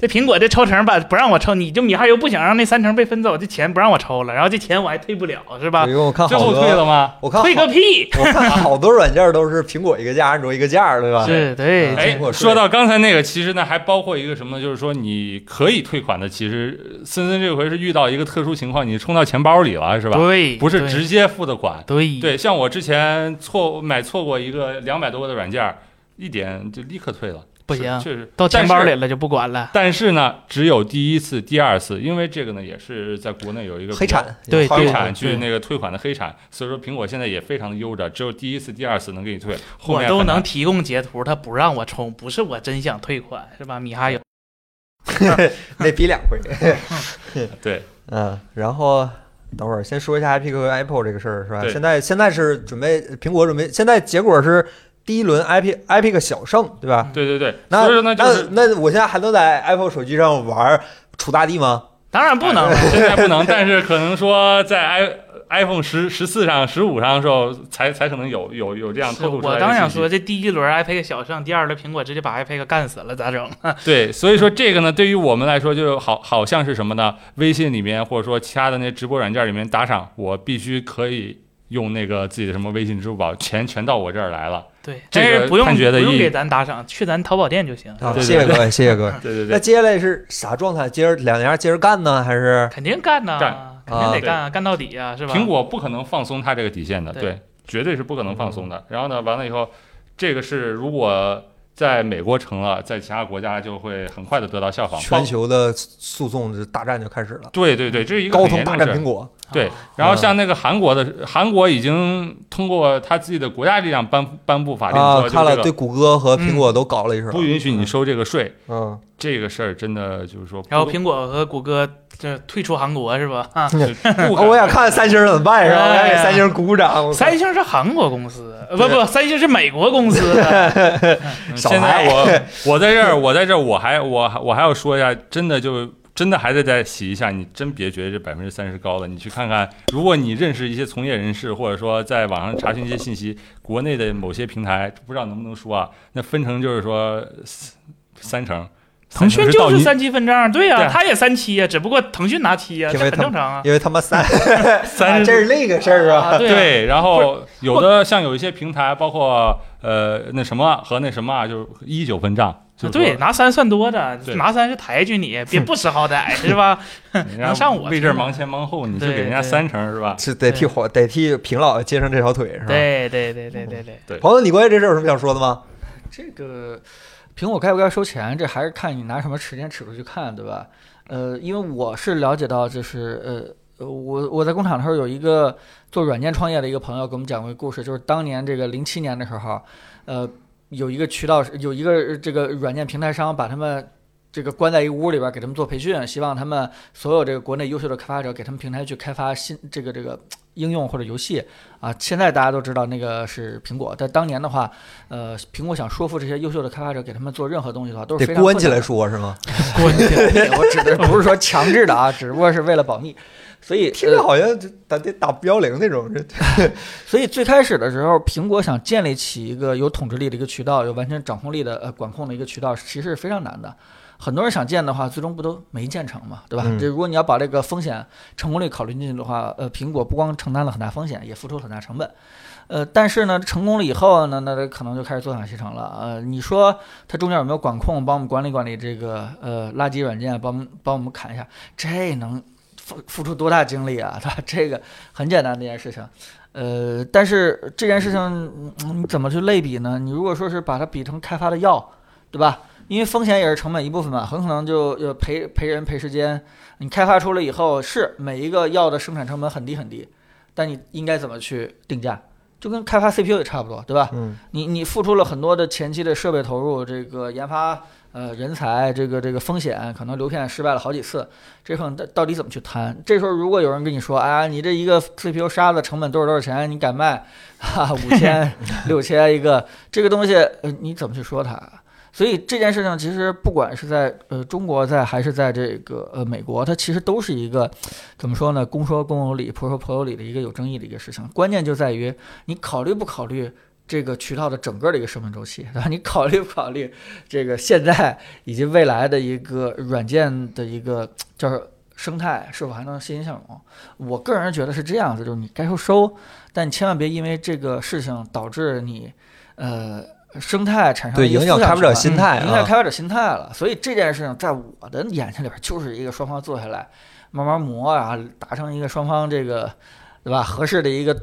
S2: 这苹果这抽成吧，不让我抽，你就米哈游不想让那三成被分走，这钱不让我抽了，然后这钱我还退不了，是吧
S1: 因？为我看
S3: 最
S1: 好
S3: 后
S1: 多，
S3: 退了吗？
S1: 我看好
S2: 退个屁！
S1: 我看好多软件都是苹果一个价，安卓一个价，对吧？
S2: 是对，
S1: 哎
S3: 哎，说到刚才那个，其实呢还包括一个什么呢？就是说你可以退款的。其实呃森森这回是遇到一个特殊情况，你充到钱包里了，是吧？
S2: 对，
S3: 不是
S2: 对
S3: 直接付的款。
S2: 对
S3: 对，像我之前错买错过一个两百多个的软件儿，一点就立刻退了，
S2: 不
S3: 是
S2: 行
S3: 确实
S2: 到钱包。
S3: 但
S2: 里
S3: 是
S2: 了就不管了。
S3: 但是呢，只有第一次、第二次，因为这个呢也是在国内有一个
S1: 黑
S3: 比较
S1: 产，
S2: 对
S1: 黑
S3: 黑
S2: 对
S3: 产
S1: 产，
S3: 去那个退款的黑产，所以说苹果现在也非常的悠着，只有第一次、第二次能给你退，后
S2: 我
S3: 面
S2: 都
S3: 很难
S2: 能提供截图，他不让我充，不是我真想退款，是吧？米哈游，
S1: 得比两回。
S3: 对，
S1: 嗯，然后等会儿先说一下 Epic 和 Apple 这个事儿是吧？
S3: 对
S1: 现在现在是准备苹果准备，现在结果是第一轮 Epic Epic 小胜，对吧？
S3: 对对对，
S1: 那
S3: 嗯所以说呢，就是
S1: 那那我现在还能在 Apple 手机上玩楚大帝吗？
S2: 当然不能了。
S3: 现在不能，但是可能说在 i iPhone 十十四上、十五上的时候，才才可能有有有这样
S2: 是
S3: 透露出来。
S2: 我刚想说，，这第一轮 iPad 小胜，第二轮苹果直接把 iPad 干死了，咋整？
S3: 对，所以说这个呢，对于我们来说，就好好像是什么呢？微信里面或者说其他的那些直播软件里面打赏，我必须可以用那个自己的什么微信、支付宝，钱全到我这儿来了。
S2: 对，
S3: 这
S2: 但
S3: 个
S2: 是不用
S3: 判决的
S2: 不
S3: 意
S2: 用
S3: 义
S2: 给咱打赏，去咱淘宝店就行，
S1: 啊，
S3: 对对
S1: 谢谢各位，谢谢各位。
S3: 对对
S1: 那
S3: 对，
S1: 接下来是啥状态？接着两家接着干呢，还是
S2: 肯定干呐、
S3: 干
S2: 肯定
S1: 啊
S2: 得干、啊，干到底啊，是吧？
S3: 苹果不可能放松它这个底线的，
S2: 对嗯
S3: 对，绝对是不可能放松的。然后呢，完了以后，这个是如果在美国成了，在其他国家就会很快的得到效仿。包
S1: 全球的诉讼这大战就开始了？
S3: 对对对，这是一个
S1: 高
S3: 很
S1: 通
S3: 严
S1: 大
S3: 重的
S1: 战
S3: 事儿
S1: 苹果，
S3: 对
S2: 啊，
S3: 然后像那个韩国的，韩国已经通过他自己的国家力量颁颁布法令
S1: 啊，
S3: 说，
S1: 看
S3: 就
S1: 了
S3: 这
S1: 对
S3: 个嗯
S1: 谷歌和苹果都搞了一手，
S3: 不允许你收这个税，
S1: 嗯，
S3: 这个事儿真的就是说不，
S2: 然后苹果和谷歌这退出韩国是吧？啊，
S3: 不
S1: 哦
S3: 敢哎
S1: 我想看三星怎么办是吧？我想给三星鼓鼓掌。我靠
S2: 三星是韩国公司，呃不
S1: 对
S2: 不，三星是美国公司 的
S3: 嗯
S1: 少
S3: 现在
S1: 来
S3: 我我在这儿，我在这儿，我还我还我还要说一下，真的就真的还得再洗一下，你真别觉得这百分之三十高了，你去看看，如果你认识一些从业人士，或者说在网上查询一些信息，国内的某些平台不知道能不能说啊，那分成就是说三三成，
S2: 腾讯
S3: 三成到
S2: 就是
S3: 你
S2: 三七分账，对呀、
S3: 对啊
S2: 他也三七呀、只不过腾讯拿七呀、
S1: 因
S2: 这
S1: 为
S2: 很
S1: 他
S2: 正常啊。
S1: 因为他妈 三，
S3: 三
S1: 啊这是另一个事儿啊。
S2: 啊，对啊
S3: 对，然后有的像有一些平台，包括呃那什么和那什么啊，就是一九分账，就是
S2: 啊对，
S3: 说，
S2: 拿三算多的，
S3: 对
S2: 拿三是抬举 你，别不识好歹是吧？
S3: 人家
S2: 能上我
S3: 为
S2: 这
S3: 这儿
S2: 吗
S3: 忙前忙后，你就
S2: 对
S3: 给人家
S2: 对
S3: 三成是吧？
S1: 是得替火，得替平老接上这条腿是吧？
S2: 对对对对对对，
S1: 朋友，你关于这事儿有什么想说的吗？
S5: 这个苹果该不该收钱，这还是看你拿什么时间尺度去看，对吧？呃，因为我是了解到，就是呃。呃我我在工厂的时候有一个做软件创业的一个朋友给我们讲过一个故事，就是当年这个零七年的时候，呃，有一个渠道有一个呃这个软件平台商把他们这个关在一个屋里边儿给他们做培训，希望他们所有这个国内优秀的开发者给他们平台去开发新这个这个应用或者游戏啊。现在大家都知道那个是苹果，但当年的话，呃，苹果想说服这些优秀的开发者给他们做任何东西的话，都是非
S1: 得
S5: 常
S1: 关起
S5: 困难
S1: 来
S5: 的
S1: 说，是吗？
S5: 关起来， 我指的不是说强制的啊，只不过是为了保密。所以，
S1: 听着好像就咱得打幺零那种，这
S5: 所以最开始的时候，苹果想建立起一个有统治力的一个渠道，有完全掌控力的呃管控的一个渠道，其实是非常难的。很多人想建的话，最终不都没建成嘛，对吧？
S1: 嗯
S5: 这如果你要把这个风险成功率考虑进去的话，呃，苹果不光承担了很大风险，也付出了很大成本。呃，但是呢，成功了以后呢，那那可能就开始坐享其成了。呃，你说它中间有没有管控，帮我们管理管理这个呃垃圾软件，帮我们帮我们砍一下，这能付付出多大精力啊？对吧？这个很简单的一件事情。呃，但是这件事情嗯你怎么去类比呢？你如果说是把它比成开发的药，对吧？因为风险也是成本一部分嘛，很可能就呃赔赔人赔时间。你开发出来以后，是每一个药的生产成本很低很低，但你应该怎么去定价？就跟开发 CPU 也差不多，对吧？
S1: 嗯，
S5: 你你付出了很多的前期的设备投入，这个研发呃人才，这个这个风险，可能流片失败了好几次，这份到到底怎么去谈？这时候如果有人跟你说，哎呀，你这一个 CPU 沙子成本多少多少钱，你敢卖？ 哈、哈，五千、六千一个，这个东西，呃，你怎么去说它？所以这件事情其实不管是在呃中国在还是在这个呃美国，它其实都是一个怎么说呢？公说公有理，婆说婆有理的一个有争议的一个事情。关键就在于你考虑不考虑这个渠道的整个的一个生命周期， 对吧？你考虑不考虑这个现在以及未来的一个软件的一个叫生态是否还能欣欣向荣？我个人觉得是这样子，就是你该收收，但你千万别因为这个事情导致你呃生态产生
S1: 对
S5: 一个
S1: 影响
S5: 负向
S1: 开发者
S5: 循
S1: 心
S5: 环
S1: 态
S5: 影响
S1: 啊。
S5: 开发者心态了。所以这件事情在我的眼睛里边就是一个双方坐下来慢慢磨啊，达成一个双方这个对吧合适的一个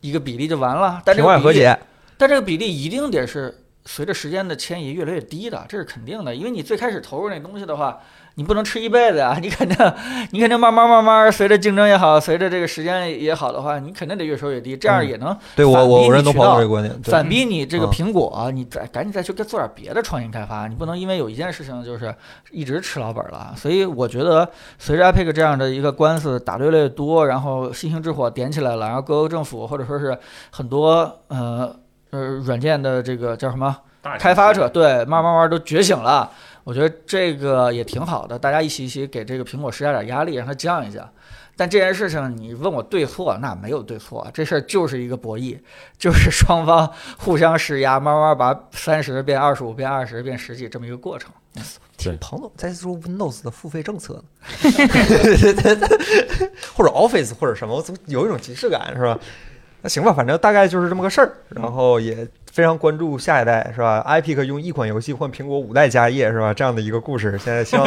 S5: 一个比例就完了。但这
S1: 平外
S5: 个
S1: 和
S5: 比例，
S1: 解，
S5: 但这个比例一定得是随着时间的迁移越来越低的，这是肯定的。因为你最开始投入那东西的话，你不能吃一辈子啊， 你肯定，你肯定慢慢慢慢，随着竞争也好，随着这个时间也好的话，你肯定得越收越低，这样
S1: 嗯
S5: 也能
S1: 对我
S5: 反
S1: 我
S5: 逼
S1: 我
S5: 你
S1: 认同
S5: 渠
S1: 朋友
S5: 道
S1: 这个观点，对
S5: 反逼你这个
S1: 嗯
S5: 苹果啊，你再赶紧再去做点别的创新开发，你不能因为有一件事情就是一直吃老本了。所以我觉得，随着 IPAC 这样的一个官司打得越来越多，然后新兴之火点起来了，然后各国政府或者说是很多呃呃软件的这个叫什么
S3: 大
S5: 开发者，对，慢慢慢慢都觉醒了。我觉得这个也挺好的，大家一起一起给这个苹果施加点压力，让它降一降。但这件事情，你问我对错，那没有对错，这事儿就是一个博弈， 就是双方互相施压，慢慢把三十变二十五，变二十，变十几这么一个过程。
S1: 听
S3: 对
S1: 彭总在说 Windows 的付费政策呢， 或者 Office 或者什么，我总有一种即视感，是吧？那行吧，反正大概就是这么个事儿。然后也非常关注下一代，是吧？IPIC 用一款游戏换苹果五代家业，是吧？这样的一个故事，现在希望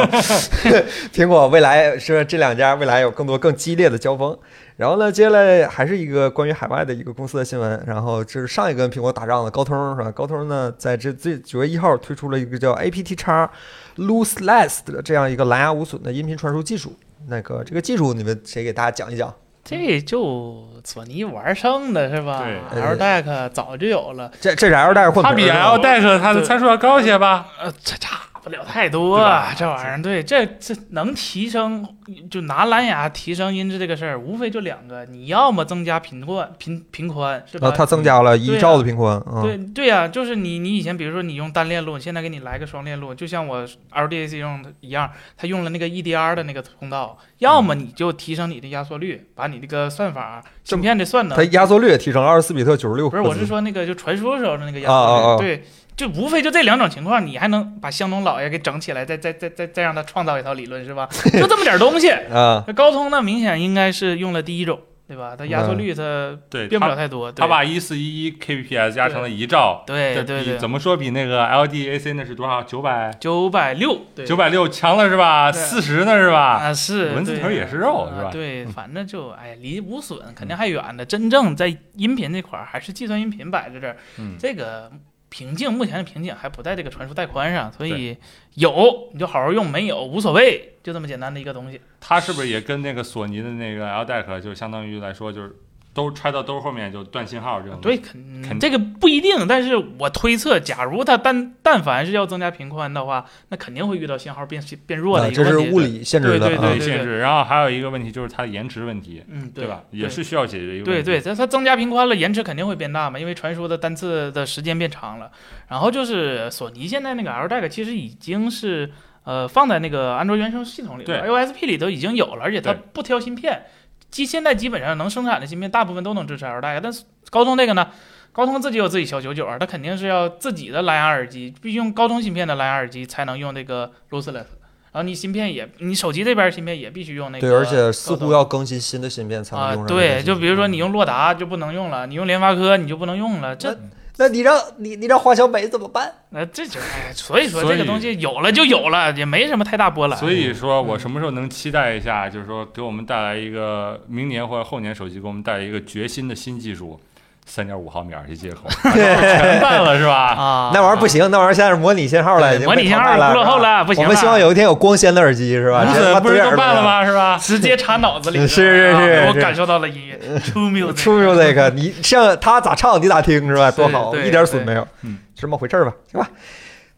S1: 苹果未来是吧这两家未来有更多更激烈的交锋。然后呢，接下来还是一个关于海外的一个公司的新闻。然后这是上一个跟苹果打仗的高通，是吧？高通呢，在这这九月一号推出了一个叫 APT 叉 Lossless 的这样一个蓝牙无损的音频传输技术。那个这个技术，你们谁给大家讲一讲？
S2: 这就索尼玩剩的是吧
S3: 对
S1: 呃
S2: ？L Deck 早就有了，
S1: 这这是 L 带混
S3: 它
S1: 合
S3: 比 L Deck 它的参数要高一些吧？
S2: 呃，这差不了太多啊
S3: 对吧，
S2: 这玩意儿，对，这这能提升，就拿蓝牙提升音质这个事儿，无非就两个，你要么增加频宽，频频宽是吧？
S1: 啊，它增加了
S2: 对
S1: 一
S2: 啊
S1: 兆的频宽，嗯，
S2: 对对呀、就是你你以前比如说你用单链路，现在给你来个双链路，就像我 LDAC 用的一样，它用了那个 EDR 的那个通道，要么你就提升你的压缩率，把你这个算法
S1: 嗯这
S2: 芯片的算能
S1: 它，压缩率也提升了二十四比特九十六
S2: 不
S1: 赫兹。
S2: 是我是说那个就传输时候的那个压
S1: 啊啊啊
S2: 缩率，对，就无非就这两种情况，你还能把香农老爷给整起来，再再再再再让他创造一套理论是吧？就这么点 东西，
S1: 啊，
S2: 那高通呢明显应该是用了第一种，对吧？它压缩率它
S3: 对，
S2: 变不了
S3: 它
S2: 太多，对
S3: 它把一四一一 kbps 加成了一兆，
S2: 对
S3: 这
S2: 对
S3: 比
S2: 对，
S3: 怎么说比那个 LDAC 那是多少？九百
S2: 九百六，对
S3: 九百六强了是吧？
S2: 对
S3: 四十那是吧？
S2: 啊，是
S3: 蚊子
S2: 对
S3: 头也是肉
S2: 啊
S3: 是吧嗯
S2: 对，反正就哎，离无损肯定还远的。真正在音频这块儿，还是计算音频摆在这儿，
S3: 嗯，
S2: 这个瓶颈目前的瓶颈还不在这个传输带宽上，所以有你就好好用，没有无所谓，就这么简单的一个东西。
S3: 它是不是也跟那个索尼的那个 L Deck 就相当于来说就是兜揣到兜后面就断信号这种？
S2: 对，，肯
S3: 肯
S2: 这个不一定，但是我推测，假如它但但凡是要增加频宽的话，那肯定会遇到信号变变弱
S1: 啊
S2: 的一
S1: 这
S2: 个
S1: 是
S2: 问题。
S1: 物理限制的
S2: 对
S1: 啊
S3: 对，限制。然后还有一个问题就是它的延迟问题，
S2: 嗯，
S3: 对吧？
S2: 对
S3: 也是需要解决一个
S2: 对
S3: 问题。
S2: 对，它它增加频宽了，延迟肯定会变大嘛，因为传输的单次的时间变长了。然后就是索尼现在那个 L Deck 其实已经是呃放在那个安卓原生系统里
S3: 对
S2: 了，AOSP 里头已经有了，而且它
S3: 对
S2: 不挑芯片，基现在基本上能生产的芯片大部分都能支持 L Deck，但是高通这个呢？高通自己有自己小九九啊，它肯定是要自己的蓝牙耳机，必须用高通芯片的蓝牙耳机才能用这个 Lossless。然后你芯片也，你手机这边芯片也必须用那个高
S1: 对，
S2: 通。
S1: 而且似乎要更新新的芯片才能
S2: 啊，
S1: 用上这个技术。嗯
S2: 对，就比如说你用洛达就不能用了，你用联发科你就不能用了，这
S1: 那你让你你让华强北怎么办？
S2: 呃这就哎，所以说
S3: 所以
S2: 这个东西有了就有了，也没什么太大波澜。
S3: 所以说我什么时候能期待一下，就是说给我们带来一个明年或者后年手机给我们带来一个决心的新技术，三点五毫米耳机接 口，全办了是吧？
S2: 啊，
S1: 那玩意儿不行，那玩意儿现在是模拟信号了，已经
S2: 模拟
S1: 被
S2: 信
S1: 淘
S2: 号
S1: 汰
S2: 不落后
S1: 是吧
S2: 了，不行
S1: 我
S2: 了。
S1: 们希望有一天有光纤的耳机，是吧？
S3: 无
S1: 这他妈
S3: 损不是
S1: 对眼
S3: 都
S1: 儿
S3: 办了
S1: 的？
S3: 吗？是吧？
S2: 直接插 脑子里了，
S1: 是是
S2: 啊
S1: 是
S2: 我
S1: 是
S2: 感受 到了音乐，True Music，
S1: 出 music，你 像他咋唱你咋听是吧？
S2: 是
S1: 多好，
S2: 对
S1: 一点损没有，
S3: 嗯，
S1: 是这么回事儿吧？行吧。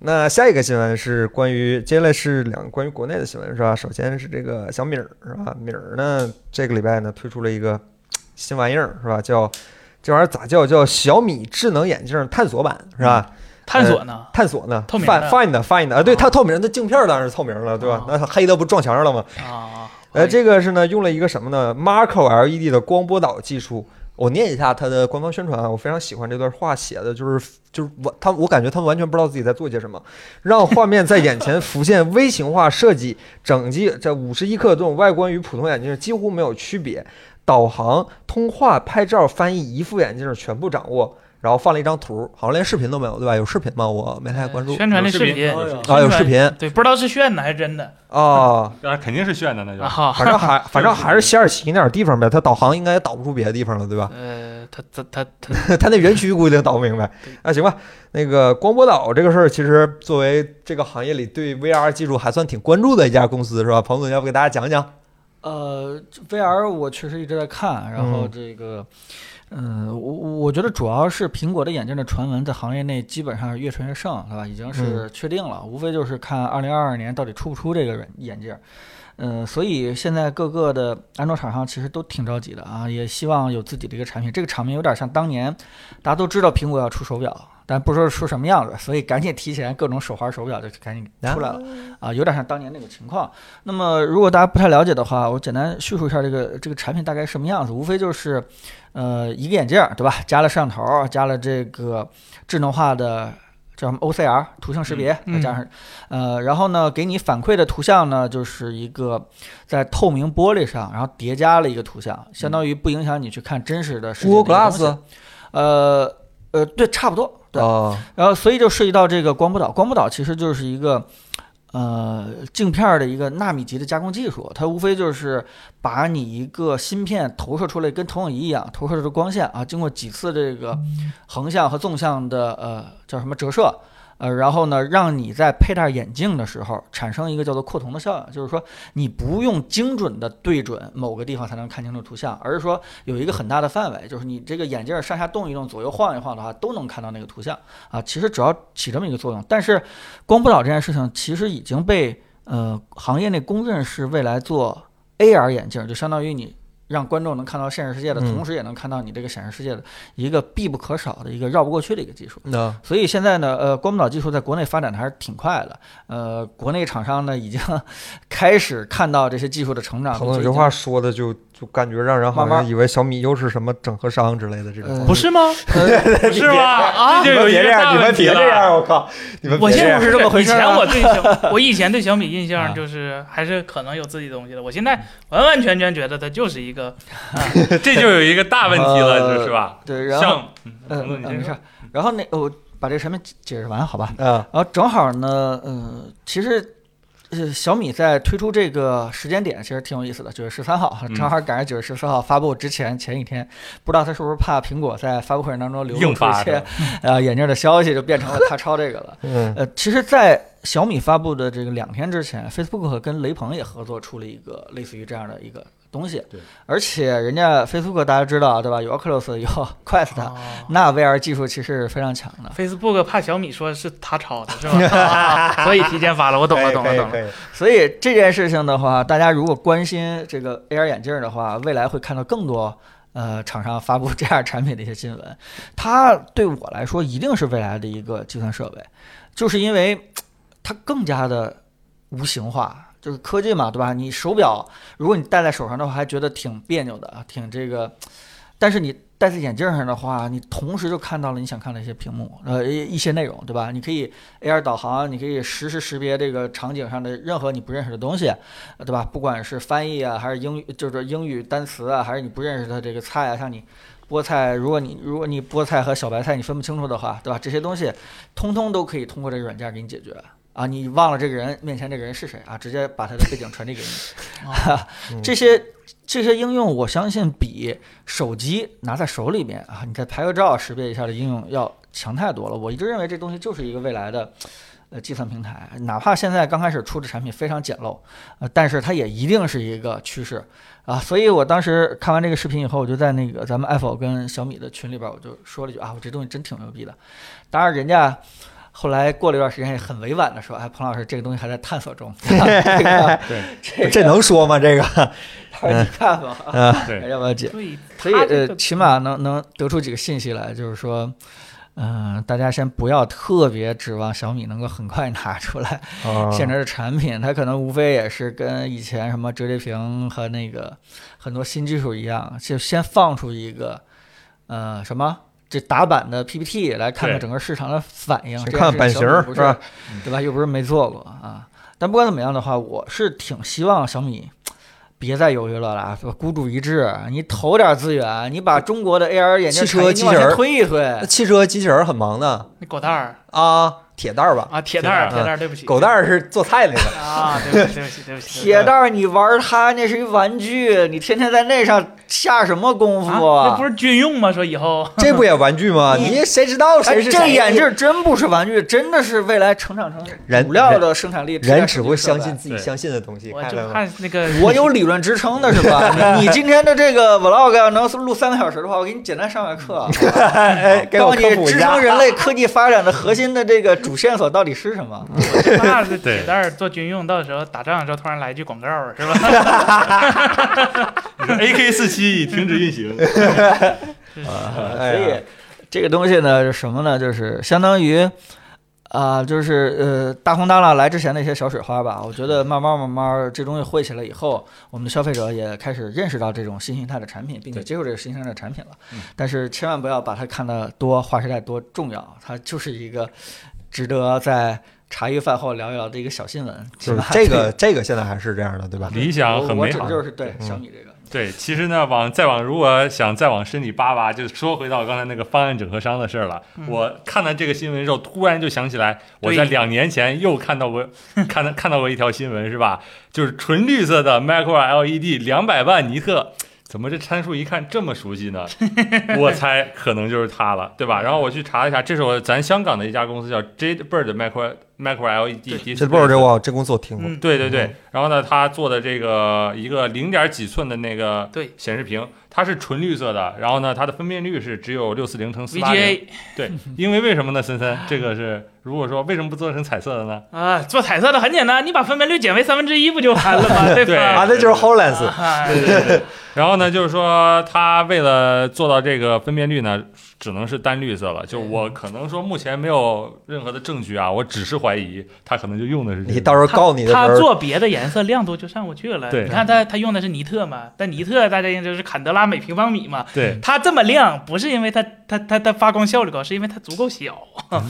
S1: 那下一个新闻是关于，接下来是两个关于国内的新闻是吧？首先是这个小米儿是吧？米儿呢这个礼拜呢推出了一个新玩意儿是吧？叫这玩意儿咋叫？叫小米智能眼镜探索版是吧？
S2: 探索呢？
S1: 探索呢？
S2: 嗯透明
S1: Find-
S2: 的
S1: Find Find 啊，对，
S2: 啊
S1: 它透明，那镜片儿当然是透明了，对吧
S2: 啊？
S1: 那它黑的不撞墙上了吗？
S2: 啊，
S1: 呃，这个是呢，用了一个什么呢？Marco LED 的光波导技术。我念一下它的官方宣传啊，我非常喜欢这段话写的，就是就是我他我感觉他们完全不知道自己在做些什么，让画面在眼前浮现微型化设计， 整机这五十一克重，外观与普通眼镜几乎没有区别，导航、通话、拍照、翻译，一副眼镜全部掌握。然后放了一张图，好像连视频都没有，对吧？有视频吗？我没太关注。
S2: 呃宣传的
S3: 有视频哦
S2: 频
S3: 有视频
S1: 啊，有视频啊、
S2: 对，不知道是炫的还是真的
S3: 啊，肯定是炫的，那就
S2: 啊。哈
S1: 反正还反正还是希尔奇那点地方呗，它导航应该也导不出别的地方了，对吧？
S2: 呃，他他他他，
S1: 他那园区估计能倒明白。啊，行吧，那个光波岛这个事儿，其实作为这个行业里对 VR 技术还算挺关注的一家公司，是吧？彭总，要不给大家讲讲？
S5: 呃这，VR 我确实一直在看，然后
S1: 嗯
S5: 这个，嗯，我我觉得主要是苹果的眼镜的传闻在行业内基本上越传越盛，对吧？已经是确定了，无非就是看2022年到底出不出这个软眼镜。嗯，所以现在各个的安卓厂商其实都挺着急的啊，也希望有自己的一个产品。这个场面有点像当年大家都知道苹果要出手表，但不知道出什么样子，所以赶紧提前各种手环、手表就赶紧出来了啊，有点像当年那个情况。那么，如果大家不太了解的话，我简单叙述一下这个这个产品大概什么样子，无非就是，呃，一个眼镜儿，对吧？加了摄像头儿，加了这个智能化的叫什么 OCR 图形识别，
S2: 嗯
S5: 再加上，呃，然后呢，给你反馈的图像呢，就是一个在透明玻璃上，然后叠加了一个图像，相当于不影响你去看真实的世界的一个
S1: Google
S5: 东西。
S1: Glass
S5: 呃呃，对，差不多，对，
S1: 啊，
S5: 然后所以就涉及到这个光波导，光波导其实就是一个。呃，镜片儿的一个纳米级的加工技术，它无非就是把你一个芯片投射出来，跟投影仪一样，投射出光线啊，经过几次这个横向和纵向的呃叫什么折射，呃，然后呢，让你在佩戴眼镜的时候产生一个叫做扩瞳的效应，就是说你不用精准的对准某个地方才能看清楚图像，而是说有一个很大的范围，就是你这个眼镜儿上下动一动、左右晃一晃的话，都能看到那个图像。啊，其实只要起这么一个作用，但是光波导这件事情其实已经被呃行业内公认是未来做 AR 眼镜，就相当于你让观众能看到现实世界的，
S1: 嗯
S5: 同时也能看到你这个显示世界的一个必不可少的一个绕不过去的一个技术。
S1: 那
S5: 所以现在呢，呃，光波导技术在国内发展的还是挺快的，呃，国内厂商呢已经开始看到这些技术的成长。
S1: 彭总
S5: 并且已
S1: 这
S5: 经
S1: 话说的就就感觉让人好
S5: 慢
S1: 像以为小米又是什么整合商之类的这种
S5: 呃。
S2: 不是吗？
S3: 不是吗？啊，这
S1: 你 们
S3: 就有一
S1: 别
S3: 个
S1: 这样，你们
S3: 大问题
S1: 别这
S3: 了。
S1: 样，我靠！你们
S2: 我
S1: 别
S2: 现
S1: 这
S2: 在
S1: 样
S5: 不是这么回事儿
S2: 以前
S5: 啊
S2: 我对小 我以前对小米印
S5: 啊
S2: 象就是还是可能有自己的东西的，我现在完完全全觉得它就是一个
S3: 这就有一个大问题了，
S5: 呃
S3: 就是 吧？
S5: 对，然后
S3: 像，嗯
S5: 呃
S3: 彭总，你
S5: 呃
S3: 先
S5: 没
S3: 说
S5: 事儿，然后那我把这个产品解解释完，好吧？
S1: 啊，
S5: 然后正好呢，嗯，其实。呃，小米在推出这个时间点其实挺有意思的，九月十三号，
S3: 嗯
S5: 正好赶上九月十四号发布之前前一天，不知道他是不是怕苹果在发布会当中流露
S3: 硬
S5: 出一
S3: 发
S5: 些
S3: 的，
S5: 呃眼镜的消息，就变成了他抄这个了。
S1: 嗯
S5: 呃，其实，在小米发布的这个两天之前，Facebook 跟雷朋也合作出了一个类似于这样的一个东西。
S3: 对，
S5: 而且人家 Facebook 大家知道对吧？有 Oculus，有 Quest，、那 VR 技术其实是非常强的。
S2: Facebook 怕小米说是他抄的，是 吧？啊所以提前发了，我懂了，懂了，懂了。
S1: 了。
S5: 所以这件事情的话，大家如果关心这个 AR 眼镜的话，未来会看到更多呃厂商发布这样产品的一些新闻。它对我来说一定是未来的一个计算设备，就是因为嘖它更加的无形化。就是科技嘛，对吧？你手表，如果你戴在手上的话，还觉得挺别扭的，啊挺这个。嘖 但是你戴在眼镜上的话，你同时就看到了你想看的一些屏幕，呃，一一些内容，对吧？你可以 AR 导航，你可以实时识别这个场景上的任何你不认识的东西，呃对吧？不管是翻译啊，还是英语，就是英语单词啊，还是你不认识的这个菜啊，像你菠菜，如果你如果你菠菜和小白菜你分不清楚的话，对吧？这些东西通通都可以通过这个软件给你解决。啊，你忘了这个人面前这个人是谁啊？直接把他的背景传递给你。啊
S1: 嗯
S5: 这些这些应用，我相信比手机拿在手里面啊，你再拍个照识别一下的应用要强太多了。我一直认为这东西就是一个未来的。呃，计算平台，哪怕现在刚开始出的产品非常简陋，呃，但是它也一定是一个趋势啊。所以我当时看完这个视频以后，我就在那个咱们 Apple 跟小米的群里边，我就说了一句啊，我这东西真挺牛逼的。当然，人家后来过了一段时间也很委婉的说，哎，彭老师，这个东西还在探索中。这个
S3: 对，
S5: 这
S1: 这能说吗？这个
S5: 个你看吧，
S3: 对，
S5: 要不要解？
S2: 所以
S5: 所以
S2: 它这
S5: 呃
S2: 个，
S5: 起码能能得出几个信息来，就是说，嗯、大家先不要特别指望小米能够很快拿出来
S1: 啊
S5: 现在的产品，它可能无非也是跟以前什么折叠屏和那个很多新技术一样，就先放出一个呃什么。这打版的 PPT 来看看
S3: 对
S5: 整个市场的反应，
S1: 先
S5: 这件
S1: 看
S5: 事
S1: 版
S5: 小
S1: 型
S5: 米
S1: 儿
S5: 不
S1: 啊是吧
S5: 对吧？又不是没做过啊。但不管怎么样的话，我是挺希望小米别再犹豫了啦，是吧孤注一掷，你投点资源，你把中国的 AR 眼镜
S1: 汽车
S5: 产业
S1: 机
S5: 你往
S1: 器人
S5: 前
S1: 儿
S5: 推一推
S1: 那，汽车机器人儿很忙的
S2: 那狗蛋儿
S1: 啊，铁蛋儿吧，
S2: 啊，铁蛋儿，
S3: 铁
S2: 铁
S3: 蛋儿
S2: 蛋儿，对不起，
S1: 狗蛋儿是做菜那 个。
S2: 啊，对不起，对不起，对不起，
S5: 铁蛋儿，你玩它那是一玩具，你天天在那上下什么功
S2: 啊，
S5: 夫
S2: 那不是军用吗？说以后
S1: 这不也玩具吗？
S5: 你
S1: 你谁知道
S5: 哎
S1: 谁是谁？
S5: 这眼镜真不是玩具，真的是未来成长成
S1: 人
S5: 主料的生产力。
S1: 人只会相信。自己
S3: 对
S1: 相信的东西，
S2: 我
S1: 看
S2: 就
S1: 到吗？
S2: 怕那个
S5: 我有理论支撑的是 吧？你你今天的这个 vlog 要能录三个小时的话，我给你简单上个课，
S1: 哎，给
S5: 告
S1: 我
S5: 诉你
S1: 科普一
S5: 支
S1: 下
S5: 撑。人类科技发展的核心的这个主线索到底是什么。
S2: 怕 这
S3: 对
S2: 铁蛋儿做军用，到时候打仗的时候突然来一句广告儿是 吧？
S3: AK 四七已停止运行。
S1: 哎
S5: 所以
S1: 呀，
S5: 这个东西呢，是什么呢？就是相当于，啊、就是呃，大红大浪来之前的一些小水花吧。我觉得慢慢慢慢，这东西火起来以后，我们的消费者也开始认识到这种新形态的产品，并且
S3: 对
S5: 接受这个新形态的产品了
S3: 嗯。
S5: 但是千万不要把它看得多划时代多重要，它就是一个值得在茶余饭后聊一聊的一个小新闻，
S1: 就是
S5: 吧
S1: 是？这个这个现在还是这样的，对吧？
S3: 理想
S5: 我
S3: 很
S5: 我
S3: 美
S5: 指的
S3: 好。
S5: 就是对
S1: 嗯
S5: 小米这个。
S3: 对，其实呢，往再往，如果想再往深里扒扒，就说回到刚才那个方案整合商的事儿了。
S2: 嗯
S3: 我看到这个新闻之后，突然就想起来，我
S2: 对
S3: 在两年前又看 到过，看到看到过一条新闻，是吧？就是纯绿色的 Micro LED 两百万尼特。怎么这参数一看这么熟 悉呢？我猜可能就是它了，对吧？然后我去查了一下，这是我咱香港的一家公司叫 Jade Bird Micro Micro LED，
S1: 这不是这我这公司我听过，
S2: 嗯，
S3: 对对对
S1: 嗯，
S3: 然后呢，它做的这个一个零点几寸的那个
S2: 对
S3: 显示屏，它是纯绿色的，然后呢，它的分辨率是只有六四零乘四八零，
S2: VGA
S3: 因为为什么呢？森森，这个是如果说为什么不做成彩色的呢？
S2: 啊，做彩色的很简单，你把分辨率减为三分之一不就完了吗？对
S3: 对
S2: 吧
S1: 啊，？那就是 Hololens，
S2: 嗯啊
S3: 对对对。然后呢，就是说它为了做到这个分辨率呢，只能是单绿色了。就我可能说目前没有任何的证据啊，我只是怀疑它可能就用的是这
S1: 你
S3: 个
S1: 到时候告你的时
S2: 他
S1: 候，
S2: 做别的颜色亮度就上不去了。
S3: 对
S2: 你看他他用的是尼特嘛，但尼特大家认为就是坎德拉每平方米嘛。
S3: 对
S2: 它这么亮，不是因为它它它它发光效率高，是因为它足够小。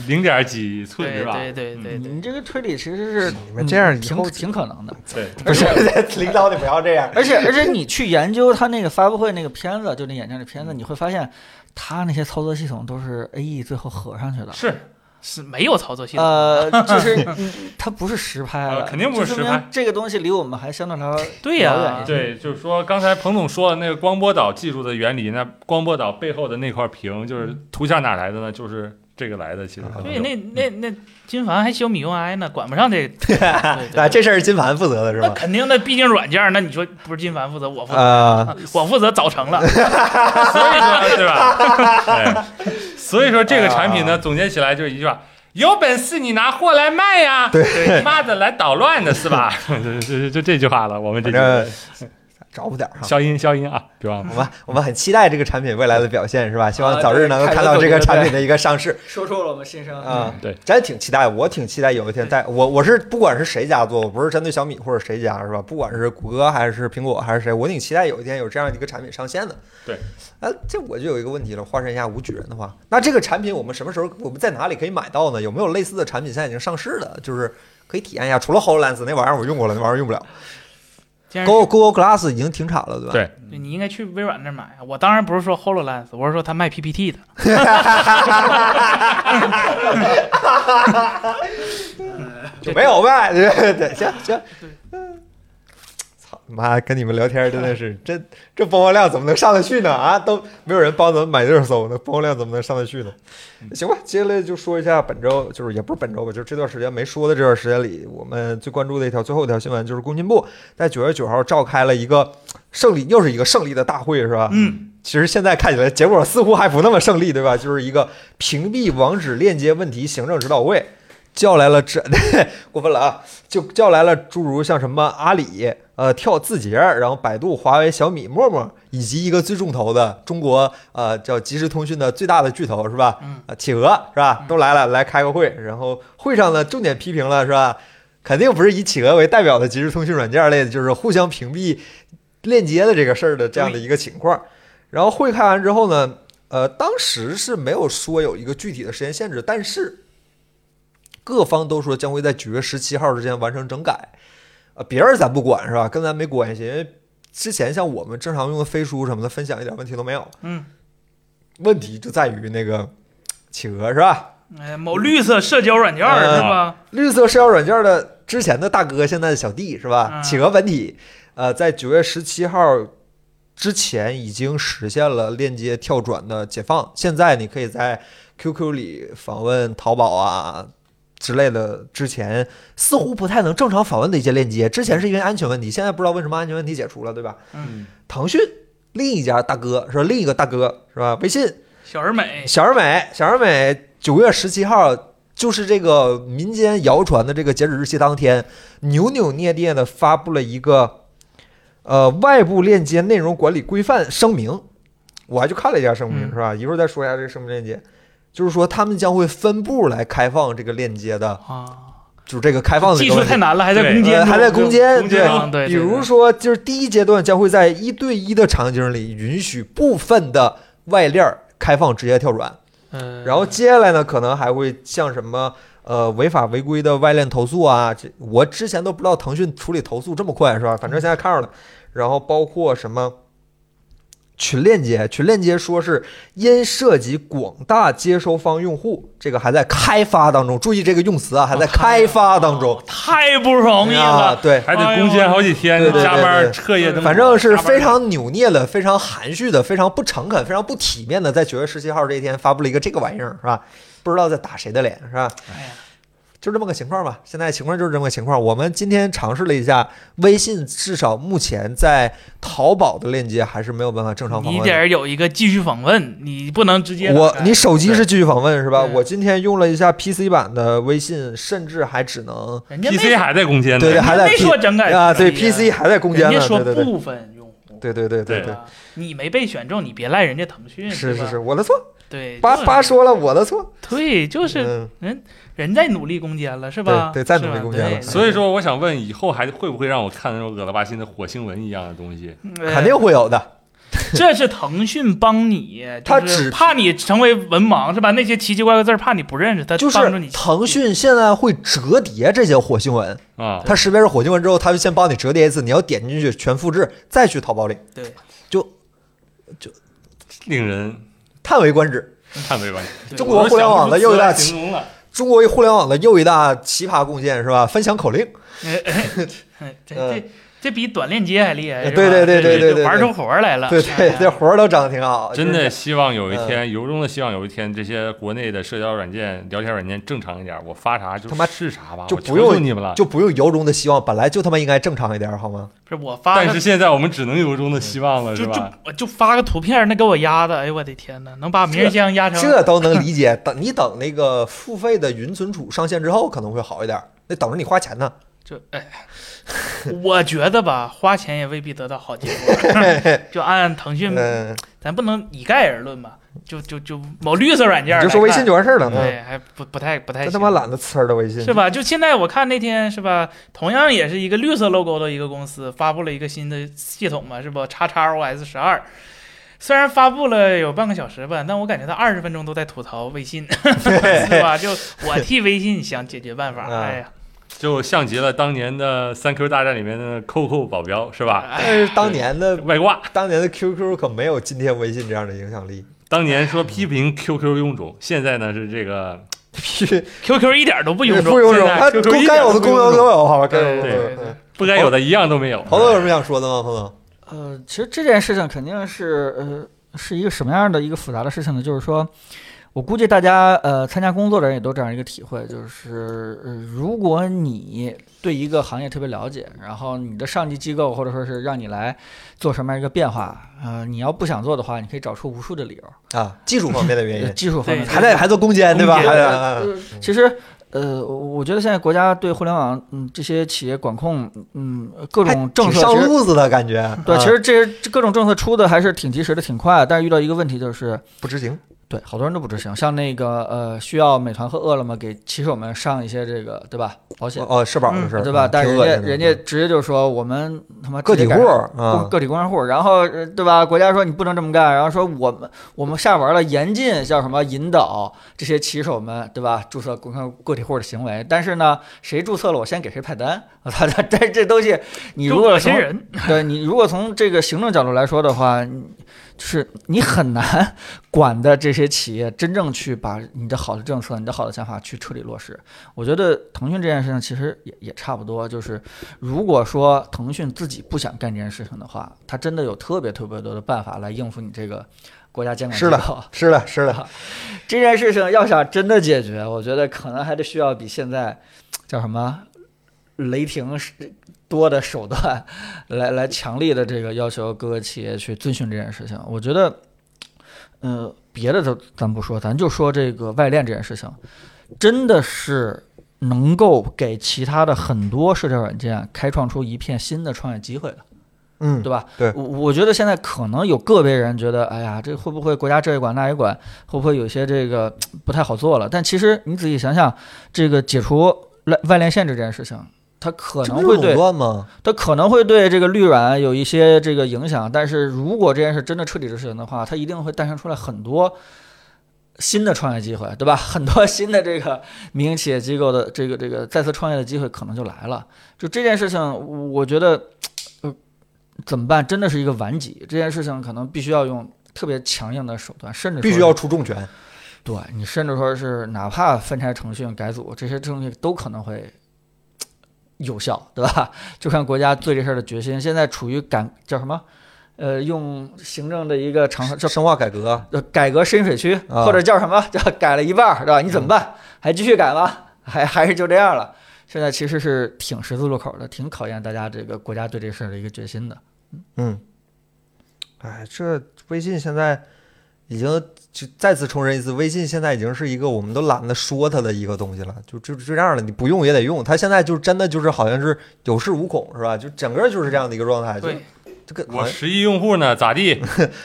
S3: 零点几
S2: 嗯
S3: 寸
S2: 对
S3: 是吧？
S2: 对对对对，
S5: 你这个推理其实是
S1: 你嗯
S2: 嗯
S1: 们这样以
S5: 挺
S1: 后
S5: 挺可能的，
S3: 对，
S1: 不是 领导，你不要这样。
S5: 而且而且你去研究他那个发布会那个片子，就那眼镜的片子，你会发现他那些操作系统都是 A E 最后合上去的。
S3: 是
S2: 是没有操作系统。
S1: 啊
S5: 呃，就是嗯它不是实拍的，
S3: 呃肯定不是
S5: 就说明
S3: 实拍
S5: 这个东西离我们还相对来说
S2: 对呀
S5: 遥远一些
S3: 对，就是说刚才彭总说的那个光波导技术的原理，那光波导背后的那块屏，就是图像哪来的呢？就是这个来的，其实
S1: 嗯啊
S3: 很
S2: 对，
S3: 久
S2: 那那那金凡还小米 UI 呢，管不 上这。对
S1: 啊，
S2: 对
S1: 这事儿是金凡负责的是
S2: 那
S1: 吧？
S2: 肯定的，毕竟软件儿，那你说不是金凡负责，我负责，
S1: 啊，
S2: 我负责 早成了。
S3: 所以说对吧？对，所以说这个产品呢，
S1: 啊
S3: 总结起来就是一句话。有本事你拿货来卖呀！对，妈的来捣乱的是吧？ 就就就这句话了，我们这
S1: 反
S3: 句
S1: 正找补点儿哈。
S3: 消音消音啊，别忘了。
S1: 我们我们很期待这个产品未来的表现，是吧？希望
S5: 啊
S1: 早日
S5: 对嗯
S1: 能够
S5: 看
S1: 看
S5: 着
S1: 到
S5: 就
S1: 这个
S5: 觉得
S1: 产品的一个上市
S5: 说出了我们心声。
S1: 啊。
S3: 对，
S1: 真挺期待，我挺期待有一天在我我是不管是谁家做，我不是针对小米或者谁家是吧？不管是谷歌还是苹果还是谁，我挺期待有一天有这样一个产品上线的。
S3: 对，
S1: 哎，这我就有一个问题了，化身一下武举人的话，那这个产品我们什么时候我们在哪里可以买到呢？有没有类似的产品现在已经上市的？就是可以体验一下，除了 HoloLens 那玩意儿我用过了，那玩意儿用不了。
S2: 既然是
S1: Go Go Glass 已经停产了，对吧？
S3: 对
S2: 对你应该去微软那儿买。啊我当然不是说 Hololens，我是说他卖 PPT 的。
S1: 就没有呗，对对，行行。操你妈，跟你们聊天真的是，这这播放量怎么能上得去呢？啊，都没有人帮咱们买热搜呢，播放量怎么能上得去呢？行吧，接下来就说一下本周，就是也不是本周吧，就是这段时间没说的这段时间里，我们最关注的一条最后一条新闻就是工信部在九月九号召开了一个胜利，又是一个胜利的大会，是吧？
S2: 嗯，
S1: 其实现在看起来结果似乎还不那么胜利，对吧？就是一个屏蔽网址链接问题行政指导会，叫来了这 过分了啊，就叫来了诸如像什么阿里、呃跳字节，然后百度、华为、小米、陌陌，以及一个最重头的中国呃叫即时通讯的最大的巨头是吧？
S2: 嗯
S1: 呃，企鹅是吧？都来了，来开个会，然后会上呢重点批评了是吧？肯定不是以企鹅为代表的即时通讯软件类的，就是互相屏蔽链接的这个事儿的这样的一个情况。然后会开完之后呢，呃，当时是没有说有一个具体的时间限制，但是各方都说将会在九月十七号之前完成整改。呃，别人咱不管是吧？跟咱没关系，因为之前像我们正常用的飞书什么的，分享一点问题都没有。
S2: 嗯，
S1: 问题就在于那个企鹅是吧？
S2: 哎，某绿色社交软件儿
S1: 呃
S2: 是吧？
S1: 绿色社交软件的之前的大哥，现在的小弟是吧？
S2: 嗯
S1: 企鹅本体，呃，在九月十七号之前已经实现了链接跳转的解放。现在你可以在 QQ 里访问淘宝啊之类的，之前似乎不太能正常访问的一些链接。之前是因为安全问题，现在不知道为什么安全问题解除了，对吧？
S2: 嗯，
S1: 腾讯另一家大哥是吧？另一个大哥是吧？微信
S2: 小而美，
S1: 小而美，小而美九月十七号就是这个民间谣传的这个截止日期当天，扭扭捏捏的发布了一个呃外部链接内容管理规范声明，我还去看了一下声明，
S2: 嗯
S1: 是吧？一会儿再说一下这个声明链接。就是说，他们将会分步来开放这个链接的，
S2: 啊，
S1: 就是这个开放的这
S2: 技
S1: 个
S2: 术
S1: 问题
S2: 太难了，还在攻坚
S1: 呃
S2: 中，
S1: 还在攻坚，
S3: 攻坚中
S2: 啊对对
S1: 比如说，就是第一阶段将会在一对一的场景里允许部分的外链儿开放直接跳转，
S2: 嗯，
S1: 然后接下来呢，可能还会像什么呃违法违规的外链投诉啊，这我之前都不知道腾讯处理投诉这么快是吧？反正现在看着了。然后包括什么群链接，群链接说是因涉及广大接收方用户，这个还在开发当中。注意这个用词啊，还在开发当中。
S2: 太不容易
S1: 啊
S2: 了，
S1: 对，
S3: 哎还得攻坚好几
S1: 哎呦
S3: 天，
S1: 对对对
S3: 加
S1: 对
S3: 班
S1: 对
S3: 彻夜灯火，
S1: 反正是
S3: 嗯加班
S1: 非常扭捏的、非常含蓄的、非常不诚恳、非常不体面的，在九月十七号这一天发布了一个这个玩意儿，是吧？不知道在打谁的脸，是吧？
S2: 哎呀
S1: 就这么个情况吧，现在情况就是这么个情况。我们今天尝试了一下，微信至少目前在淘宝的链接还是没有办法正常访
S2: 你
S1: 问
S2: 得
S1: 的。
S2: 儿有一个继续访问，你不能直接哎
S1: 我
S2: 打开
S1: 你手机是继续访问是吧？
S2: 对
S1: 我今天用了一下 PC 版的微信，甚至还只能
S2: 人家没
S3: PC 还在攻坚呢，
S1: 对对，还在 P
S2: 没说整改
S1: 啊，
S2: 可以
S1: 对 PC 还在攻坚
S2: 人
S1: 呢，
S2: 家说
S1: 对对对
S2: 部分用户，
S1: 对对对对
S2: 对
S1: 对，
S2: 吧，你没被选中，你别赖人家腾讯，
S1: 是
S2: 对
S1: 是
S2: 吧
S1: 是，，我的错，
S2: 对，
S1: 八
S2: 就是
S1: 八，说了我的错，
S2: 对，就是
S1: 嗯，
S2: 人在努力攻坚了，是吧？
S1: 对对在
S2: 是吧
S1: 努力攻坚了嗯
S2: 对
S3: 所以说，我想问，以后还会不会让我看那种恶了吧心的火星文一样的东西？
S2: 呃
S1: 肯定会有的，
S2: 这是腾讯帮你，就是
S1: 他只
S2: 怕你成为文盲是吧？那些奇奇怪怪字儿怕你不认识，他
S1: 就
S2: 呃帮助你
S1: 是腾讯现在会折叠这些火星文，
S3: 啊，
S1: 它识别是火星文之后，它就先帮你折叠一次，你要点进去全复制，再去淘宝里，
S2: 对
S3: 令人
S1: 叹为观止。
S3: 叹为观止。
S2: 对
S1: 中国互联网的又一大奇，
S3: 形容了，
S1: 中国互联网的又一大奇葩贡献是吧？分享口令，
S2: 哎哎哎这
S1: 嗯
S2: 这这比短链接还厉害，是吧
S1: 对对对
S2: 这
S1: 对对
S2: 这
S1: 对
S2: 玩
S1: 对
S2: 出活儿来了，
S1: 对
S2: 哎
S1: 对
S2: 呀，
S1: 这活儿都整的嗯挺好，
S3: 真
S1: 就是
S3: 的希望有一天，由衷的希望有一天，这些国内的社交软件、聊天软件正常一点，我发啥就
S1: 他妈
S3: 是啥吧，
S1: 就
S3: 我
S1: 不
S3: 求
S1: 用
S3: 求你
S2: 啊
S3: 们了。
S1: 就不用由衷的希望，本来就他妈应该正常一点好吗？
S2: 不是我发
S3: 但
S2: 个
S3: 是现在我们只能由衷的希望了，是
S2: 就就
S3: 吧？
S2: 我就发个图片，那给我压的，哎呦我的天哪，能把明日香压成
S1: 这都能理解。等你等那个付费的云存储上线之后，可能会好一点。那等着你花钱呢。
S2: 这哎，我觉得吧，花钱也未必得到好结 果。就按腾讯，
S1: 嗯，
S2: 咱不能一概而论吧，就就就某绿色软件
S1: 你
S2: 儿
S1: 就
S2: 来
S1: 说微信
S2: 看哎
S1: 就完事儿了。嗯
S2: 对，还不不太不太
S1: 真他
S2: 行，
S1: 妈懒得呲儿的微信
S2: 是？吧？就现在我看那天是吧，同样也是一个绿色 logo 的一个公司发布了一个新的系统嘛，是不？叉叉 OS 十二。虽然发布了有半个小时吧，但我感觉他二十分钟都在吐槽微信， 是吧？就我替微信想解决办法，
S1: 啊
S2: 哎呀，
S3: 就像极了当年的三 Q 大战里面的扣扣保镖，是吧？
S2: 哎
S1: 但是当年的
S3: 外挂，
S1: 当年的 QQ 可没有今天微信这样的影响力。
S3: 当年说批评 QQ 臃肿，现在呢是这个
S1: 屁，
S2: ，QQ 一点都不臃
S1: 不
S2: 肿，
S1: 用
S3: 现
S1: 用，
S3: 在
S1: 他
S3: QQ 一
S1: 该
S3: 点
S1: 有的
S3: 都不
S1: 功能
S3: 用
S1: 都有，好吧？该有的
S2: 对
S1: 功能
S2: 对对
S1: 嗯。
S3: 不该有的一样都没有。
S1: 彭总有什么想说的吗？彭总，
S5: 呃，其实这件事情肯定是呃是一个什么样的一个复杂的事情呢？就是说，我估计大家呃参加工作的人也都这样一个体会，就是、呃、如果你对一个行业特别了解，然后你的上级机构或者说是让你来做什么样一个变化，呃，你要不想做的话，你可以找出无数的理由，
S1: 啊，技术方面的 原
S5: 呃
S1: 因，
S5: 技术方面
S2: 对
S5: 的
S1: 还在还做攻坚对啊嗯吧？
S2: 攻坚
S1: 还在
S5: 呃其实，呃，我我觉得现在国家对互联网，嗯，这些企业管控，嗯，各
S1: 还
S5: 种政
S1: 挺
S5: 策，
S1: 上
S5: 其实
S1: 路子的感觉。
S5: 对，
S1: 啊
S5: 其实这这各种政策出的还是挺及时的，挺快。但是遇到一个问题就是，
S1: 不执行，
S5: 对，好多人都不执行。像那个呃，需要美团和饿了么给骑手们上一些这个，对吧？保险，
S1: 哦，社保的事儿，
S5: 嗯对吧？
S1: 嗯
S5: 但
S1: 挺
S5: 人
S1: 恶
S5: 家
S1: 心的
S5: 人家直接就说我们他妈
S1: 个体
S5: 直接
S1: 户
S5: 改成
S1: 儿
S5: 公
S1: 啊，
S5: 个体工商户，然后呃对吧？国家说你不能这么干，然后说我们我们下文了，严禁叫什么引导这些骑手们，对吧？注册工商个体户的行为。但是呢，谁注册了，我先给谁派单。 我操，这这这东西，你
S2: 你
S5: 如果
S2: 些
S5: 从
S2: 人
S5: 对你如果从这个行政角度来说的话，你就是你很难管的这些企业真正去把你的好的政策、你的好的想法去彻底落实。我觉得腾讯这件事情其实也也差不多，就是如果说腾讯自己不想干这件事情的话，它真的有特别特别多的办法来应付你这个国家监管机
S1: 是
S5: 构。
S1: 的是的，是的，
S5: 这件事情要想真的解决，我觉得可能还得需要比现在叫什么雷霆是多的手段来来强力的这个要求各个企业去遵循这件事情。我觉得，呃，别的都咱不说，咱就说这个外链这件事情，真的是能够给其他的很多社交软件开创出一片新的创业机会的。
S1: 嗯，
S5: 对吧？
S1: 对
S5: 我我觉得现在可能有个别人觉得，哎呀，这会不会国家这一管那一管，会不会有些这个不太好做了？但其实你仔细想想，这个解除外外链限制这件事情，它可
S1: 这
S5: 能
S1: 不是
S5: 会对
S1: 垄断吗？
S5: 它可能会对这个绿软有一些这个影响，但是如果这件事真的彻底执行的话，它一定会诞生出来很多新的创业机会，对吧？很多新的这个民营企业机构的这个这个再次创业的机会可能就来了。就这件事情，我觉得，呃，怎么办？真的是一个顽疾。这件事情可能必须要用特别强硬的手段，甚至说
S1: 必须要出重拳。
S5: 对你甚至说是哪怕分拆程序改组这些东西都可能会有效，对吧？ 就看国家对这事儿的决心。现在处于赶叫什么？呃，用行政的一个长叫
S1: 深化改革，
S5: 呃改革深水区，
S1: 啊
S5: 或者叫什么 叫改了一半儿，对吧？你怎么办？还继续改吗？还还是就这样了？现在其实是挺十字路口的，挺考验大家这个国家对这事儿的一个决心的。
S1: 嗯，哎，这微信现在已经就再次重申一次，微信现在已经是一个我们都懒得说它的一个东西了，就就就这样了，你不用也得用。它现在就真的就是好像是有恃无恐，是吧？就整个就是这样的一个状态，就
S2: 对，
S1: 就跟好
S3: 我
S1: 像
S3: 十亿用户呢，咋地？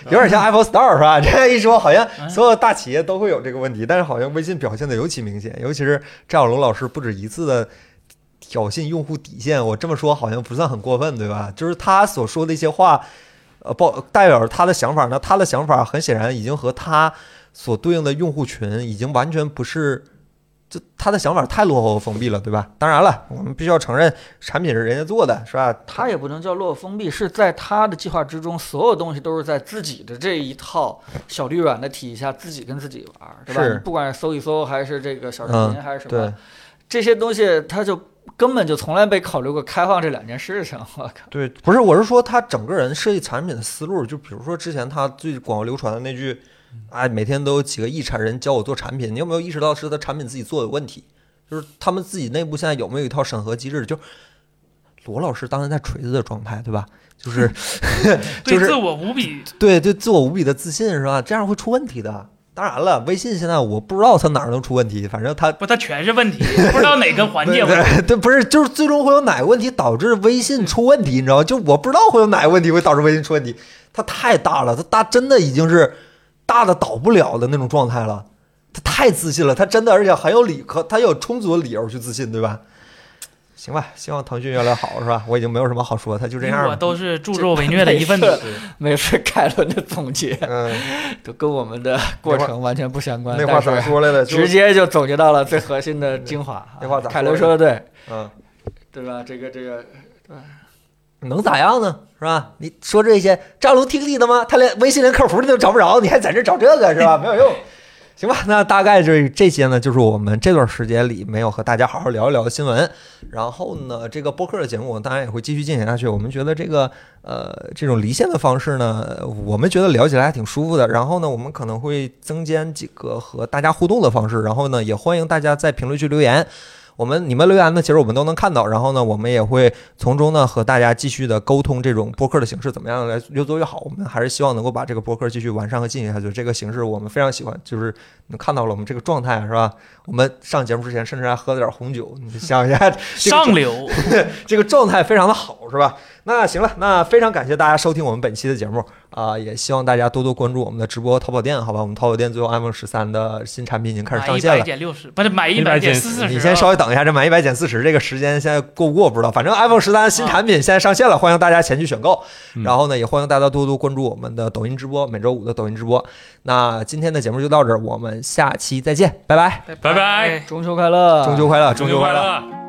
S1: 有点像 Apple Store 是吧？ 这样一说，好像
S2: 嗯
S1: 所有大企业都会有这个问题，但是好像微信表现的尤其明显，尤其是张小龙老师不止一次的挑衅用户底线。我这么说好像不算很过分，对吧？就是他所说的一些话，呃，报代表着他的想法，那他的想法很显然已经和他所对应的用户群已经完全不是。就他的想法太落后和封闭了，对吧？当然了，我们必须要承认产品是人家做的，是吧？
S5: 他也不能叫落后封闭，是在他的计划之中，所有东西都是在自己的这一套小绿软的体系下，自己跟自己玩儿，对吧？
S1: 是
S5: 你不管是搜一搜，还是这个小视
S1: 嗯
S5: 频，还是什么，
S1: 对
S5: 这些东西他就根本就从来没考虑过开放这两件事情。我靠，
S1: 对，不是，我是说他整个人设计产品的思路，就比如说之前他最广为流传的那句，
S2: 嗯
S1: 哎，每天都有几个亿产人教我做产品，你有没有意识到是他产品自己做有问题？就是他们自己内部现在有没有一套审核机制？就罗老师当年在锤子的状态，对吧？就是 就
S2: 对
S1: 是
S2: 自我无比
S1: 对对自我无比的自信是吧？这样会出问题的。当然了，微信现在我不知道它哪儿能出问题，反正它
S2: 不，它全是问题，不知道哪个环节
S1: 对对对，不是，就是最终会有哪个问题导致微信出问题，你知道吗？就我不知道会有哪个问题会导致微信出问题，它太大了，它大真的已经是大的倒不了的那种状态了，它太自信了，它真的而且很有理可，它有充足的理由去自信，对吧？行吧，希望腾讯越来越好，是吧？我已经没有什么好说，它就这样
S2: 我
S1: 吧。
S2: 都是助纣 为虐的一份子。
S5: 每次凯伦的总结
S1: 嗯，
S5: 都跟我们的过程完全不相关，
S1: 那话
S5: 但是
S1: 咋说来的？就
S5: 直接就总结到了最核心的精华啊。
S1: 那话咋
S5: 凯伦
S1: 说
S5: 说的对，
S1: 嗯，
S5: 对吧？这个这个
S1: 能咋样呢？是吧？你说这些，张龙听你的吗？他连微信连客服你都找不着，你还在这找这个是吧？没有用。行吧，那大概这这些呢，就是我们这段时间里没有和大家好好聊一聊的新闻。然后呢，这个播客的节目当然也会继续进行下去。我们觉得这个呃这种离线的方式呢，我们觉得聊起来还挺舒服的。然后呢，我们可能会增添几个和大家互动的方式。然后呢，也欢迎大家在评论区留言。我们你们留言呢，其实我们都能看到。然后呢，我们也会从中呢和大家继续的沟通这种播客的形式怎么样来越做越好。我们还是希望能够把这个播客继续完善和进行下去。这个形式我们非常喜欢，就是你看到了我们这个状态是吧？我们上节目之前甚至还喝了点红酒，你想一下 这个
S2: 上流，
S1: 这个状态非常的好，是吧？那行了，那非常感谢大家收听我们本期的节目啊、也希望大家多多关注我们的直播淘宝店，好吧？我们淘宝店最后 iPhone 十三的新产品已经开始
S2: 买
S1: 上
S2: 一
S1: 线
S2: 百
S1: 了。
S2: 减六十，不是买一
S3: 100
S2: 百减
S3: 减
S2: 四四十。啊
S1: 你先稍微等一下，这满一百减四十这个时间现在过不过不知道，反正 iPhone 十三新产品现在上线了，欢迎大家前去选购。
S3: 嗯
S1: 然后呢，也欢迎大家多多关注我们的抖音直播，每周五的抖音直播。那今天的节目就到这儿，我们下期再见，拜拜，
S2: 拜
S3: 拜拜
S5: 中秋快乐，
S1: 啊中秋快乐，
S3: 中秋快乐！